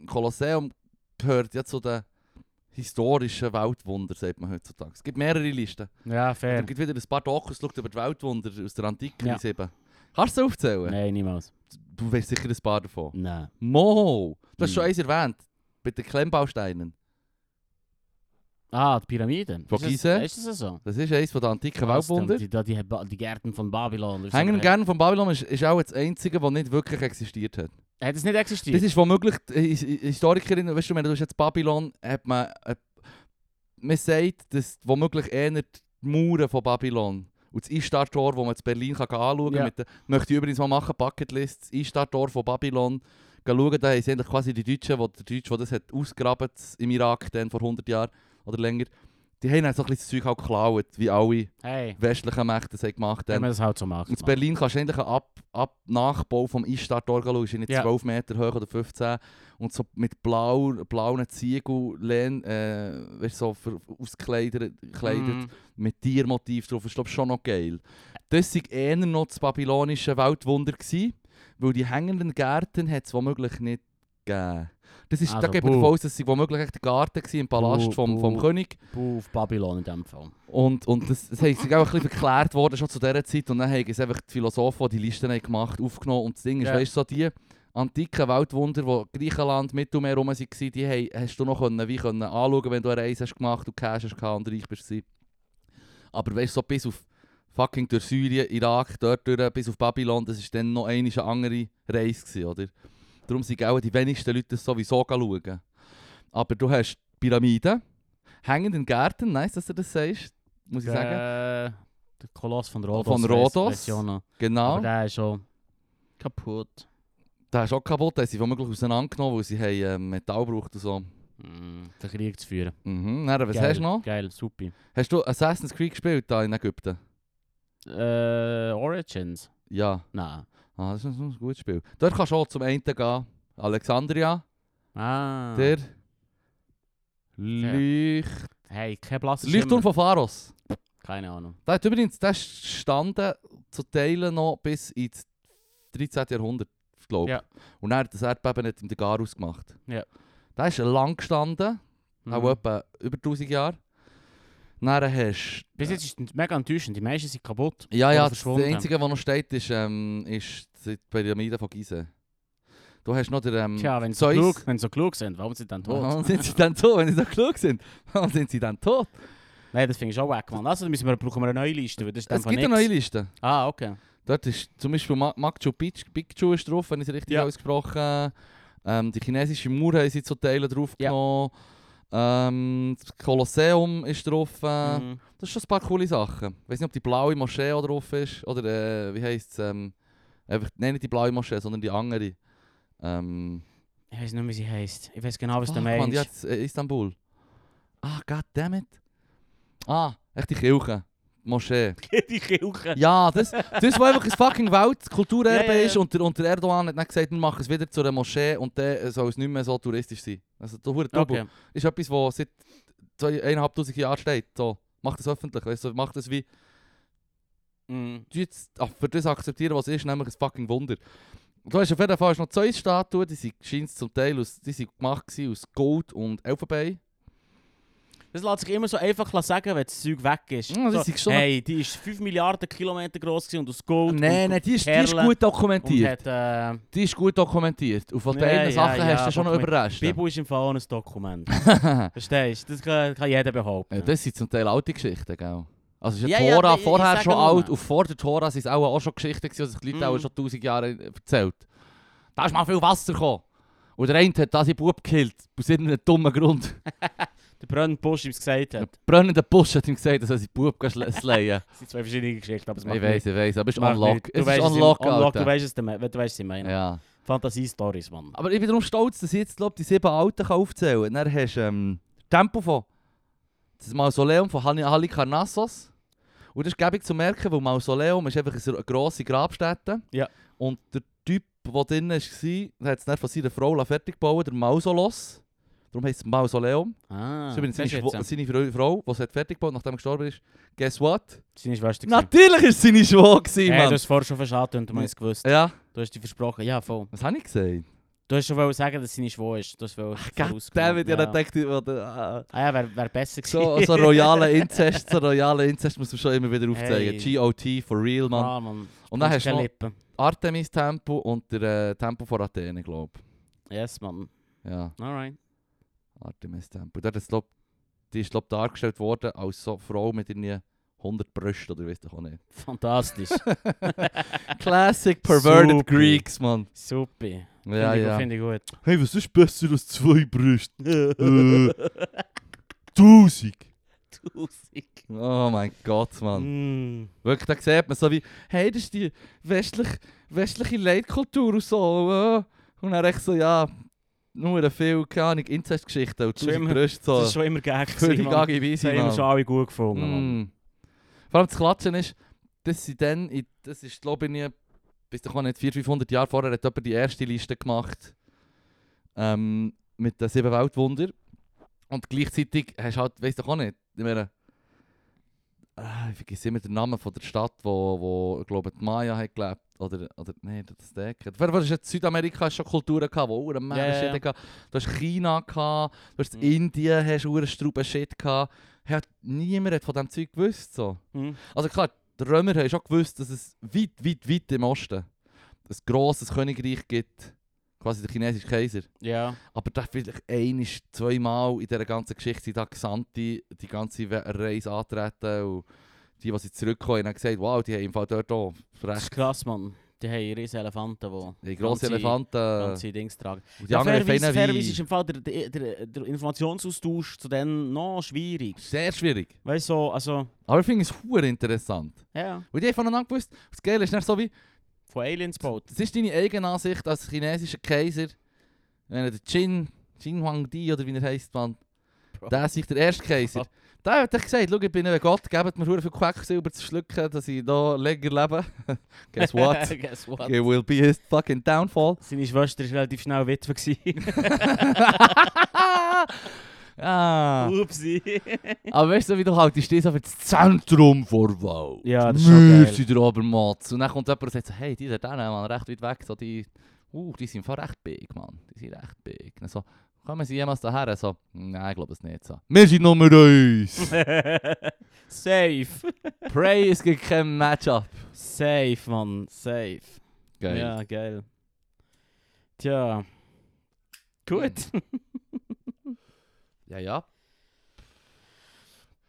[SPEAKER 2] Kolosseum gehört ja zu den historischen Weltwundern, sagt man heutzutage. Es gibt mehrere Listen.
[SPEAKER 1] Ja, fair.
[SPEAKER 2] Es gibt wieder ein paar Dokus, schaut über die Weltwunder aus der Antike
[SPEAKER 1] Ja.
[SPEAKER 2] bis eben. Kannst du sie aufzählen?
[SPEAKER 1] Nein, niemals.
[SPEAKER 2] Du weißt sicher ein paar davon.
[SPEAKER 1] Nein.
[SPEAKER 2] Mo! Du hast
[SPEAKER 1] Hm.
[SPEAKER 2] schon eins erwähnt. Bei den Klemmbausteinen.
[SPEAKER 1] Ah, die Pyramiden.
[SPEAKER 2] Von
[SPEAKER 1] Ist das-
[SPEAKER 2] Gizeh?
[SPEAKER 1] Ist das so?
[SPEAKER 2] Das ist eins von den antiken
[SPEAKER 1] Krass,
[SPEAKER 2] Weltwunder.
[SPEAKER 1] Die, die, die, die Gärten von Babylon. dus oder so.
[SPEAKER 2] Hängen und Gern von Babylon ist, ist auch das einzige, das nicht wirklich existiert hat.
[SPEAKER 1] Hat es nicht existiert?
[SPEAKER 2] Das ist womöglich, die His- Historikerinnen, weißt du, wenn du hast jetzt Babylon, hat man, äh, man sagt, dass womöglich eher die Mauern von Babylon und das Ishtar-Tor, das man in Berlin kann gehen anschauen kann,
[SPEAKER 1] Ja.
[SPEAKER 2] mit der, möchte ich übrigens mal machen, Bucketlist, das Ishtar-Tor von Babylon, gehen schauen, da haben sie eigentlich quasi die Deutschen, wo, der Deutsche, der das hat ausgegraben im Irak dann vor 100 Jahren oder länger, die haben halt so ein bisschen das Zeug halt geklaut, wie alle
[SPEAKER 1] Hey,
[SPEAKER 2] westlichen Mächte das haben gemacht
[SPEAKER 1] wenn
[SPEAKER 2] haben.
[SPEAKER 1] man das halt so macht.
[SPEAKER 2] In
[SPEAKER 1] Mann.
[SPEAKER 2] Berlin kannst du endlich einen Ab Ab Nachbau vom Ishtar-Tor schauen. Ist nicht
[SPEAKER 1] Ja.
[SPEAKER 2] 12 Meter hoch oder 15. Und so mit blau, blauen Ziegeln, äh, weißt du, so ver- auskleidet, gekleidet,
[SPEAKER 1] Mhm.
[SPEAKER 2] mit Tiermotiv drauf. Ist, glaub ich, schon noch geil. Das war eher noch das babylonische Weltwunder, gewesen, weil die hängenden Gärten hat es womöglich nicht gegeben. Das ist, da
[SPEAKER 1] Also, Uh,
[SPEAKER 2] gebe ich
[SPEAKER 1] buh.
[SPEAKER 2] davon aus, dass sie womöglich echt der Garten war, im Palast
[SPEAKER 1] Buh,
[SPEAKER 2] vom, vom
[SPEAKER 1] buh.
[SPEAKER 2] König.
[SPEAKER 1] Puh, auf Babylon in dem Fall.
[SPEAKER 2] Und, und das, das ist auch ein bisschen verklärt worden, schon zu dieser Zeit. Und dann haben es einfach die Philosophen, die die Listen haben gemacht aufgenommen. Und das Ding ist,
[SPEAKER 1] Ja.
[SPEAKER 2] weißt du, so die antiken Weltwunder, die Griechenland, Mittelmeer rum waren, die haben, hast du noch können, wie können anschauen, wenn du eine Reise hast gemacht und Cash hast gehabt und reich bist. gewesen. Aber weißt du, so bis auf fucking durch Syrien, Irak, dort durch, bis auf Babylon, das war dann noch einmal eine andere Reise, gewesen, oder? Darum sind auch die wenigsten Leute das sowieso schauen. Aber du hast Pyramiden, hängenden Gärten, nice, dass du das sagst, muss ich sagen.
[SPEAKER 1] Der, der Koloss von Rhodos.
[SPEAKER 2] Von
[SPEAKER 1] weiss-
[SPEAKER 2] Rhodos.
[SPEAKER 1] weiss ich auch noch. Aber
[SPEAKER 2] Genau.
[SPEAKER 1] der ist schon kaputt.
[SPEAKER 2] Der ist auch kaputt, den haben sie womöglich auseinandergenommen, weil sie haben, äh, Metall braucht und so.
[SPEAKER 1] Mhm. Den Krieg zu führen.
[SPEAKER 2] Mhm. Dann, was
[SPEAKER 1] Geil,
[SPEAKER 2] hast du noch?
[SPEAKER 1] Geil, super.
[SPEAKER 2] Hast du Assassin's Creed gespielt da in Ägypten?
[SPEAKER 1] Äh, Origins? Nou.
[SPEAKER 2] Ja.
[SPEAKER 1] Nein.
[SPEAKER 2] Ah, das ist ein ein gutes Spiel. Dort kannst du auch zum einen gehen. Alexandria,
[SPEAKER 1] Ah.
[SPEAKER 2] der Leucht
[SPEAKER 1] Hey, kein blasser
[SPEAKER 2] Leuchtturm von Pharos.
[SPEAKER 1] Keine Ahnung.
[SPEAKER 2] Der hat übrigens der ist gestanden zu Teilen noch bis ins 13. Jahrhundert, glaube ich.
[SPEAKER 1] Ja.
[SPEAKER 2] Und dann hat das Erdbeben nicht im Degarus gemacht.
[SPEAKER 1] Ja.
[SPEAKER 2] Der ist lang gestanden. Auch
[SPEAKER 1] Mhm.
[SPEAKER 2] etwa über 1000 Jahre. Dann hast du.
[SPEAKER 1] Bis jetzt ist es mega enttäuschend. Die meisten sind kaputt.
[SPEAKER 2] Ja,
[SPEAKER 1] oder
[SPEAKER 2] ja, das
[SPEAKER 1] verschwunden.
[SPEAKER 2] Einzige, was noch steht, ist, ähm, ist die Pyramide von Gizeh. Du hast noch den. Ähm,
[SPEAKER 1] Tja, wenn sie,
[SPEAKER 2] Zeus.
[SPEAKER 1] klug, wenn sie so klug sind, warum sind sie dann tot?
[SPEAKER 2] Warum <laughs> sind sie dann tot? Wenn sie so klug sind, <laughs> warum sind sie dann tot?
[SPEAKER 1] Nein, das finde ich auch wack, Mann. Also dann müssen wir, brauchen wir eine neue Liste. Weil das ist
[SPEAKER 2] Es
[SPEAKER 1] einfach
[SPEAKER 2] gibt eine
[SPEAKER 1] nix.
[SPEAKER 2] neue Liste.
[SPEAKER 1] Ah, okay.
[SPEAKER 2] Dort ist zum Beispiel Ma- Machu Picchu Picchu ist drauf, wenn ich es richtig
[SPEAKER 1] Ja.
[SPEAKER 2] ausgesprochen ähm, Die chinesische Mauer haben sie zu Teilen draufgenommen. Ähm, das Kolosseum ist drauf. Äh,
[SPEAKER 1] Mhm.
[SPEAKER 2] Das sind schon ein paar coole Sachen. Ich weiß nicht, ob die blaue Moschee auch drauf ist. Oder äh, wie heisst es? Ähm, einfach, nein, nicht die blaue Moschee, sondern die andere. Ähm,
[SPEAKER 1] Ich weiß nicht, wie sie heisst. Ich weiß genau, was
[SPEAKER 2] fuck,
[SPEAKER 1] du
[SPEAKER 2] Mann,
[SPEAKER 1] meinst.
[SPEAKER 2] die hat's, äh, Istanbul. Ah, goddammit. Ah, echt die Kirche. Moschee.
[SPEAKER 1] <laughs> die Kirche.
[SPEAKER 2] Ja, das, das was einfach ein fucking Weltkulturerbe
[SPEAKER 1] Ja, ja, ja.
[SPEAKER 2] ist. Und der, und der Erdogan hat dann gesagt, wir machen es wieder zu einer Moschee und dann äh, soll es nicht mehr so touristisch sein. Also, der Hure Trubel
[SPEAKER 1] Okay.
[SPEAKER 2] ist etwas, was seit 2'500 Jahren steht. So, mach das öffentlich. Weißt du, mach das wie.
[SPEAKER 1] Mhm.
[SPEAKER 2] du jetzt ah, für das akzeptieren, was ist, nämlich ein fucking Wunder. Du hast auf jeden Fall hast noch zwei Statuen, die sind scheint zum Teil aus, die sind gemacht gewesen aus Gold und Elfenbein.
[SPEAKER 1] Das lässt sich Dus immer so einfach sagen, wenn das Zeug weg ist.
[SPEAKER 2] Ja, das
[SPEAKER 1] so,
[SPEAKER 2] ist schon-
[SPEAKER 1] hey, die ist 5 Milliarden Kilometer groß gewesen und aus Gold. und,
[SPEAKER 2] die ist,
[SPEAKER 1] Perlen und
[SPEAKER 2] dokumentiert.
[SPEAKER 1] hat, äh,
[SPEAKER 2] Die ist gut dokumentiert. Und von
[SPEAKER 1] Ja,
[SPEAKER 2] beiden
[SPEAKER 1] ja,
[SPEAKER 2] Sachen
[SPEAKER 1] ja,
[SPEAKER 2] hast du schon noch
[SPEAKER 1] dokumentiert.
[SPEAKER 2] Überreste.
[SPEAKER 1] Bibel ist im Fall auch ein
[SPEAKER 2] <laughs>
[SPEAKER 1] Dokument. Verstehst du? Das kann, kann jeder behaupten.
[SPEAKER 2] Ja, das sind zum Teil alte Geschichten, gell? Also ist ja,
[SPEAKER 1] Ja, ja,
[SPEAKER 2] Tora
[SPEAKER 1] ich- ich
[SPEAKER 2] vorher
[SPEAKER 1] sage
[SPEAKER 2] schon
[SPEAKER 1] nur.
[SPEAKER 2] alt und vor der Tora sind es auch, auch schon Geschichten, gewesen, die sich die Leute
[SPEAKER 1] Mhm.
[SPEAKER 2] auch schon tausend Jahre erzählt. Da ist mal viel Wasser gekommen. Und der eine hat da seinen Bub gekillt, aus irgendeinem
[SPEAKER 1] <laughs>
[SPEAKER 2] dummen Grund.
[SPEAKER 1] Der Brand Busch ihm gesagt
[SPEAKER 2] Ein
[SPEAKER 1] hat.
[SPEAKER 2] brennender Busch hat ihm gesagt, dass er seinen Bub
[SPEAKER 1] <laughs>
[SPEAKER 2] schle- slayen
[SPEAKER 1] Das sind zwei verschiedene Geschichten, aber es
[SPEAKER 2] kann.
[SPEAKER 1] macht
[SPEAKER 2] Ich weiß, ich weiß, aber es ist
[SPEAKER 1] Macht
[SPEAKER 2] unlock.
[SPEAKER 1] nichts. Du
[SPEAKER 2] Es ist
[SPEAKER 1] weißt, was ich-
[SPEAKER 2] unlock,
[SPEAKER 1] unlock,
[SPEAKER 2] Alter.
[SPEAKER 1] Du weißt, was ich meine.
[SPEAKER 2] Ja.
[SPEAKER 1] Fantasie-Stories, Mann.
[SPEAKER 2] Aber ich bin darum stolz, dass ich jetzt glaub, die sieben Alten kann aufzählen kann. Dann hast du ähm, Tempo von das Mausoleum von Halli- Halikarnassos. Und das ist gäbig zu merken, weil Mausoleum ist einfach eine grosse Grabstätte.
[SPEAKER 1] Ja.
[SPEAKER 2] Und der Typ, der drin war, der hat es dann von seiner Frau lassen fertig gebaut, der Mausolos. Darum heisst es Mausoleum.
[SPEAKER 1] Ah,
[SPEAKER 2] das ist übrigens
[SPEAKER 1] das ist
[SPEAKER 2] seine, Schw-
[SPEAKER 1] jetzt,
[SPEAKER 2] seine Frau- Frau, die es hat fertig gebaut, nachdem er gestorben ist. Guess what?
[SPEAKER 1] äh, Seine Schwester. gewesen.
[SPEAKER 2] Natürlich war es seine Schwester, gewesen,
[SPEAKER 1] Hey, du
[SPEAKER 2] Mann!
[SPEAKER 1] hast vorher schon verschadet und du hast es gewusst.
[SPEAKER 2] Ja,
[SPEAKER 1] Du hast dir versprochen, ja voll.
[SPEAKER 2] was habe ich gesagt?
[SPEAKER 1] Du hast schon wollen sagen, dass seine Schwester ist. Du hast wollen vorausgenommen.
[SPEAKER 2] David, ich
[SPEAKER 1] ja.
[SPEAKER 2] habe gedacht, ich wollte- ah.
[SPEAKER 1] Ah ja, wäre wär besser gewesen.
[SPEAKER 2] So,
[SPEAKER 1] <laughs>
[SPEAKER 2] so royale Inzest, so royale Inzest muss man schon immer wieder aufzeigen.
[SPEAKER 1] Hey.
[SPEAKER 2] GOT for real, Mann.
[SPEAKER 1] Ah, Mann.
[SPEAKER 2] und dann
[SPEAKER 1] Du
[SPEAKER 2] hast du
[SPEAKER 1] keine
[SPEAKER 2] noch
[SPEAKER 1] Lippen.
[SPEAKER 2] Artemis-Tempo und der äh, Tempo von Athene, glaube
[SPEAKER 1] Yes, Mann.
[SPEAKER 2] ich. Ja,
[SPEAKER 1] Alright.
[SPEAKER 2] Artemis-Tempo. Dort ist, glaub, die ist, glaube ich, dargestellt worden als so Frau mit ihren 100 Brüsten, oder weißt du auch
[SPEAKER 1] <laughs>
[SPEAKER 2] nicht. <laughs>
[SPEAKER 1] Fantastisch.
[SPEAKER 2] Classic Perverted
[SPEAKER 1] Super.
[SPEAKER 2] Greeks, Mann.
[SPEAKER 1] Super.
[SPEAKER 2] Ja,
[SPEAKER 1] finde ich,
[SPEAKER 2] ja.
[SPEAKER 1] Finde ich gut.
[SPEAKER 2] Hey, was ist besser als zwei <laughs> Brüste? äh, tausend.
[SPEAKER 1] Tausig.
[SPEAKER 2] Oh mein Gott, Mann.
[SPEAKER 1] Mm.
[SPEAKER 2] Wirklich, da sieht man so wie, hey, das ist die westlich, westliche Leitkultur und so. äh. Und dann echt so, ja, nur viel, keine Ahnung, Inzestgeschichten und
[SPEAKER 1] Das ist
[SPEAKER 2] tausend
[SPEAKER 1] immer-
[SPEAKER 2] Brüste
[SPEAKER 1] Das ist
[SPEAKER 2] so.
[SPEAKER 1] schon immer gag.
[SPEAKER 2] <laughs> Völlig
[SPEAKER 1] Mann.
[SPEAKER 2] angewiesen,
[SPEAKER 1] Das haben immer schon alle gut gefunden. Mann.
[SPEAKER 2] Mm. Vor allem das Klatschen ist, dass sie dann, in- das ist glaube ich nie, bis doch auch nicht 400, 500 Jahre vorher, hat jemand die erste Liste gemacht ähm, mit den sieben Weltwunder. Und gleichzeitig hast du halt, weiss doch auch nicht, ich meine, ah, ich vergesse immer den Namen von der Stadt, wo, wo ich glaube die Maya hat gelebt. Oder, oder nein, das ist der. Auf jeden Fall ist jetzt Südamerika hast du schon Kulturen gehabt, wo Uhren
[SPEAKER 1] Ja, ja,
[SPEAKER 2] yeah,
[SPEAKER 1] ja.
[SPEAKER 2] Shit gehabt. Du hast China gehabt, du hast
[SPEAKER 1] Mhm.
[SPEAKER 2] Indien, hast Uhren Struben Shit gehabt hat, niemand hat von diesem Zeug gewusst. So.
[SPEAKER 1] Mm.
[SPEAKER 2] Also klar, die Römer haben schon gewusst, dass es weit, weit, weit im Osten ein grosses Königreich gibt. Quasi der chinesische Kaiser.
[SPEAKER 1] Ja.
[SPEAKER 2] Aber da vielleicht ein, zweimal in dieser ganzen Geschichte sind da Gesandte die ganze We- Reise antreten. Und die, die sie zurückkommen, haben gesagt, wow, die haben im Fall dort auch
[SPEAKER 1] Das
[SPEAKER 2] recht.
[SPEAKER 1] ist krass, Mann. Die haben riesen Elefanten, die
[SPEAKER 2] Die grossen
[SPEAKER 1] ganze-
[SPEAKER 2] Elefanten.
[SPEAKER 1] ganze Dings tragen.
[SPEAKER 2] und die
[SPEAKER 1] Ja,
[SPEAKER 2] anderen
[SPEAKER 1] fairerweise,
[SPEAKER 2] feinen
[SPEAKER 1] fairerweise ist
[SPEAKER 2] wie...
[SPEAKER 1] im Fall der, der, der, der Informationsaustausch zu denen noch schwierig.
[SPEAKER 2] Sehr schwierig.
[SPEAKER 1] Weißt du, so, also,
[SPEAKER 2] Aber ich finde es verdammt interessant.
[SPEAKER 1] ja,
[SPEAKER 2] Und die haben voneinander gewusst. Das Geile ist nicht so wie...
[SPEAKER 1] von Aliens gebaut.
[SPEAKER 2] Das ist deine eigene Ansicht als chinesischer Kaiser. Wenn er der Qin, Qin Huangdi oder wie er heisst, Mann.
[SPEAKER 1] Bro.
[SPEAKER 2] Der ist sicher der erste Kaiser. Der hat doch gesagt, schau, ich bin ein Gott, gebt mir verdammt viel Quecksilber zu schlucken, dass ich da länger lebe. <laughs>
[SPEAKER 1] <laughs>
[SPEAKER 2] Guess what?
[SPEAKER 1] <laughs> Guess what?
[SPEAKER 2] It will be his fucking downfall.
[SPEAKER 1] Seine Schwester war relativ schnell Witwe. gewesen.
[SPEAKER 2] ah.
[SPEAKER 1] <laughs> Upsi.
[SPEAKER 2] Aber weißt du, wie du halt, du stehst auf das Zentrum vor Welt.
[SPEAKER 1] Ja, das ist schon
[SPEAKER 2] Wir
[SPEAKER 1] geil.
[SPEAKER 2] sind der Obermatz. Und dann kommt jemand und sagt so, hey, die da drinnen, Mann, recht weit weg, so die, uh, die sind voll recht big, Mann. Die sind recht big. Und so, kommen sie jemals daher? So, nein, ich glaube es nicht. So, wir sind
[SPEAKER 1] <laughs>
[SPEAKER 2] Nummer 1.
[SPEAKER 1] <laughs> Safe.
[SPEAKER 2] Prey ist gegen kein Matchup.
[SPEAKER 1] Safe, Mann. Safe.
[SPEAKER 2] Geil.
[SPEAKER 1] Ja, geil. Tja. Gut.
[SPEAKER 2] Hm. Ja, ja.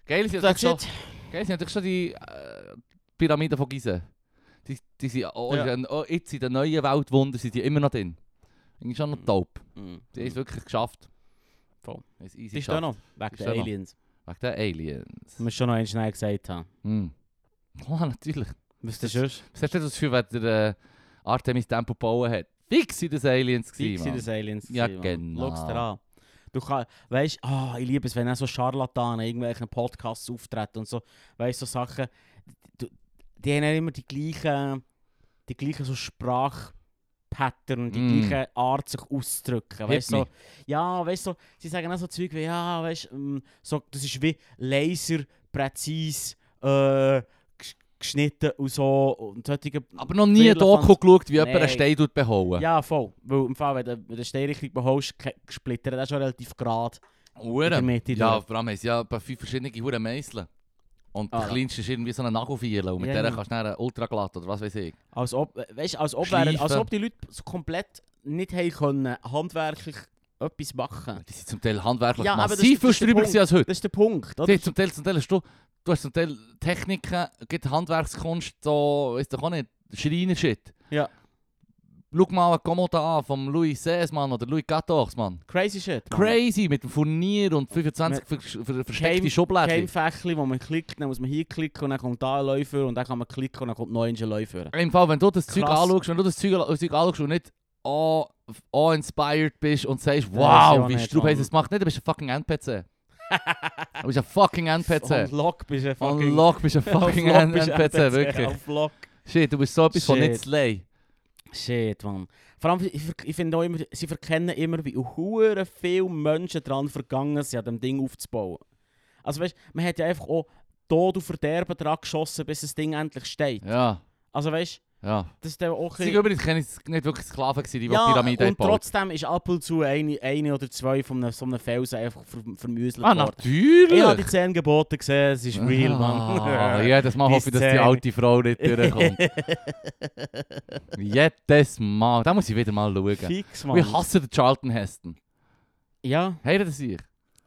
[SPEAKER 2] Geil sind natürlich
[SPEAKER 1] That's
[SPEAKER 2] schon,
[SPEAKER 1] it.
[SPEAKER 2] geil sind natürlich schon die äh, Pyramiden von Gizeh. Die, die sind, oh,
[SPEAKER 1] Ja.
[SPEAKER 2] in- oh, jetzt in den neuen Weltwunder sind die immer noch drin. Irgendwie schon noch top.
[SPEAKER 1] Mhm.
[SPEAKER 2] Hm. Die haben es wirklich geschafft.
[SPEAKER 1] Voll.
[SPEAKER 2] Die haben es easy
[SPEAKER 1] Die ist da
[SPEAKER 2] geschafft.
[SPEAKER 1] noch. Wegen
[SPEAKER 2] Ist
[SPEAKER 1] der
[SPEAKER 2] da noch.
[SPEAKER 1] Aliens.
[SPEAKER 2] Wegen den Aliens.
[SPEAKER 1] Muss ich schon noch einen schnell gesagt haben.
[SPEAKER 2] <laughs> Hm. Klar, natürlich.
[SPEAKER 1] Wisst ihr schon?
[SPEAKER 2] Was hast du das Gefühl, wenn der äh, Artemis Tempo gebauen hat? Fix sind das Aliens
[SPEAKER 1] Sieg
[SPEAKER 2] gewesen,
[SPEAKER 1] sind
[SPEAKER 2] Mann.
[SPEAKER 1] das Aliens.
[SPEAKER 2] Ja,
[SPEAKER 1] gewesen, Mann.
[SPEAKER 2] genau.
[SPEAKER 1] Schau's dir an. Du kannst, weißt, ah, ich liebe es, wenn auch so Scharlatanen in irgendwelchen Podcasts auftreten und so, weißt, so Sachen, du, die haben ja immer die gleichen, die gleichen so Sprachpattern, die
[SPEAKER 2] Mm.
[SPEAKER 1] gleiche Art sich auszudrücken, weißt,
[SPEAKER 2] me.
[SPEAKER 1] so, ja, weißt du, so, sie sagen auch so Zeug wie, ja, weißt, ähm, so, das ist wie Laser, präzise, äh, gesch- geschnitten und so, und solche
[SPEAKER 2] Aber noch nie
[SPEAKER 1] Viele
[SPEAKER 2] ein Doku
[SPEAKER 1] fand's-
[SPEAKER 2] geschaut, wie jemand
[SPEAKER 1] Nein.
[SPEAKER 2] einen Stein tut behauen.
[SPEAKER 1] Ja, voll. Weil im Fall, wenn du, wenn du Stein richtig beholst, ke- gesplittert, das ist schon relativ gerade. in der
[SPEAKER 2] Huren.
[SPEAKER 1] Mitte
[SPEAKER 2] Ja,
[SPEAKER 1] durch.
[SPEAKER 2] vor allem haben sie ja bei fünf verschiedene Huren Meißeln. Und
[SPEAKER 1] Ah,
[SPEAKER 2] der
[SPEAKER 1] ja.
[SPEAKER 2] kleinste ist irgendwie so eine Nagelfeile und mit
[SPEAKER 1] Ja,
[SPEAKER 2] der
[SPEAKER 1] ja.
[SPEAKER 2] kannst du dann ultra glatt oder was weiß ich.
[SPEAKER 1] Als ob, we- weisst, als ob, wären, als
[SPEAKER 2] Schleifen.
[SPEAKER 1] ob die Leute so komplett nicht haben können, handwerklich etwas machen.
[SPEAKER 2] Die sind zum Teil handwerklich
[SPEAKER 1] Ja, dus- aber das-
[SPEAKER 2] massiv
[SPEAKER 1] das
[SPEAKER 2] viel
[SPEAKER 1] ist der
[SPEAKER 2] drüber
[SPEAKER 1] Punkt.
[SPEAKER 2] gewesen als heute.
[SPEAKER 1] Das ist der Punkt, oder?
[SPEAKER 2] Die hat zum Teil, zum Teil hast du, du hast zum Teil Techniken, gibt Handwerkskunst, so, weiss doch auch nicht, Schreiner-Shit.
[SPEAKER 1] Ja.
[SPEAKER 2] Schau mal eine Kommode an vom Louis Sesmann oder Louis Gatochs, Mann.
[SPEAKER 1] Crazy shit.
[SPEAKER 2] Crazy, mit dem Furnier und 25 ver ver versteckte
[SPEAKER 1] Kein- Kein
[SPEAKER 2] Schubladen.
[SPEAKER 1] Fächli, wo man klickt, dann muss man hier klicken und dann kommt da ein Läufer und dann kann man klicken und dann kommt noch ein Läufer.
[SPEAKER 2] Im Fall, wenn du das Zeug
[SPEAKER 1] Krass.
[SPEAKER 2] anschaust, wenn du das Zeug, das Zeug anschaust und nicht awe- awe-inspired bist und sagst,
[SPEAKER 1] weiß ich
[SPEAKER 2] wow,
[SPEAKER 1] auch
[SPEAKER 2] wie
[SPEAKER 1] nicht,
[SPEAKER 2] Strub
[SPEAKER 1] Mann.
[SPEAKER 2] hat es gemacht. Nein, du bist ein
[SPEAKER 1] <laughs>
[SPEAKER 2] fucking NPC. du bist ein fucking
[SPEAKER 1] On
[SPEAKER 2] NPC.
[SPEAKER 1] Lock bist du ein
[SPEAKER 2] On
[SPEAKER 1] <laughs> fucking...
[SPEAKER 2] Lock bist ein fucking
[SPEAKER 1] On Lock bist du ein
[SPEAKER 2] NPC, wirklich.
[SPEAKER 1] Auf Lock.
[SPEAKER 2] Shit, du bist so etwas von
[SPEAKER 1] Shit.
[SPEAKER 2] nicht Slay.
[SPEAKER 1] Shit, man. Vor allem, ich, ver- ich finde auch immer, sie verkennen immer, wie hure viele Menschen daran vergangen sind, an dem Ding aufzubauen. Also weißt, man hat ja einfach auch Tod und Verderben dran geschossen, bis das Ding endlich steht.
[SPEAKER 2] Ja,
[SPEAKER 1] Also weißt,
[SPEAKER 2] ja.
[SPEAKER 1] das ist dann auch
[SPEAKER 2] Sie
[SPEAKER 1] ein
[SPEAKER 2] waren übrigens keine- nicht wirklich Sklaven, gewesen, die die
[SPEAKER 1] ja,
[SPEAKER 2] Pyramide
[SPEAKER 1] und
[SPEAKER 2] gebaut
[SPEAKER 1] trotzdem ist ab und zu eine, eine oder zwei von einem, so einem Felsen einfach ver vermüselt
[SPEAKER 2] Ah,
[SPEAKER 1] worden. Ich habe die
[SPEAKER 2] natürlich!
[SPEAKER 1] zehn Gebote gesehen, es ist
[SPEAKER 2] <laughs>
[SPEAKER 1] real, <laughs>
[SPEAKER 2] Ah,
[SPEAKER 1] man.
[SPEAKER 2] jedes Mal
[SPEAKER 1] Die
[SPEAKER 2] hoffe ich, dass die
[SPEAKER 1] Szene.
[SPEAKER 2] alte Frau nicht durchkommt.
[SPEAKER 1] <laughs>
[SPEAKER 2] jedes Mal. Da muss ich wieder mal schauen.
[SPEAKER 1] Fix, man.
[SPEAKER 2] Wir hassen den Charlton Heston.
[SPEAKER 1] Ja,
[SPEAKER 2] Hey, das ich.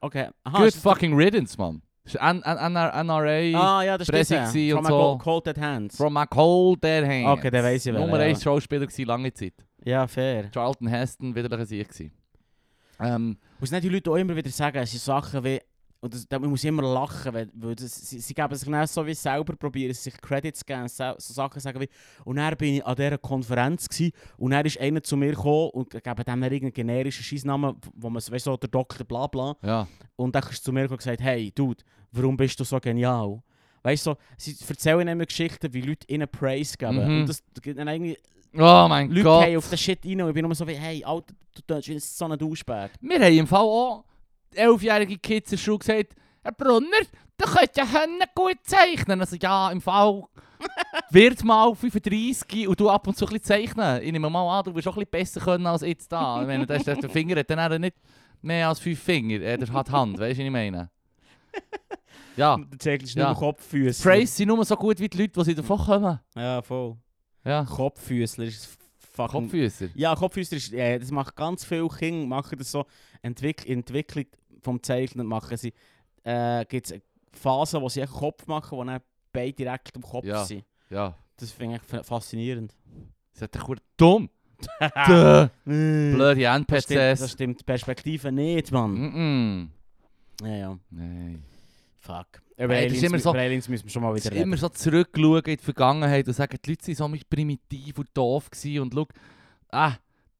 [SPEAKER 1] okay. Aha,
[SPEAKER 2] Good
[SPEAKER 1] ist das-
[SPEAKER 2] fucking riddance, man. Ist N N N NRA
[SPEAKER 1] Ah ja, das
[SPEAKER 2] Pressing
[SPEAKER 1] stimmt.
[SPEAKER 2] gewesen
[SPEAKER 1] ja.
[SPEAKER 2] und
[SPEAKER 1] From a
[SPEAKER 2] so.
[SPEAKER 1] Cold Dead Hands.
[SPEAKER 2] from my cold dead hands.
[SPEAKER 1] Okay, dann weiss ich welchen,
[SPEAKER 2] Nummer
[SPEAKER 1] ja.
[SPEAKER 2] 1 Schauspieler war lange Zeit.
[SPEAKER 1] Ja, fair.
[SPEAKER 2] Charlton Heston, widerlicher Sieg. gewesen. Ähm,
[SPEAKER 1] Muss nicht die Leute auch immer wieder sagen, es sind Sachen wie. Und das, da- man muss immer lachen, weil, weil das, sie, sie geben sich nicht so wie selber probieren, sich Credits zu geben, so, so Sachen sagen wie «Und dann bin ich an dieser Konferenz gsi und dann ist einer zu mir gekommen und geben dem dann irgendeinen generischen Scheissnamen, wo man weißt, so der Doktor bla bla»
[SPEAKER 2] ja.
[SPEAKER 1] und dann ist zu mir gekommen und gesagt «Hey, Dude, warum bist du so genial?» Weißt du, so, sie erzählen immer Geschichten, wie Leute ihnen Praise geben
[SPEAKER 2] Mhm.
[SPEAKER 1] und das gibt dann irgendwie
[SPEAKER 2] Oh mein
[SPEAKER 1] Leute
[SPEAKER 2] Gott.
[SPEAKER 1] haben auf den Shit rein und ich bin immer so wie «Hey, Alter, du tönst wie so ein Duschbär.»
[SPEAKER 2] Wir haben im Fall auch elfjährige Kids in der Schule gesagt, Herr Brunner, du könntest ja Hände gut zeichnen. Also ja,
[SPEAKER 1] <laughs>
[SPEAKER 2] im Fall wird mal 35 und du ab und zu ein bisschen zeichnen. Ich nehme mal an, du wirst auch ein bisschen besser können als jetzt da. Ich meine, das ist,
[SPEAKER 1] <laughs>
[SPEAKER 2] der Finger hat dann auch nicht mehr als fünf Finger. Er hat die Hand, weißt du, was ich meine? Ja,
[SPEAKER 1] Der täglich
[SPEAKER 2] Ah. Ja.
[SPEAKER 1] nur Kopffüßler.
[SPEAKER 2] Praise sind nur so gut wie die Leute, die sie davon kommen.
[SPEAKER 1] Ja, voll.
[SPEAKER 2] Ja,
[SPEAKER 1] Kopffüßler ist f- fucking...
[SPEAKER 2] Kopfhäuser.
[SPEAKER 1] ja, Kopffüßler ist... Äh, das macht ganz viele Kinder, machen das so... Entwick Entwicklung vom Zeichnen machen sie... Äh, Gibt es Phasen, wo sie einen Kopf machen, wo dann beide direkt am Kopf
[SPEAKER 2] Ja.
[SPEAKER 1] sind.
[SPEAKER 2] Ja,
[SPEAKER 1] Das finde ich fa- faszinierend.
[SPEAKER 2] das ist doch verdammt
[SPEAKER 1] <laughs>
[SPEAKER 2] dumm. Duh. Blöde
[SPEAKER 1] Das stimmt, das
[SPEAKER 2] NPCs.
[SPEAKER 1] stimmt die Perspektive nicht, Mann.
[SPEAKER 2] Mm -mm.
[SPEAKER 1] Ja, ja.
[SPEAKER 2] Nein.
[SPEAKER 1] Fuck.
[SPEAKER 2] Ey, das ist immer so-
[SPEAKER 1] Über Aliens müssen wir schon mal
[SPEAKER 2] Es
[SPEAKER 1] wieder
[SPEAKER 2] ist
[SPEAKER 1] reden.
[SPEAKER 2] immer so zurückschauen in die Vergangenheit und sagen, die Leute waren so mich primitiv und doof gewesen und schau, ah,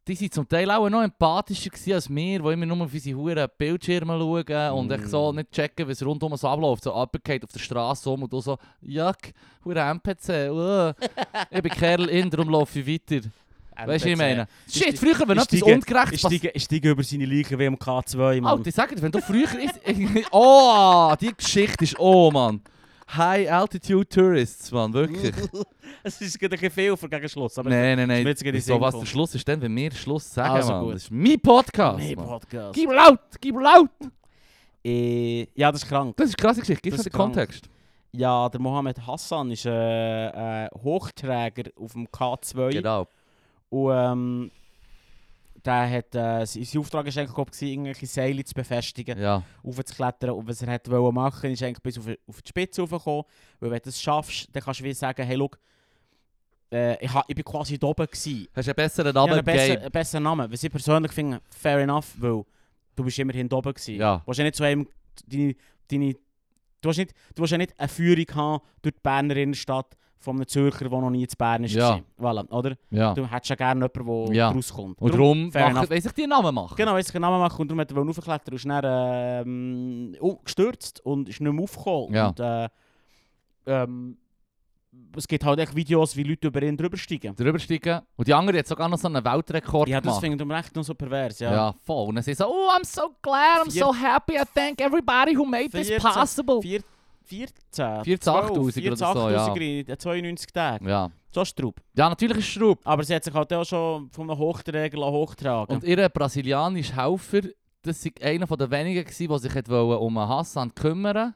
[SPEAKER 2] die sind zum Teil auch noch empathischer gewesen als wir, die immer nur auf unsere huren Bildschirme schauen und
[SPEAKER 1] Mm.
[SPEAKER 2] echt so nicht checken, was rundum so abläuft. So abgekehrt auf der Straße um und du so, Jack, huren NPC, uh, ich bin Kerl in, darum laufe ich weiter. Weißt du, was ich meine?
[SPEAKER 1] Ist
[SPEAKER 2] Shit,
[SPEAKER 1] die-
[SPEAKER 2] früher, wenn
[SPEAKER 1] ist
[SPEAKER 2] etwas
[SPEAKER 1] die ge-
[SPEAKER 2] ungerecht
[SPEAKER 1] Ich
[SPEAKER 2] passiert.
[SPEAKER 1] steige, ich steige über seine Leiche wie im K2, Mann. <laughs>
[SPEAKER 2] Alter, ich sag dir, wenn du früher... ist- <laughs> oh, die Geschichte ist... Oh, Mann. High Altitude Tourists, Mann, wirklich.
[SPEAKER 1] Es ist gerade ein bisschen viel für gegen Schluss. Aber ist
[SPEAKER 2] Nein, nein,
[SPEAKER 1] mir
[SPEAKER 2] nein.
[SPEAKER 1] jetzt gerade in den
[SPEAKER 2] So
[SPEAKER 1] Sinn
[SPEAKER 2] Dus was der
[SPEAKER 1] gekommen.
[SPEAKER 2] Schluss ist dann, wenn wir Schluss sagen,
[SPEAKER 1] Also
[SPEAKER 2] Mann.
[SPEAKER 1] gut.
[SPEAKER 2] Das ist mein Podcast,
[SPEAKER 1] Ah, Nee,
[SPEAKER 2] Mann.
[SPEAKER 1] Podcast.
[SPEAKER 2] Gib laut, gib laut.
[SPEAKER 1] Äh, ja, das ist krank.
[SPEAKER 2] Das ist eine krasse Geschichte, gib
[SPEAKER 1] Das
[SPEAKER 2] mir den
[SPEAKER 1] ist krank.
[SPEAKER 2] Kontext.
[SPEAKER 1] Ja, der Mohammed Hassan ist äh, äh, Hochträger auf dem K2.
[SPEAKER 2] Genau.
[SPEAKER 1] Und ähm, der hat, äh, sein sein Auftrag war eigentlich, glaub ich, irgendwelche Seile zu befestigen,
[SPEAKER 2] Ja.
[SPEAKER 1] aufzuklettern. Und was er hat wollen machen, ist eigentlich bis auf, auf die Spitze raufgekommen. Weil wenn du das schaffst, dann kannst du wie sagen, hey, schau, äh, ich, ha, ich bin quasi da oben gewesen.
[SPEAKER 2] Hast du einen besseren
[SPEAKER 1] Ja,
[SPEAKER 2] Namen
[SPEAKER 1] einen besseren,
[SPEAKER 2] gegeben?
[SPEAKER 1] einen besseren Namen. Was ich persönlich finde, fair enough, weil du bist immerhin da oben gewesen.
[SPEAKER 2] Ja.
[SPEAKER 1] Du hast ja nicht zu einem, deine, deine, du hast nicht, du hast ja nicht eine Führung haben durch die Berner Innenstadt von einem Zürcher, der noch nie in Bern ist.
[SPEAKER 2] Ja.
[SPEAKER 1] gewesen. Voilà, oder?
[SPEAKER 2] Ja.
[SPEAKER 1] Du hättest ja gerne jemanden, der
[SPEAKER 2] Ja.
[SPEAKER 1] rauskommt.
[SPEAKER 2] Und
[SPEAKER 1] Darum-
[SPEAKER 2] darum,
[SPEAKER 1] fair
[SPEAKER 2] machen-
[SPEAKER 1] enough.
[SPEAKER 2] weiss ich die Namen machen.
[SPEAKER 1] Genau, jetzt einen Namen machen und darum hat er wollen raufklettern und ist dann ähm, um- gestürzt und ist nicht mehr aufgekommen.
[SPEAKER 2] Ja.
[SPEAKER 1] Und, äh, ähm, es gibt halt echt Videos, wie Leute über ihn drüber steigen.
[SPEAKER 2] Drüber steigen. Und die andere hat sogar noch so einen Weltrekord
[SPEAKER 1] Ja, das
[SPEAKER 2] gemacht.
[SPEAKER 1] finde ich echt noch so pervers.
[SPEAKER 2] Ja. voll. Und dann sind sie so, oh, I'm so glad, I'm
[SPEAKER 1] Vier-
[SPEAKER 2] so happy, I thank everybody who made this
[SPEAKER 1] 14
[SPEAKER 2] possible.
[SPEAKER 1] 14, 14
[SPEAKER 2] 14, 8000 oder so, ja.
[SPEAKER 1] 8000 in 92 Tagen.
[SPEAKER 2] Ja.
[SPEAKER 1] So ist Trub.
[SPEAKER 2] ja, natürlich ist es Schraub.
[SPEAKER 1] Aber sie hat sich halt auch schon von einem Hochträger lassen hochtragen
[SPEAKER 2] Und ihr brasilianischer Helfer, das war einer der wenigen, gewesen, der sich hat wollen um einen Hassan kümmern wollte.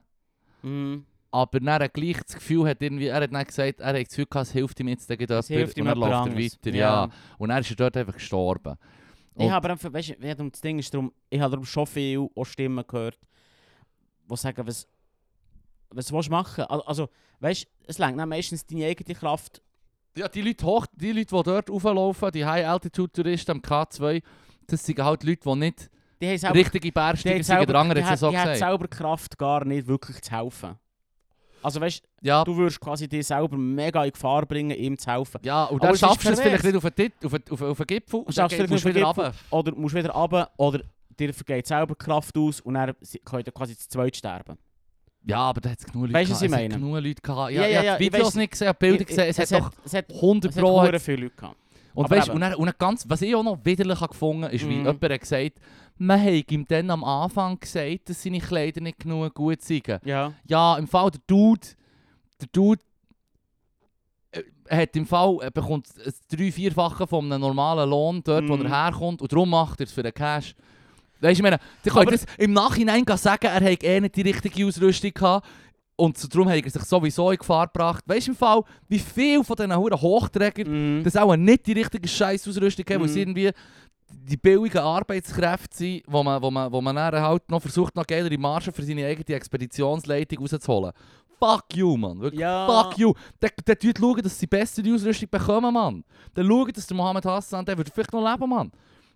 [SPEAKER 1] Mhm.
[SPEAKER 2] Aber dann hat gleich das Gefühl, hat irgendwie, er hat dann gesagt, er hat das Gefühl gehabt, es hilft ihm jetzt gegen
[SPEAKER 1] Das
[SPEAKER 2] jemand
[SPEAKER 1] hilft ihm
[SPEAKER 2] und dann
[SPEAKER 1] jemand
[SPEAKER 2] läuft er
[SPEAKER 1] anderes.
[SPEAKER 2] weiter. Ja.
[SPEAKER 1] Ja.
[SPEAKER 2] Und dann ist er dort einfach gestorben.
[SPEAKER 1] Ich
[SPEAKER 2] Und-
[SPEAKER 1] habe einfach, weißt du, während das Ding ist darum, ich habe darum schon viel auch Stimmen gehört, die sagen, was, was willst du machen? Al- Also, weißt du, es längt dann meistens deine eigene Kraft.
[SPEAKER 2] Ja, die Leute, hoch, die Leute, die dort rauflaufen, die High-Altitude-Touristen am K2, das sind halt Leute, die nicht
[SPEAKER 1] Die haben selber,
[SPEAKER 2] richtige
[SPEAKER 1] die
[SPEAKER 2] Bergsteiger
[SPEAKER 1] haben
[SPEAKER 2] sind. Der
[SPEAKER 1] selber,
[SPEAKER 2] andere
[SPEAKER 1] die
[SPEAKER 2] hat es
[SPEAKER 1] hat,
[SPEAKER 2] so
[SPEAKER 1] die hat
[SPEAKER 2] gesagt.
[SPEAKER 1] selber Kraft gar nicht wirklich zu helfen. Also weißt
[SPEAKER 2] Ja,
[SPEAKER 1] du, würdest quasi dich selber mega in Gefahr bringen, ihm zu helfen.
[SPEAKER 2] ja und
[SPEAKER 1] Aber
[SPEAKER 2] dann
[SPEAKER 1] es ist
[SPEAKER 2] schaffst du es vielleicht
[SPEAKER 1] pervers.
[SPEAKER 2] nicht auf den, Tit- auf den, auf den, auf den Gipfel und dann
[SPEAKER 1] schaffst
[SPEAKER 2] geht-
[SPEAKER 1] vielleicht
[SPEAKER 2] musst du
[SPEAKER 1] nicht
[SPEAKER 2] wieder
[SPEAKER 1] auf den
[SPEAKER 2] runter.
[SPEAKER 1] Oder musst wieder runter, oder dir vergeht selber die Kraft aus und dann si- könnt ihr quasi zu zweit sterben.
[SPEAKER 2] Ja, aber da hat es genug Leute
[SPEAKER 1] Weißt du, was
[SPEAKER 2] gehabt.
[SPEAKER 1] ich
[SPEAKER 2] Es hat
[SPEAKER 1] meine?
[SPEAKER 2] genug Leute gehabt. Ja,
[SPEAKER 1] Ja,
[SPEAKER 2] ja,
[SPEAKER 1] ja,
[SPEAKER 2] ich
[SPEAKER 1] ja,
[SPEAKER 2] habe die
[SPEAKER 1] ich
[SPEAKER 2] Videos
[SPEAKER 1] weiss-
[SPEAKER 2] nicht gesehen, die Bilder gesehen. Es, hat doch
[SPEAKER 1] es hat,
[SPEAKER 2] 100
[SPEAKER 1] es hat
[SPEAKER 2] Pro...
[SPEAKER 1] hure viele Leute gehabt.
[SPEAKER 2] Und
[SPEAKER 1] Aber
[SPEAKER 2] weißt,
[SPEAKER 1] eben.
[SPEAKER 2] und dann, und dann ganz, was ich auch noch widerlich habe gefunden habe, ist, wie
[SPEAKER 1] Mhm.
[SPEAKER 2] jemand hat gesagt man hat ihm dann am Anfang gesagt, dass seine Kleider nicht genug gut seien.
[SPEAKER 1] Ja.
[SPEAKER 2] Ja, im Fall der Dude, der Dude äh, hat im Fall, er bekommt das drei, vierfache von einem normalen Lohn dort, wo
[SPEAKER 1] Mhm.
[SPEAKER 2] er herkommt und darum macht er es für den Cash. Weißt du, ich meine, die können
[SPEAKER 1] Aber-
[SPEAKER 2] das im Nachhinein gehen sagen, er hätte eh nicht die richtige Ausrüstung gehabt und so- darum hat er sich sowieso in Gefahr gebracht. Weißt du im Fall, wie viel von diesen Huren Hochträgern
[SPEAKER 1] Mhm.
[SPEAKER 2] dass auch nicht die richtige Scheißausrüstung haben, weil
[SPEAKER 1] Mhm.
[SPEAKER 2] sie irgendwie die billigen Arbeitskräfte sind, wo man, wo man, wo man dann halt noch versucht, noch geilere Margen für seine eigene Expeditionsleitung rauszuholen. Fuck you, Mann. Wirklich.
[SPEAKER 1] ja.
[SPEAKER 2] Fuck you! Dann dann schaut schauen, dass sie bessere Ausrüstung bekommen, Mann. Dann schauen, dass der Mohammed Hassan, der würde vielleicht noch leben, Mann.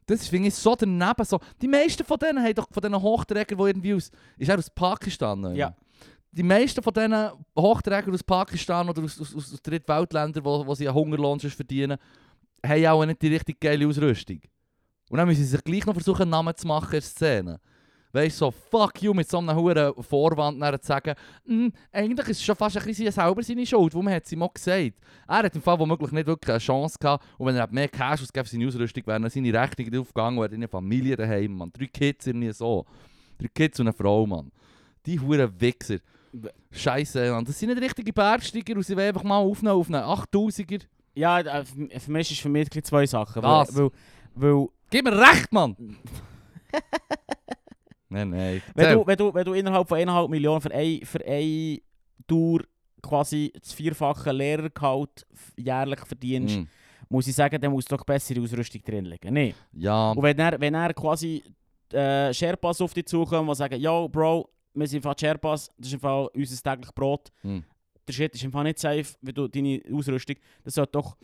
[SPEAKER 2] Das ist, finde ich so daneben. So. Die meisten von denen haben doch von diesen Hochträgern, die irgendwie aus... Ist er aus Pakistan? oder?
[SPEAKER 1] Ja.
[SPEAKER 2] eh. Die meisten von diesen Hochträgern aus Pakistan oder aus, aus, aus, aus Drittweltländern, wo, wo sie einen Hungerlohn sonst verdienen, haben auch nicht die richtig geile Ausrüstung. Und dann müssen sie sich gleich noch versuchen, einen Namen zu machen in der Szene. Weißt du, so fuck you mit so einem hohen Vorwand nachher zu sagen, «Mm, eigentlich ist es schon fast ein bisschen selber seine Schuld, weil man hat es ihm auch gesagt. Er hat im Fall womöglich nicht wirklich eine Chance gehabt und wenn er halt mehr Cash ausgegeben für seine Ausrüstung, wäre dann seine Rechnung nicht aufgegangen und er hat eine Familie daheim, Mann. Drei Kids irgendwie so. Drei Kids und eine Frau, Mann. Die hohen Wichser.
[SPEAKER 1] B-
[SPEAKER 2] Scheiße, Mann. Das sind nicht richtige Bergsteiger und sie wollen einfach mal aufnehmen auf einen 8000er.
[SPEAKER 1] Ja, äh, für für mich ist für mich gleich zwei Sachen.
[SPEAKER 2] Was?
[SPEAKER 1] Weil, weil, weil
[SPEAKER 2] Gib mir recht, Mann!
[SPEAKER 1] <laughs>
[SPEAKER 2] nein, nein.
[SPEAKER 1] wenn,
[SPEAKER 2] Erzähl.
[SPEAKER 1] du, wenn, du, wenn du innerhalb von 1,5 Millionen für eine, für eine Tour quasi das vierfache Lehrergehalt f- jährlich verdienst,
[SPEAKER 2] Mm.
[SPEAKER 1] muss ich sagen, dann muss doch bessere Ausrüstung drin liegen. Nee.
[SPEAKER 2] Ja,
[SPEAKER 1] Und wenn er, wenn er quasi äh, Sherpas auf dich zukommen und sagen, yo Bro, wir sind im Fall Sherpas, das ist im Fall unser tägliches Brot.
[SPEAKER 2] Mhm.
[SPEAKER 1] Der Shit ist im Fall nicht safe, wenn du deine Ausrüstung, das sollte doch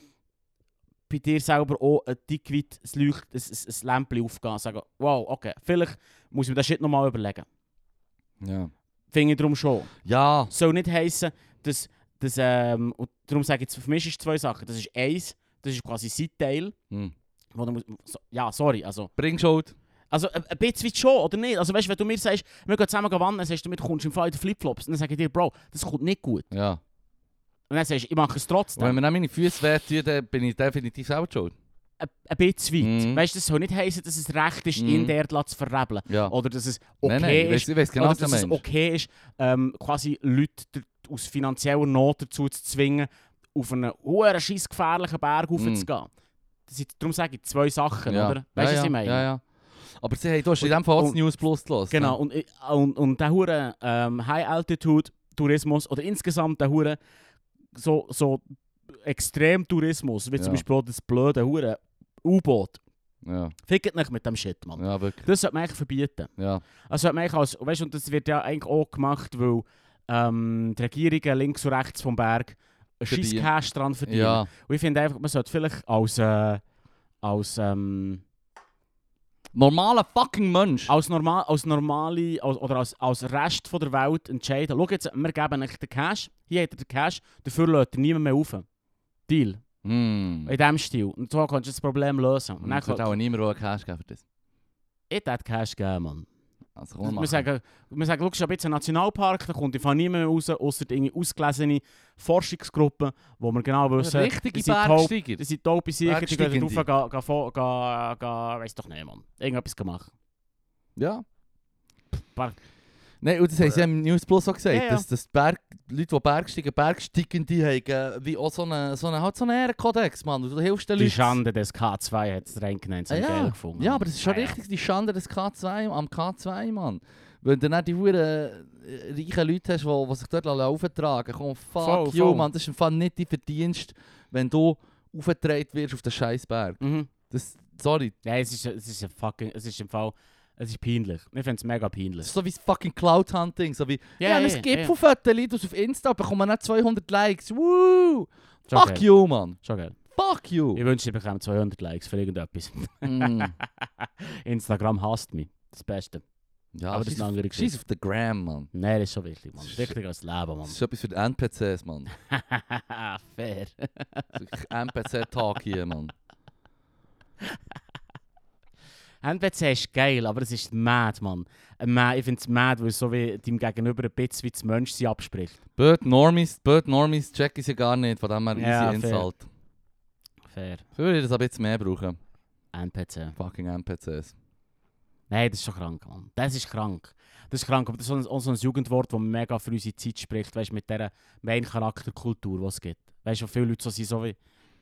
[SPEAKER 1] bei dir selber auch ein dick weit das Leucht, ein, ein, ein Lämpchen aufgehen und sagen, wow, okay, vielleicht muss ich mir den Shit nochmal überlegen.
[SPEAKER 2] ja.
[SPEAKER 1] Finde ich darum schon.
[SPEAKER 2] Ja,
[SPEAKER 1] Soll nicht heissen, dass, dass ähm, und darum sage ich jetzt, für mich ist es zwei Sachen. Das ist eins, das ist quasi sein Teil,
[SPEAKER 2] hm.
[SPEAKER 1] wo du musst, so, ja, sorry, also
[SPEAKER 2] Bringschuld.
[SPEAKER 1] Also äh, ein ein bisschen schon, oder nicht? Also weißt du, wenn du mir sagst, wir gehen zusammen wandern, dann sagst du mir, du kommst im Fall in den Flipflops. Dann sage ich dir, Bro, das kommt nicht gut.
[SPEAKER 2] Ja.
[SPEAKER 1] Und dann sagst du, ich mache es
[SPEAKER 2] Und wenn
[SPEAKER 1] trotzdem.
[SPEAKER 2] mir dann meine Füße wehtun, dann bin ich definitiv selber schuld.
[SPEAKER 1] Ein, ein bisschen weit.
[SPEAKER 2] Mhm.
[SPEAKER 1] Weißt du, das soll nicht heißen, dass es recht ist,
[SPEAKER 2] Mhm.
[SPEAKER 1] ihn der zu verrebeln.
[SPEAKER 2] Ja.
[SPEAKER 1] Oder dass es okay
[SPEAKER 2] Nein, nein, ich weiss-
[SPEAKER 1] ist,
[SPEAKER 2] ich weiß genau,
[SPEAKER 1] oder
[SPEAKER 2] was du
[SPEAKER 1] dass es
[SPEAKER 2] meinst.
[SPEAKER 1] okay ist, ähm, quasi Leute d- aus finanzieller Not dazu zu zwingen, auf einen hohen, scheiss gefährlichen Berg raufzugehen. Das sind, darum sage ich zwei Sachen,
[SPEAKER 2] Mhm. Ja.
[SPEAKER 1] oder? Weißt du,
[SPEAKER 2] ja,
[SPEAKER 1] was ich
[SPEAKER 2] ja,
[SPEAKER 1] meine?
[SPEAKER 2] Ja, ja. Aber sie haben, du hast in
[SPEAKER 1] Und-
[SPEAKER 2] dem Fall auch das
[SPEAKER 1] und-
[SPEAKER 2] News Plus gelassen.
[SPEAKER 1] Genau, und, ich- und, und der hure ähm, High-Altitude-Tourismus oder insgesamt der hure so, so Extrem-Tourismus, wie
[SPEAKER 2] Ja.
[SPEAKER 1] zum Beispiel auch das blöde hure U-Boot.
[SPEAKER 2] Ja,
[SPEAKER 1] Fickt nicht mit dem Shit, Mann.
[SPEAKER 2] ja wirklich.
[SPEAKER 1] Das sollte man eigentlich verbieten.
[SPEAKER 2] Ja.
[SPEAKER 1] Das sollte man eigentlich als, weißt, und das wird ja eigentlich auch gemacht, weil ähm, die Regierungen links und rechts vom Berg scheiß
[SPEAKER 2] Verdienen.
[SPEAKER 1] Cash dran verdienen.
[SPEAKER 2] Ja.
[SPEAKER 1] Und ich finde einfach, man sollte vielleicht als, äh, als, ähm,
[SPEAKER 2] Normaler fucking Mensch.
[SPEAKER 1] Als, normal, als normale als, oder als, als Rest von der Welt entscheiden, schau jetzt, wir geben euch den Cash, hier habt ihr den Cash, dafür lädt ihr niemand mehr rauf. Deal.
[SPEAKER 2] Hm.
[SPEAKER 1] In diesem Stil. Und so kannst du das Problem lösen. Und dann
[SPEAKER 2] Es wird auch niemand, der einen Cash geben für das.
[SPEAKER 1] ich hätte Cash geben, Mann.
[SPEAKER 2] Also komm,
[SPEAKER 1] Wir
[SPEAKER 2] mach.
[SPEAKER 1] sagen, wir sagen, schau, es ist ein bisschen ein Nationalpark, da kommt einfach niemand mehr raus, außer irgendwie ausgelesene Forschungsgruppen, wo wir genau wissen,
[SPEAKER 2] Richtige
[SPEAKER 1] die sind taub,
[SPEAKER 2] Bergsteiger.
[SPEAKER 1] die sind taub sicher, die gehen
[SPEAKER 2] Bergsteigende.
[SPEAKER 1] rauf, gehen, gehen, vor- gehen, gehen, weiss doch nicht, Mann. Irgendetwas gemacht.
[SPEAKER 2] Ja.
[SPEAKER 1] Berg-
[SPEAKER 2] Nein, und das haben sie im News Plus auch gesagt,
[SPEAKER 1] Ja, ja.
[SPEAKER 2] dass, dass die Berg, Leute, die Bergsteigen, Bergsteigende haben, äh, wie auch so einen so eine, halt so einen Ehrenkodex, Mann. Du hilfst den
[SPEAKER 1] Die
[SPEAKER 2] Leuten.
[SPEAKER 1] Schande des K2 hat es rein genannt, das hab
[SPEAKER 2] Ah,
[SPEAKER 1] ich
[SPEAKER 2] ja.
[SPEAKER 1] geil gefunden.
[SPEAKER 2] Ja, aber das ist schon
[SPEAKER 1] Ah, ja.
[SPEAKER 2] richtig, die Schande des K2, am K2, Mann. Wenn du dann die huren äh, reichen Leute hast, die, die sich dort auftragen komm, fuck
[SPEAKER 1] Voll,
[SPEAKER 2] you,
[SPEAKER 1] voll.
[SPEAKER 2] Mann, das ist im Fall nicht dein Verdienst, wenn du aufgetragen wirst auf den Scheißberg.
[SPEAKER 1] Mhm.
[SPEAKER 2] Das, sorry,
[SPEAKER 1] Nein, es ist, es ist ein fucking, es ist im Fall, es ist peinlich. Ich finde es mega
[SPEAKER 2] das
[SPEAKER 1] peinlich.
[SPEAKER 2] ist so wie das fucking Cloud-Hunting, so wie Ja, yeah, ein Gipfelfoto yeah. auf Insta bekommen nicht 200 Likes. Woo!
[SPEAKER 1] Schon
[SPEAKER 2] Fuck
[SPEAKER 1] geil.
[SPEAKER 2] you, Mann.
[SPEAKER 1] Schon geil.
[SPEAKER 2] Fuck you.
[SPEAKER 1] Ich wünschte, ich bekomme
[SPEAKER 2] <laughs>
[SPEAKER 1] 200 Likes für irgendetwas.
[SPEAKER 2] Mm.
[SPEAKER 1] Instagram hasst mich. Das Beste.
[SPEAKER 2] Ja,
[SPEAKER 1] Aber das ist eine andere
[SPEAKER 2] Scheiß auf den Gram, Mann.
[SPEAKER 1] Nein, das ist schon wichtig, Mann.
[SPEAKER 2] Das ist-
[SPEAKER 1] Wichtiger als das Leben, <laughs>
[SPEAKER 2] Das ist etwas für die NPCs, Mann.
[SPEAKER 1] Mann. Fair.
[SPEAKER 2] Das ist wirklich NPC-Tag hier, Mann.
[SPEAKER 1] NPC ist geil, aber es ist mad, Mann. Äh, mad- Ich finde es mad, weil es so wie deinem Gegenüber ein bisschen wie das Mensch sie abspricht.
[SPEAKER 2] Böd Normis, Böd Normis checken sie gar nicht, von dem her easy
[SPEAKER 1] Ja, fair.
[SPEAKER 2] Insult.
[SPEAKER 1] Fair.
[SPEAKER 2] Ich würde das aber jetzt mehr brauchen.
[SPEAKER 1] NPC.
[SPEAKER 2] Fucking NPCs.
[SPEAKER 1] Nein, das ist schon krank, Mann. Das ist krank. Das ist krank, aber das ist auch ein- auch so ein Jugendwort, das mega für unsere Zeit spricht, weißt du, mit dieser Main-Charakter-Kultur, die es gibt. Weißt du, wo viele Leute so sind, so wie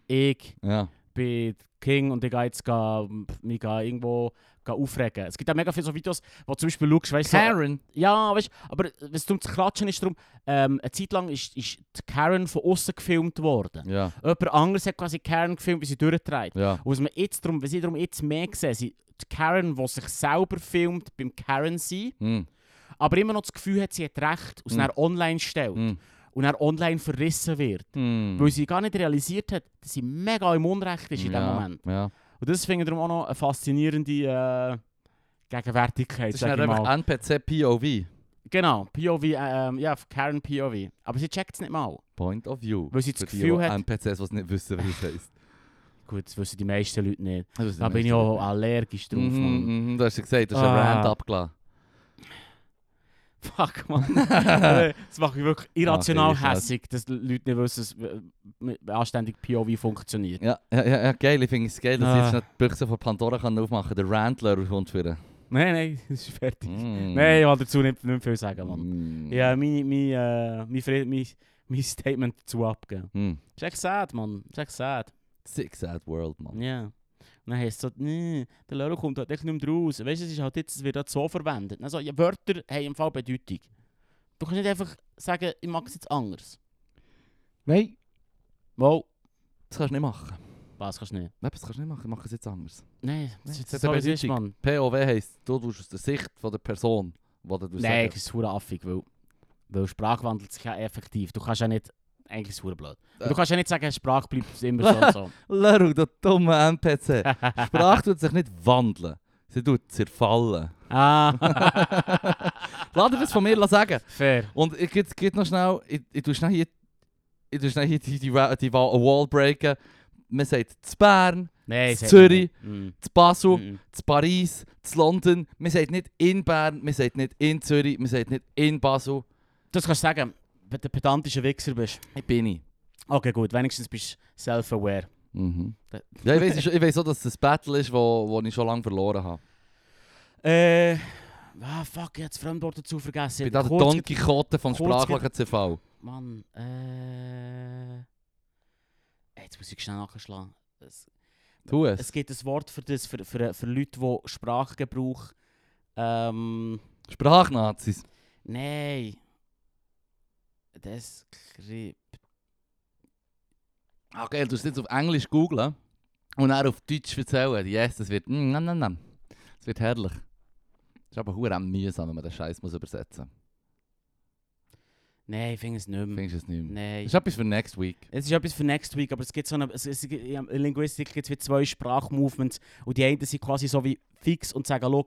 [SPEAKER 1] ich
[SPEAKER 2] Ja.
[SPEAKER 1] bin King und ich gehe jetzt ga, mich ga irgendwo ga aufregen. Es gibt auch mega viele so Videos, wo du zum Beispiel schaust, weißt du, so, äh,
[SPEAKER 2] Karen!
[SPEAKER 1] Ja, weißt du, aber wenn es darum zu klatschen ist, darum, ähm, eine Zeit lang ist, ist die Karen von außen gefilmt worden.
[SPEAKER 2] Ja,
[SPEAKER 1] Jemand anderes hat quasi Karen gefilmt, wie sie durchtreibt.
[SPEAKER 2] ja.
[SPEAKER 1] Und was man jetzt darum, was ich darum jetzt mehr sehe, sind die Karen, die sich selber filmt beim Karen sein,
[SPEAKER 2] Hm,
[SPEAKER 1] aber immer noch das Gefühl hat, sie hat recht, und es
[SPEAKER 2] Mhm.
[SPEAKER 1] dann online stellt
[SPEAKER 2] hm,
[SPEAKER 1] und dann online verrissen wird.
[SPEAKER 2] hm.
[SPEAKER 1] Weil sie gar nicht realisiert hat, dass sie mega im Unrecht ist in
[SPEAKER 2] ja,
[SPEAKER 1] dem Moment.
[SPEAKER 2] Ja.
[SPEAKER 1] Und das finde ich darum auch noch eine faszinierende äh, Gegenwärtigkeit.
[SPEAKER 2] Das ist
[SPEAKER 1] sag ich
[SPEAKER 2] dann
[SPEAKER 1] mal.
[SPEAKER 2] einfach NPC POV.
[SPEAKER 1] Genau, POV, äh, ähm, ja, Karen POV. Aber sie checkt es nicht mal.
[SPEAKER 2] Point of View.
[SPEAKER 1] Weil sie das
[SPEAKER 2] Für die,
[SPEAKER 1] Gefühl
[SPEAKER 2] die
[SPEAKER 1] hat-
[SPEAKER 2] NPCs, die nicht wissen, was es heisst.
[SPEAKER 1] Gut, das wissen die meisten Leute nicht.
[SPEAKER 2] Das wissen
[SPEAKER 1] Da
[SPEAKER 2] die
[SPEAKER 1] bin ich
[SPEAKER 2] meisten
[SPEAKER 1] auch
[SPEAKER 2] Leute
[SPEAKER 1] allergisch drauf,
[SPEAKER 2] nicht.
[SPEAKER 1] Mann.
[SPEAKER 2] Mhm, mhm, Du hast ja gesagt, du hast einen
[SPEAKER 1] Ah.
[SPEAKER 2] Rant abgelassen.
[SPEAKER 1] <laughs> Fuck, Mann. das macht mich wirklich irrational
[SPEAKER 2] Ach, ey,
[SPEAKER 1] hässig, dass die Leute nicht wissen, dass, äh, mit- anständig POV <laughs> funktioniert.
[SPEAKER 2] Ja, ja, ja, ja, geil. Ich finde es geil, dass ich jetzt
[SPEAKER 1] Ah.
[SPEAKER 2] nicht die Büchse von Pandora kann aufmachen kann. Der Rantler kommt wieder.
[SPEAKER 1] Nein, <laughs> nein, das ist fertig.
[SPEAKER 2] Mm.
[SPEAKER 1] Nein, ich will dazu nicht, nicht viel sagen, Mann.
[SPEAKER 2] Mm.
[SPEAKER 1] Ja, mein, mein, äh, mein, Fre- mein, mein Statement dazu abgeben.
[SPEAKER 2] Mm.
[SPEAKER 1] Ist echt sad, Mann. Ist echt sad.
[SPEAKER 2] Six Sad World, Mann.
[SPEAKER 1] Ja. Und dann heisst es so, nee, der Lehrer kommt halt echt nicht mehr raus. Weißt du, es ist halt jetzt, es wird halt so verwendet. Also, ja, Wörter haben im Fall Bedeutung. Du kannst nicht einfach sagen, ich mag es jetzt anders.
[SPEAKER 2] Nein.
[SPEAKER 1] Wow,
[SPEAKER 2] Das kannst du nicht machen.
[SPEAKER 1] was kannst du nicht?
[SPEAKER 2] Nein, das kannst du nicht machen. Ich mache es jetzt anders.
[SPEAKER 1] Nein, das ist
[SPEAKER 2] Nee, es hat
[SPEAKER 1] jetzt so,
[SPEAKER 2] eine
[SPEAKER 1] wie es ist,
[SPEAKER 2] Bedeutung.
[SPEAKER 1] Mann.
[SPEAKER 2] POW heisst, du tust aus der Sicht von der Person, die du
[SPEAKER 1] Nein,
[SPEAKER 2] sagst.
[SPEAKER 1] es ist hure affig, weil, weil Sprache wandelt sich ja effektiv. Du kannst ja nicht, eigentlich ist es hure blöd. Aber Du kannst ja nicht sagen, Sprache bleibt immer so und <laughs> so.
[SPEAKER 2] Leru, du dumme NPC. Sprache tut sich nicht wandeln. Sie tut zerfallen.
[SPEAKER 1] <laughs> ah,
[SPEAKER 2] Lass dir das von mir sagen.
[SPEAKER 1] fair.
[SPEAKER 2] Und ich geht, geht noch schnell, ich, ich tue schnell hier, ich tue schnell hier die, die, Wa- die Wa- Wall breaken. Man sagt zu Bern,
[SPEAKER 1] Nein, sagt
[SPEAKER 2] Zürich.
[SPEAKER 1] man nicht.
[SPEAKER 2] zu Basel,
[SPEAKER 1] Mm. Mm.
[SPEAKER 2] zu Paris, zu London. Man sagt nicht in Bern, man sagt nicht in Zürich, man sagt nicht in Basel.
[SPEAKER 1] Das kannst du sagen, wenn du ein pedantischer Wichser bist.
[SPEAKER 2] Ich bin ich.
[SPEAKER 1] Okay, gut, wenigstens bist du self-aware.
[SPEAKER 2] Mhm.
[SPEAKER 1] Da-
[SPEAKER 2] Ja, ich weiß ich weiss auch, dass das ein Battle ist, wo, wo ich schon lange verloren habe.
[SPEAKER 1] Äh.
[SPEAKER 2] Eh.
[SPEAKER 1] Ah, fuck, jetzt Fremdwort dazu vergessen.
[SPEAKER 2] Ich
[SPEAKER 1] Ich
[SPEAKER 2] bin da
[SPEAKER 1] hab
[SPEAKER 2] der Don Quixote vom
[SPEAKER 1] kurz ge-
[SPEAKER 2] sprachlichen CV.
[SPEAKER 1] Mann, äh. Ey, Jetzt muss ich schnell nachschlagen. Es,
[SPEAKER 2] Tu es.
[SPEAKER 1] es gibt ein Wort für das, für, für, für Leute, die Sprachgebrauch. Ähm.
[SPEAKER 2] Sprachnazis.
[SPEAKER 1] Nein. Das. Kri-
[SPEAKER 2] Okay, Ah, du musst jetzt auf Englisch googeln und dann auf Deutsch erzählen. Yes, das wird. Mm, nam, nam, nam. Das wird herrlich. Ist aber hure mühsam, wenn man den Scheiß muss übersetzen muss.
[SPEAKER 1] Nein, ich finde es nicht mehr.
[SPEAKER 2] Findest du es nicht mehr?
[SPEAKER 1] Nein.
[SPEAKER 2] Das ist etwas für next week.
[SPEAKER 1] Es ist etwas für next week, aber es gibt so eine, es, es, in der Linguistik gibt es wie zwei Sprachmovements und die einen sind quasi so wie fix und sagen, «Schau,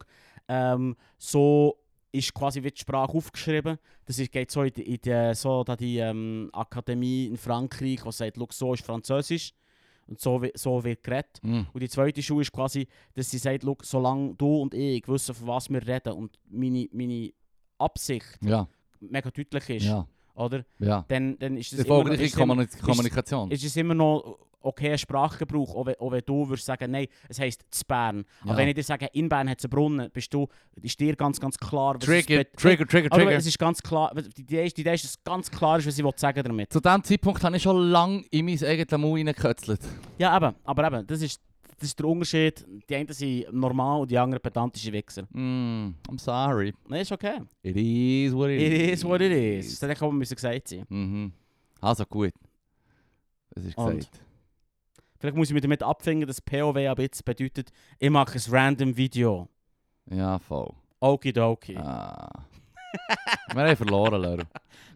[SPEAKER 1] ähm, so ist quasi wie die Sprache aufgeschrieben. Das ist, geht so in die, in die, so da die ähm, Akademie in Frankreich, die sagt, «Schau, so ist Französisch und so, wi- so wird geredet.
[SPEAKER 2] Mm.
[SPEAKER 1] Und die zweite Schule ist quasi, dass sie sagt, «Schau, solange du und ich wissen, von was wir reden und meine, meine Absicht
[SPEAKER 2] Ja,
[SPEAKER 1] mega deutlich ist,
[SPEAKER 2] ja,
[SPEAKER 1] oder?
[SPEAKER 2] ja.
[SPEAKER 1] Dann, dann ist das immer,
[SPEAKER 2] Erfolgreiche
[SPEAKER 1] ist immer,
[SPEAKER 2] Kommunik Kommunikation.
[SPEAKER 1] ist es immer noch okay Sprachgebrauch, auch wenn, auch wenn du würdest sagen, nein, es heisst zu Bern.
[SPEAKER 2] Ja.
[SPEAKER 1] Aber wenn ich dir sage, in Bern hat es einen Brunnen, bist du, ist dir ganz, ganz klar, was
[SPEAKER 2] Trigger,
[SPEAKER 1] es bet-
[SPEAKER 2] Trigger, Trigger,
[SPEAKER 1] Aber
[SPEAKER 2] Trigger.
[SPEAKER 1] es ist ganz klar, die Idee ist, die Idee ist dass ganz klar ist, was ich will sagen damit
[SPEAKER 2] Zu diesem Zeitpunkt habe ich schon lange in mein eigenes Lamu reingekötzelt.
[SPEAKER 1] Ja, eben, aber eben, das ist, das ist der Unterschied. Die einen sind normal und die anderen pedantische Wichser.
[SPEAKER 2] Mm, I'm sorry.
[SPEAKER 1] Nein, ist okay.
[SPEAKER 2] It is what it,
[SPEAKER 1] It is what it is. Das hätte ich auch mal müssen gesagt sein.
[SPEAKER 2] Mhm. Also gut. Das ist
[SPEAKER 1] Und?
[SPEAKER 2] gesagt.
[SPEAKER 1] Vielleicht muss ich mich damit abfinden, dass POW ein bisschen bedeutet, ich mache ein random Video.
[SPEAKER 2] Ja, voll.
[SPEAKER 1] Okidoki.
[SPEAKER 2] Ah. Wir haben verloren, Leute.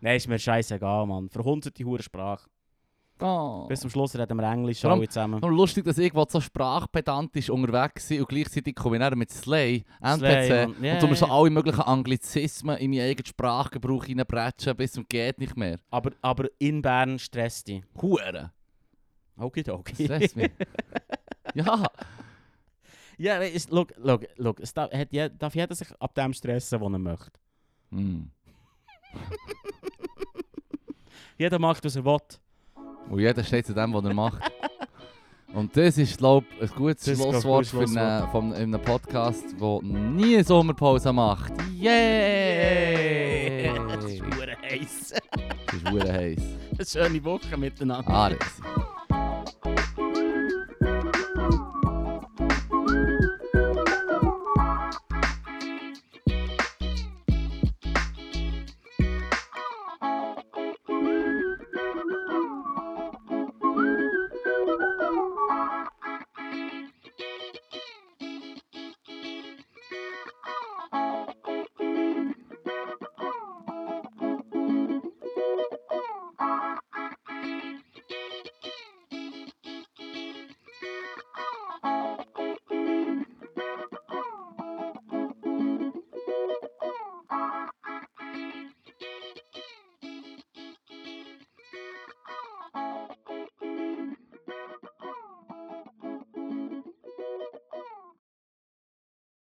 [SPEAKER 1] Nein, ist mir scheißegal, Mann. Verhunzerte Hure Sprache.
[SPEAKER 2] Oh.
[SPEAKER 1] Bis zum Schluss reden wir Englisch
[SPEAKER 2] Vor allem-
[SPEAKER 1] alle zusammen.
[SPEAKER 2] Nur lustig, dass ich, der so sprachpedantisch unterwegs bin und gleichzeitig komme ich dann mit Slay, NPC,
[SPEAKER 1] Slay
[SPEAKER 2] und,
[SPEAKER 1] und- ja,
[SPEAKER 2] so mir so
[SPEAKER 1] ja.
[SPEAKER 2] alle möglichen Anglizismen in meinen eigenen Sprachgebrauch reinbretschen, bis zum geht nicht mehr.
[SPEAKER 1] Aber, aber in Bern stresst dich.
[SPEAKER 2] Hure,
[SPEAKER 1] Okidoki.
[SPEAKER 2] stresst mich. ja,
[SPEAKER 1] <laughs> ja, nee, ist, look, look, look, es darf, hat, je- darf jeder sich ab dem stressen, was er möchte.
[SPEAKER 2] hm.
[SPEAKER 1] Jeder macht, was er will.
[SPEAKER 2] und jeder steht zu dem, was er macht. Und das ist, glaube ich, ein gutes
[SPEAKER 1] Das ist gerade ein
[SPEAKER 2] Schlusswort
[SPEAKER 1] gutes
[SPEAKER 2] für einen,
[SPEAKER 1] Schlusswort.
[SPEAKER 2] von einem Podcast, der nie Sommerpause macht. Yay!
[SPEAKER 1] <laughs> Das
[SPEAKER 2] Das
[SPEAKER 1] ist hure heiß. <laughs>
[SPEAKER 2] ist hure heiß.
[SPEAKER 1] Eine schöne Woche miteinander.
[SPEAKER 2] Ares.